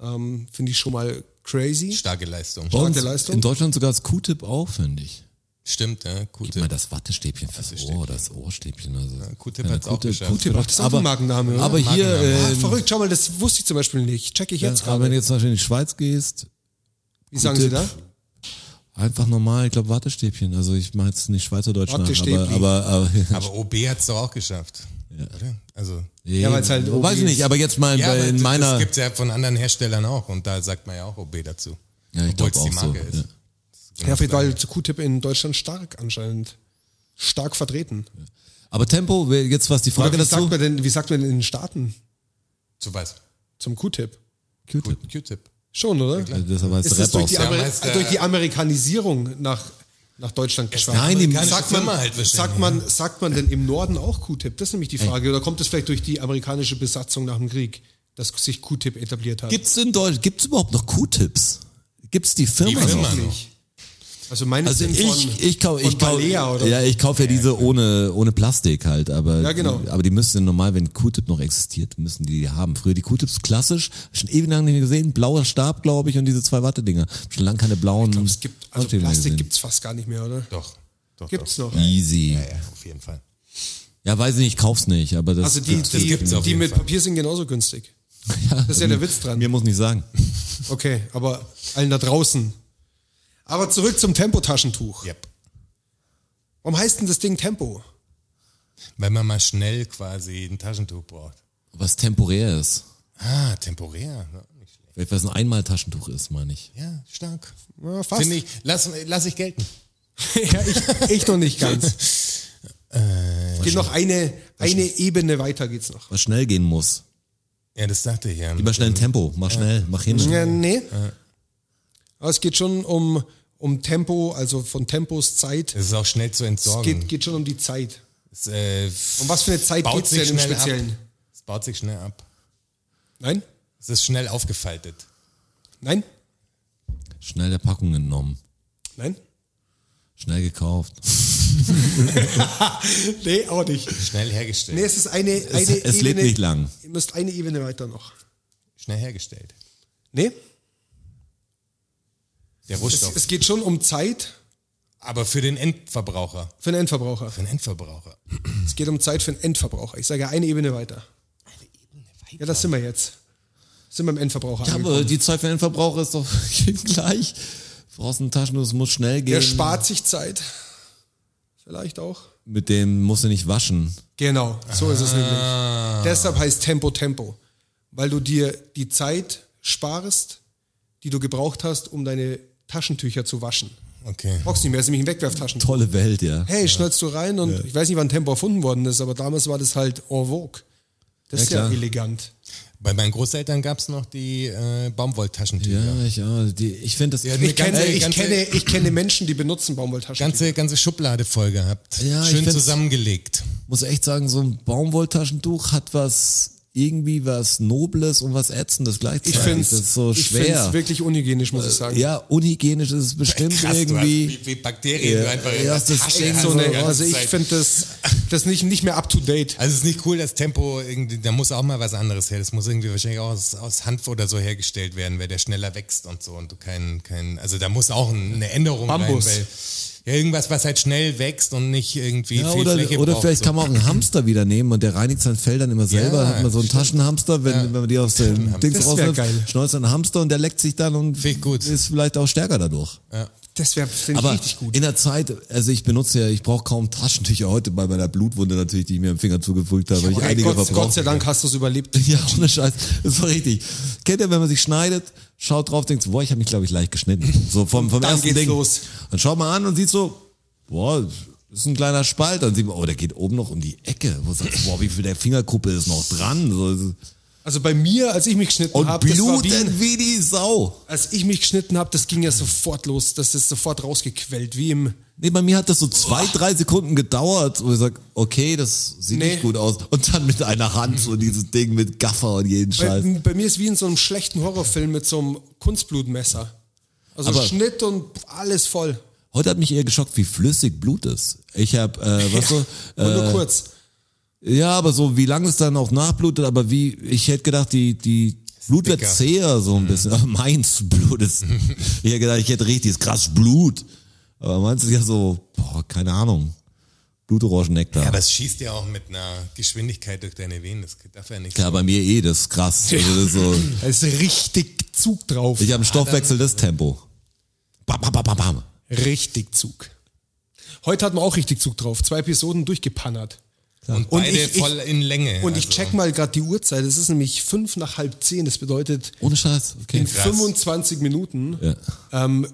[SPEAKER 3] ähm, finde ich schon mal crazy.
[SPEAKER 4] Starke Leistung.
[SPEAKER 2] Bei uns
[SPEAKER 3] Starke Leistung.
[SPEAKER 2] In Deutschland sogar das Q-Tip auch, finde ich.
[SPEAKER 4] Stimmt, ja.
[SPEAKER 2] Gib mal
[SPEAKER 4] Gute.
[SPEAKER 2] das Wattestäbchen fürs Ohr oder das Ohrstäbchen oder so.
[SPEAKER 4] Q-Tip
[SPEAKER 2] Keine
[SPEAKER 4] hat's auch
[SPEAKER 2] Q-Tip-
[SPEAKER 4] geschafft.
[SPEAKER 2] Q-Tip
[SPEAKER 3] Das ist auch
[SPEAKER 2] aber-
[SPEAKER 3] ein Markenname, oder?
[SPEAKER 2] Aber hier,
[SPEAKER 4] Markenname.
[SPEAKER 2] äh,
[SPEAKER 3] Ah, verrückt, schau mal, das wusste ich zum Beispiel nicht. Check ich jetzt
[SPEAKER 2] aber wenn
[SPEAKER 3] gerade.
[SPEAKER 2] du jetzt zum Beispiel in die Schweiz gehst,
[SPEAKER 3] Wie sagen Sie da?
[SPEAKER 2] Q-Tip. einfach normal, ich glaube Wattestäbchen. Also ich mache jetzt nicht Schweizerdeutsch nach, aber,
[SPEAKER 3] Wattestäbli.
[SPEAKER 2] aber, aber,
[SPEAKER 4] Aber OB hat es doch auch geschafft. Oder? Also.
[SPEAKER 2] ja,
[SPEAKER 3] weil's halt OB
[SPEAKER 2] weiß ich nicht,
[SPEAKER 3] ist.
[SPEAKER 2] aber jetzt mal
[SPEAKER 4] Ja,
[SPEAKER 2] bei,
[SPEAKER 4] aber
[SPEAKER 2] in
[SPEAKER 4] das-
[SPEAKER 2] meiner,
[SPEAKER 4] das gibt's ja von anderen Herstellern auch und da sagt man ja auch OB dazu.
[SPEAKER 2] ja, ich
[SPEAKER 4] obwohl's
[SPEAKER 2] glaube auch
[SPEAKER 4] die
[SPEAKER 2] so.
[SPEAKER 4] Marke
[SPEAKER 2] Ja.
[SPEAKER 4] ist.
[SPEAKER 3] Ja, auf jeden Fall zu Q-Tip in Deutschland stark anscheinend. Stark vertreten.
[SPEAKER 2] Aber Tempo, wer- jetzt was die
[SPEAKER 3] Oder
[SPEAKER 2] Frage
[SPEAKER 3] wie, sagt
[SPEAKER 2] dazu?
[SPEAKER 3] man denn, wie sagt man denn in den Staaten
[SPEAKER 4] Zu was?
[SPEAKER 3] zum Q-Tip?
[SPEAKER 2] Q-Tip. Also
[SPEAKER 4] Q-Tip.
[SPEAKER 3] Schon, oder?
[SPEAKER 2] Ja, Deshalb heißt der
[SPEAKER 3] Ist das
[SPEAKER 2] Rap
[SPEAKER 3] durch
[SPEAKER 2] auch
[SPEAKER 3] die,
[SPEAKER 2] so.
[SPEAKER 4] Ja,
[SPEAKER 3] Ameri-
[SPEAKER 4] meinst du,
[SPEAKER 3] durch die Amerikanisierung nach, nach Deutschland geschwappt?
[SPEAKER 2] Nein, die-
[SPEAKER 4] Amerikanische
[SPEAKER 3] sagt man,
[SPEAKER 4] Firma halt wahrscheinlich,
[SPEAKER 3] sagt, man, sagt man denn im Norden auch Q-Tip? Das ist nämlich die Frage. Oder kommt es vielleicht durch die amerikanische Besatzung nach dem Krieg, dass sich Q-Tip etabliert hat?
[SPEAKER 2] Gibt's in Deutschland, gibt's überhaupt noch Q-Tips? Gibt's die Firma
[SPEAKER 4] Die Firma
[SPEAKER 2] noch?
[SPEAKER 4] noch.
[SPEAKER 3] Also meine
[SPEAKER 2] Also
[SPEAKER 3] sind
[SPEAKER 2] ich,
[SPEAKER 3] von,
[SPEAKER 2] ich kaufe,
[SPEAKER 3] von
[SPEAKER 2] ich kaufe,
[SPEAKER 3] Balea oder
[SPEAKER 2] ja, ich kaufe ja diese ohne, ohne Plastik halt, aber,
[SPEAKER 3] Ja, genau.
[SPEAKER 2] aber die müssen normal, wenn Q-Tip noch existiert, müssen die die haben. Früher die Q-Tips klassisch, schon ewig lange nicht mehr gesehen, blauer Stab, glaube ich, und diese zwei Wattedinger. Schon lange keine blauen.
[SPEAKER 3] glaub, es gibt, also
[SPEAKER 2] Wattedinger
[SPEAKER 3] Plastik
[SPEAKER 2] gesehen.
[SPEAKER 3] gibt's fast gar nicht mehr, oder?
[SPEAKER 4] Doch. doch
[SPEAKER 3] Gibt's
[SPEAKER 4] doch.
[SPEAKER 3] noch.
[SPEAKER 2] Easy. Ja,
[SPEAKER 4] Ja, ja, auf jeden Fall.
[SPEAKER 2] weiß ich nicht, ich kauf's nicht, aber das,
[SPEAKER 3] Also die,
[SPEAKER 4] das
[SPEAKER 3] die,
[SPEAKER 4] gibt's auf
[SPEAKER 3] die
[SPEAKER 4] jeden
[SPEAKER 3] mit
[SPEAKER 4] Fall.
[SPEAKER 3] Papier sind genauso günstig. Das ist ja der Witz dran.
[SPEAKER 2] mir muss nicht sagen.
[SPEAKER 3] Okay, aber allen da draußen. Aber zurück zum Tempotaschentuch.
[SPEAKER 4] Yep.
[SPEAKER 3] Warum heißt denn das Ding Tempo?
[SPEAKER 4] Wenn man mal schnell quasi ein Taschentuch braucht.
[SPEAKER 2] Was temporär ist.
[SPEAKER 4] Ah, temporär. Ja, nicht schlecht.
[SPEAKER 2] Vielleicht, was ein Einmaltaschentuch ist, meine ich.
[SPEAKER 4] Ja, stark.
[SPEAKER 3] Ja, fast.
[SPEAKER 4] Finde ich, lass, lass ich gelten.
[SPEAKER 3] [laughs] ja, ich, ich noch nicht ganz. Es geht noch eine, eine Ebene weiter geht's noch.
[SPEAKER 2] Was schnell gehen muss.
[SPEAKER 4] Ja, das dachte ich ja.
[SPEAKER 2] Lieber schnell ein Tempo, mach schnell, mach hin.
[SPEAKER 3] Ja, nee. Aber es geht schon um, um Tempo, also von Tempos Zeit.
[SPEAKER 4] Das ist auch schnell zu
[SPEAKER 3] Es
[SPEAKER 4] entsorgen.
[SPEAKER 3] geht, geht schon um die Zeit.
[SPEAKER 4] Es, äh,
[SPEAKER 3] Um was für eine Zeit
[SPEAKER 4] baut
[SPEAKER 3] geht's
[SPEAKER 4] sich
[SPEAKER 3] denn im
[SPEAKER 4] schnell ab.
[SPEAKER 3] Speziellen?
[SPEAKER 4] Es baut sich schnell ab.
[SPEAKER 3] Nein?
[SPEAKER 4] Es ist schnell aufgefaltet.
[SPEAKER 3] Nein?
[SPEAKER 2] Schnell der Packung entnommen.
[SPEAKER 3] Nein?
[SPEAKER 2] Schnell gekauft.
[SPEAKER 3] Nee, auch nicht.
[SPEAKER 4] Schnell hergestellt.
[SPEAKER 3] Nee, es ist eine, eine
[SPEAKER 2] [laughs] Es,
[SPEAKER 3] Ebene.
[SPEAKER 2] es lebt nicht lang.
[SPEAKER 3] Ihr müsst eine Ebene weiter noch.
[SPEAKER 4] Schnell hergestellt.
[SPEAKER 3] Nee?
[SPEAKER 4] Der
[SPEAKER 3] Es,
[SPEAKER 4] Rohstoff.
[SPEAKER 3] es geht schon um Zeit
[SPEAKER 4] Aber für den Endverbraucher.
[SPEAKER 3] für den Endverbraucher.
[SPEAKER 4] Für den Endverbraucher.
[SPEAKER 3] Es geht um Zeit für den Endverbraucher. Ich sage ja, eine Ebene weiter. Ja, das sind wir jetzt. Sind wir im Endverbraucher
[SPEAKER 2] Ja,
[SPEAKER 3] angekommen.
[SPEAKER 2] aber die Zeit für den Verbraucher ist doch [laughs] gleich. Du brauchst ein Taschentuch, es muss schnell gehen.
[SPEAKER 3] Der spart sich Zeit. Vielleicht auch.
[SPEAKER 2] Mit dem musst du nicht waschen.
[SPEAKER 3] Genau, so ist es nämlich. Ah. Deshalb heißt Tempo Tempo. Weil du dir die Zeit sparst, die du gebraucht hast, um deine Taschentücher zu waschen.
[SPEAKER 4] Okay.
[SPEAKER 3] Brauchst nicht mehr, ist nämlich ein Wegwerftaschentuch.
[SPEAKER 2] Tolle Welt, ja.
[SPEAKER 3] Hey, schnallst du rein und ich weiß nicht, wann Tempo erfunden worden ist, aber damals war das halt en vogue. Das
[SPEAKER 2] Ja,
[SPEAKER 3] ist ja
[SPEAKER 2] klar.
[SPEAKER 3] elegant.
[SPEAKER 4] Bei meinen Großeltern gab's noch die äh, Baumwolltaschentücher.
[SPEAKER 2] Ja, ich, ja, die, ich finde das.
[SPEAKER 4] Ja,
[SPEAKER 3] Ich
[SPEAKER 4] nee,
[SPEAKER 3] kenne,
[SPEAKER 4] Ganze-
[SPEAKER 3] ich,
[SPEAKER 4] ganze-
[SPEAKER 3] kenne, ich kenne Menschen, die benutzen Baumwolltaschentücher.
[SPEAKER 4] Ganze, ganze Schublade voll gehabt.
[SPEAKER 2] Ja, ich
[SPEAKER 4] Schön
[SPEAKER 2] find's-
[SPEAKER 4] zusammengelegt.
[SPEAKER 2] muss echt sagen, so ein Baumwolltaschentuch hat was, irgendwie was Nobles und was Ätzendes gleichzeitig.
[SPEAKER 3] ich finde es
[SPEAKER 2] das ist so schwer. Äh,
[SPEAKER 3] wirklich unhygienisch, muss ich sagen.
[SPEAKER 2] Ja, unhygienisch ist es bestimmt irgendwie.
[SPEAKER 4] du hast, wie, wie Bakterien
[SPEAKER 2] Ja,
[SPEAKER 4] du einfach in
[SPEAKER 2] ja,
[SPEAKER 4] der
[SPEAKER 2] das
[SPEAKER 4] Tasche
[SPEAKER 2] Ding
[SPEAKER 4] hast
[SPEAKER 3] so
[SPEAKER 4] die
[SPEAKER 3] eine,
[SPEAKER 4] ganze
[SPEAKER 3] also ich
[SPEAKER 4] Zeit.
[SPEAKER 3] finde das, das nicht, nicht mehr up to date.
[SPEAKER 4] Also es ist nicht cool, das Tempo, irgendwie, da muss auch mal was anderes her. Das muss irgendwie wahrscheinlich auch aus, aus Hanf oder so hergestellt werden, weil der schneller wächst und so und du keinen, keinen, also da muss auch ein- eine Änderung
[SPEAKER 3] Bambus.
[SPEAKER 4] rein, weil ja, irgendwas, was halt schnell wächst und nicht irgendwie
[SPEAKER 2] Ja,
[SPEAKER 4] viel
[SPEAKER 2] oder
[SPEAKER 4] Fläche
[SPEAKER 2] oder
[SPEAKER 4] braucht.
[SPEAKER 2] vielleicht
[SPEAKER 4] so.
[SPEAKER 2] kann man auch einen Hamster wieder nehmen und der reinigt sein Fell dann immer selber.
[SPEAKER 4] Ja,
[SPEAKER 2] hat man so einen
[SPEAKER 4] stimmt.
[SPEAKER 2] Taschenhamster, wenn,
[SPEAKER 4] Ja.
[SPEAKER 2] wenn man die aus dem Dings
[SPEAKER 3] Das wär
[SPEAKER 2] rausnimmt,
[SPEAKER 3] geil.
[SPEAKER 2] schneuzt einen Hamster und der leckt sich dann und
[SPEAKER 4] Fick gut.
[SPEAKER 2] ist vielleicht auch stärker dadurch.
[SPEAKER 3] Das wäre, finde ich,
[SPEAKER 2] Aber
[SPEAKER 3] richtig gut.
[SPEAKER 2] in der Zeit, also ich benutze ja, ich brauche kaum Taschentücher heute bei meiner Blutwunde natürlich, die ich mir am Finger zugefügt habe, weil ich
[SPEAKER 3] Okay,
[SPEAKER 2] einige
[SPEAKER 3] Oh Gott, Gott
[SPEAKER 2] verbraucht
[SPEAKER 3] sei Dank hast du es überlebt.
[SPEAKER 2] [laughs] ja, ohne Scheiß. Das war richtig. Kennt ihr, wenn man sich schneidet, schaut drauf, denkt, so, boah, ich habe mich, glaube ich, leicht geschnitten. So vom, vom
[SPEAKER 3] Dann
[SPEAKER 2] ersten
[SPEAKER 3] geht's
[SPEAKER 2] Ding.
[SPEAKER 3] los.
[SPEAKER 2] Dann schaut man an und sieht so, boah, das ist ein kleiner Spalt. Dann sieht man, oh, der geht oben noch um die Ecke. Wo du sagst, boah, wie viel der Fingerkuppe ist noch dran. So, das ist-
[SPEAKER 3] Also bei mir, als ich mich geschnitten
[SPEAKER 2] Und
[SPEAKER 3] habe, das war wie ein
[SPEAKER 2] blutet wie die Sau.
[SPEAKER 3] als ich mich geschnitten habe, das ging ja sofort los. Das ist sofort rausgequellt, wie im.
[SPEAKER 2] Nee, bei mir hat das so zwei, drei Sekunden gedauert, wo ich sag, okay, das sieht
[SPEAKER 3] Nee.
[SPEAKER 2] nicht gut aus. Und dann mit einer Hand so dieses Ding mit Gaffer und jeden
[SPEAKER 3] Bei,
[SPEAKER 2] Scheiß.
[SPEAKER 3] bei mir ist wie in so einem schlechten Horrorfilm mit so einem Kunstblutmesser. Also
[SPEAKER 2] Aber-
[SPEAKER 3] Schnitt und alles voll.
[SPEAKER 2] Heute hat mich eher geschockt, wie flüssig Blut ist. Ich hab, äh, was so,
[SPEAKER 3] Und nur
[SPEAKER 2] äh,
[SPEAKER 3] kurz.
[SPEAKER 2] ja, aber so, wie lange es dann auch nachblutet, aber wie, ich hätte gedacht, die, die Blut wird
[SPEAKER 4] dicker. Mhm.
[SPEAKER 2] zäher so ein bisschen. Aber meins Blut
[SPEAKER 4] [laughs]
[SPEAKER 2] ist, ich hätte gedacht, ich hätte richtiges krass Blut. Aber meins ist ja so, boah, keine Ahnung. Blutorangennektar.
[SPEAKER 4] Aber es schießt ja auch mit einer Geschwindigkeit durch deine Venen. Das darf ja nicht.
[SPEAKER 2] Ja, bei mir eh, das ist krass. Also das ist so,
[SPEAKER 3] Da ist richtig Zug drauf.
[SPEAKER 2] ich habe einen Stoffwechsel, das Tempo. Bam, bam, bam, bam, bam.
[SPEAKER 3] Richtig Zug. Heute hat man auch richtig Zug drauf. Zwei Episoden durchgepannert.
[SPEAKER 4] Und
[SPEAKER 3] Und
[SPEAKER 4] beide
[SPEAKER 3] ich- ich-
[SPEAKER 4] voll in Länge.
[SPEAKER 3] Und ich
[SPEAKER 4] also.
[SPEAKER 3] check mal gerade die Uhrzeit. Es ist nämlich fünf nach halb zehn. Das bedeutet,
[SPEAKER 2] Ohne Scheiß. Okay.
[SPEAKER 3] in 25 Minuten
[SPEAKER 2] Ja.
[SPEAKER 3] ähm,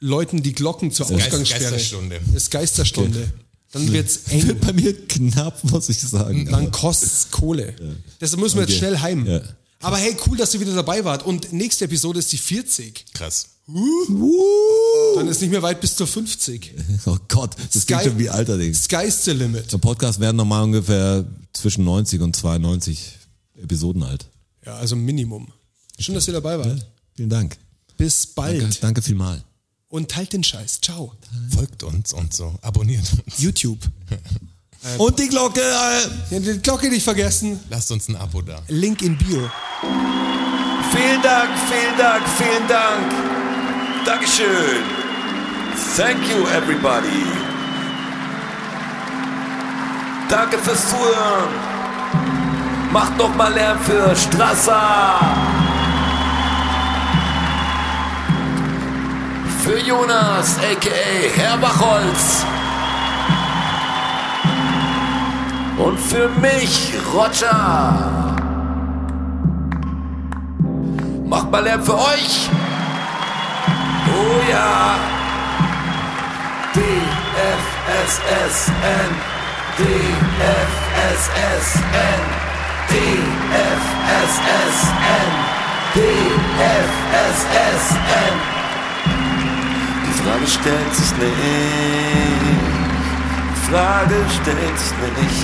[SPEAKER 3] läuten die Glocken zur
[SPEAKER 4] Geist-
[SPEAKER 3] Ausgangssperre.
[SPEAKER 4] Geisterstunde.
[SPEAKER 3] Ist Geisterstunde. Dann
[SPEAKER 4] [laughs]
[SPEAKER 3] wird's eng.
[SPEAKER 2] Wird [laughs] bei mir knapp, muss ich sagen.
[SPEAKER 3] Dann kostet's Kohle. Deshalb müssen wir jetzt
[SPEAKER 2] Okay.
[SPEAKER 3] schnell heim.
[SPEAKER 2] Ja.
[SPEAKER 3] Aber hey, cool, dass ihr wieder dabei wart. Und nächste Episode ist die 40.
[SPEAKER 4] Krass.
[SPEAKER 3] Dann ist nicht mehr weit bis zur
[SPEAKER 4] [laughs]
[SPEAKER 3] 50.
[SPEAKER 2] Oh Gott, das
[SPEAKER 3] Sky-
[SPEAKER 2] klingt schon wie Alterdings.
[SPEAKER 3] Sky's the limit.
[SPEAKER 2] So Podcast werden normal ungefähr zwischen 90 und 92 Episoden alt.
[SPEAKER 3] Ja, also Minimum. Schön, dass ihr dabei wart.
[SPEAKER 2] Vielen Dank.
[SPEAKER 3] Bis bald.
[SPEAKER 2] Danke, danke vielmal.
[SPEAKER 3] Und teilt den Scheiß. [laughs] Ciao.
[SPEAKER 4] Folgt uns und so. Abonniert uns.
[SPEAKER 3] YouTube.
[SPEAKER 2] Und die Glocke! Äh
[SPEAKER 3] Ja, die Glocke nicht vergessen.
[SPEAKER 4] Lasst uns ein Abo da.
[SPEAKER 3] Link in Bio.
[SPEAKER 5] Vielen Dank, vielen Dank, vielen Dank. Dankeschön. Thank you, everybody. Danke fürs Zuhören. Macht noch mal Lärm für Strasser. Für Jonas, a.k.a. Herr Bachholz. Und für mich, Roger. Macht mal Lärm für euch. Oh ja. DFSSN. DFSSN. DFSSN. DFSSN. Die Frage stellt sich nicht. Die Frage stellt sich nicht.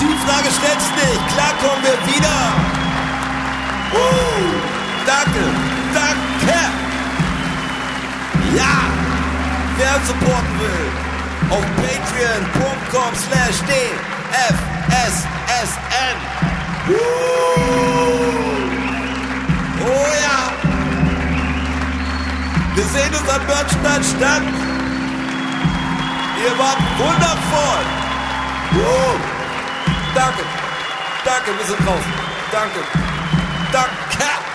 [SPEAKER 5] Die Frage stellt sich nicht. Klar kommen wir wieder. Uh, danke, danke. Ja, wer uns supporten will, auf patreon.com slash dfssn. Uh, oh ja. Wir sehen uns am Börnstein statt. Ihr wart wundervoll. Uh, danke, danke, wir sind draußen. Danke. Danke.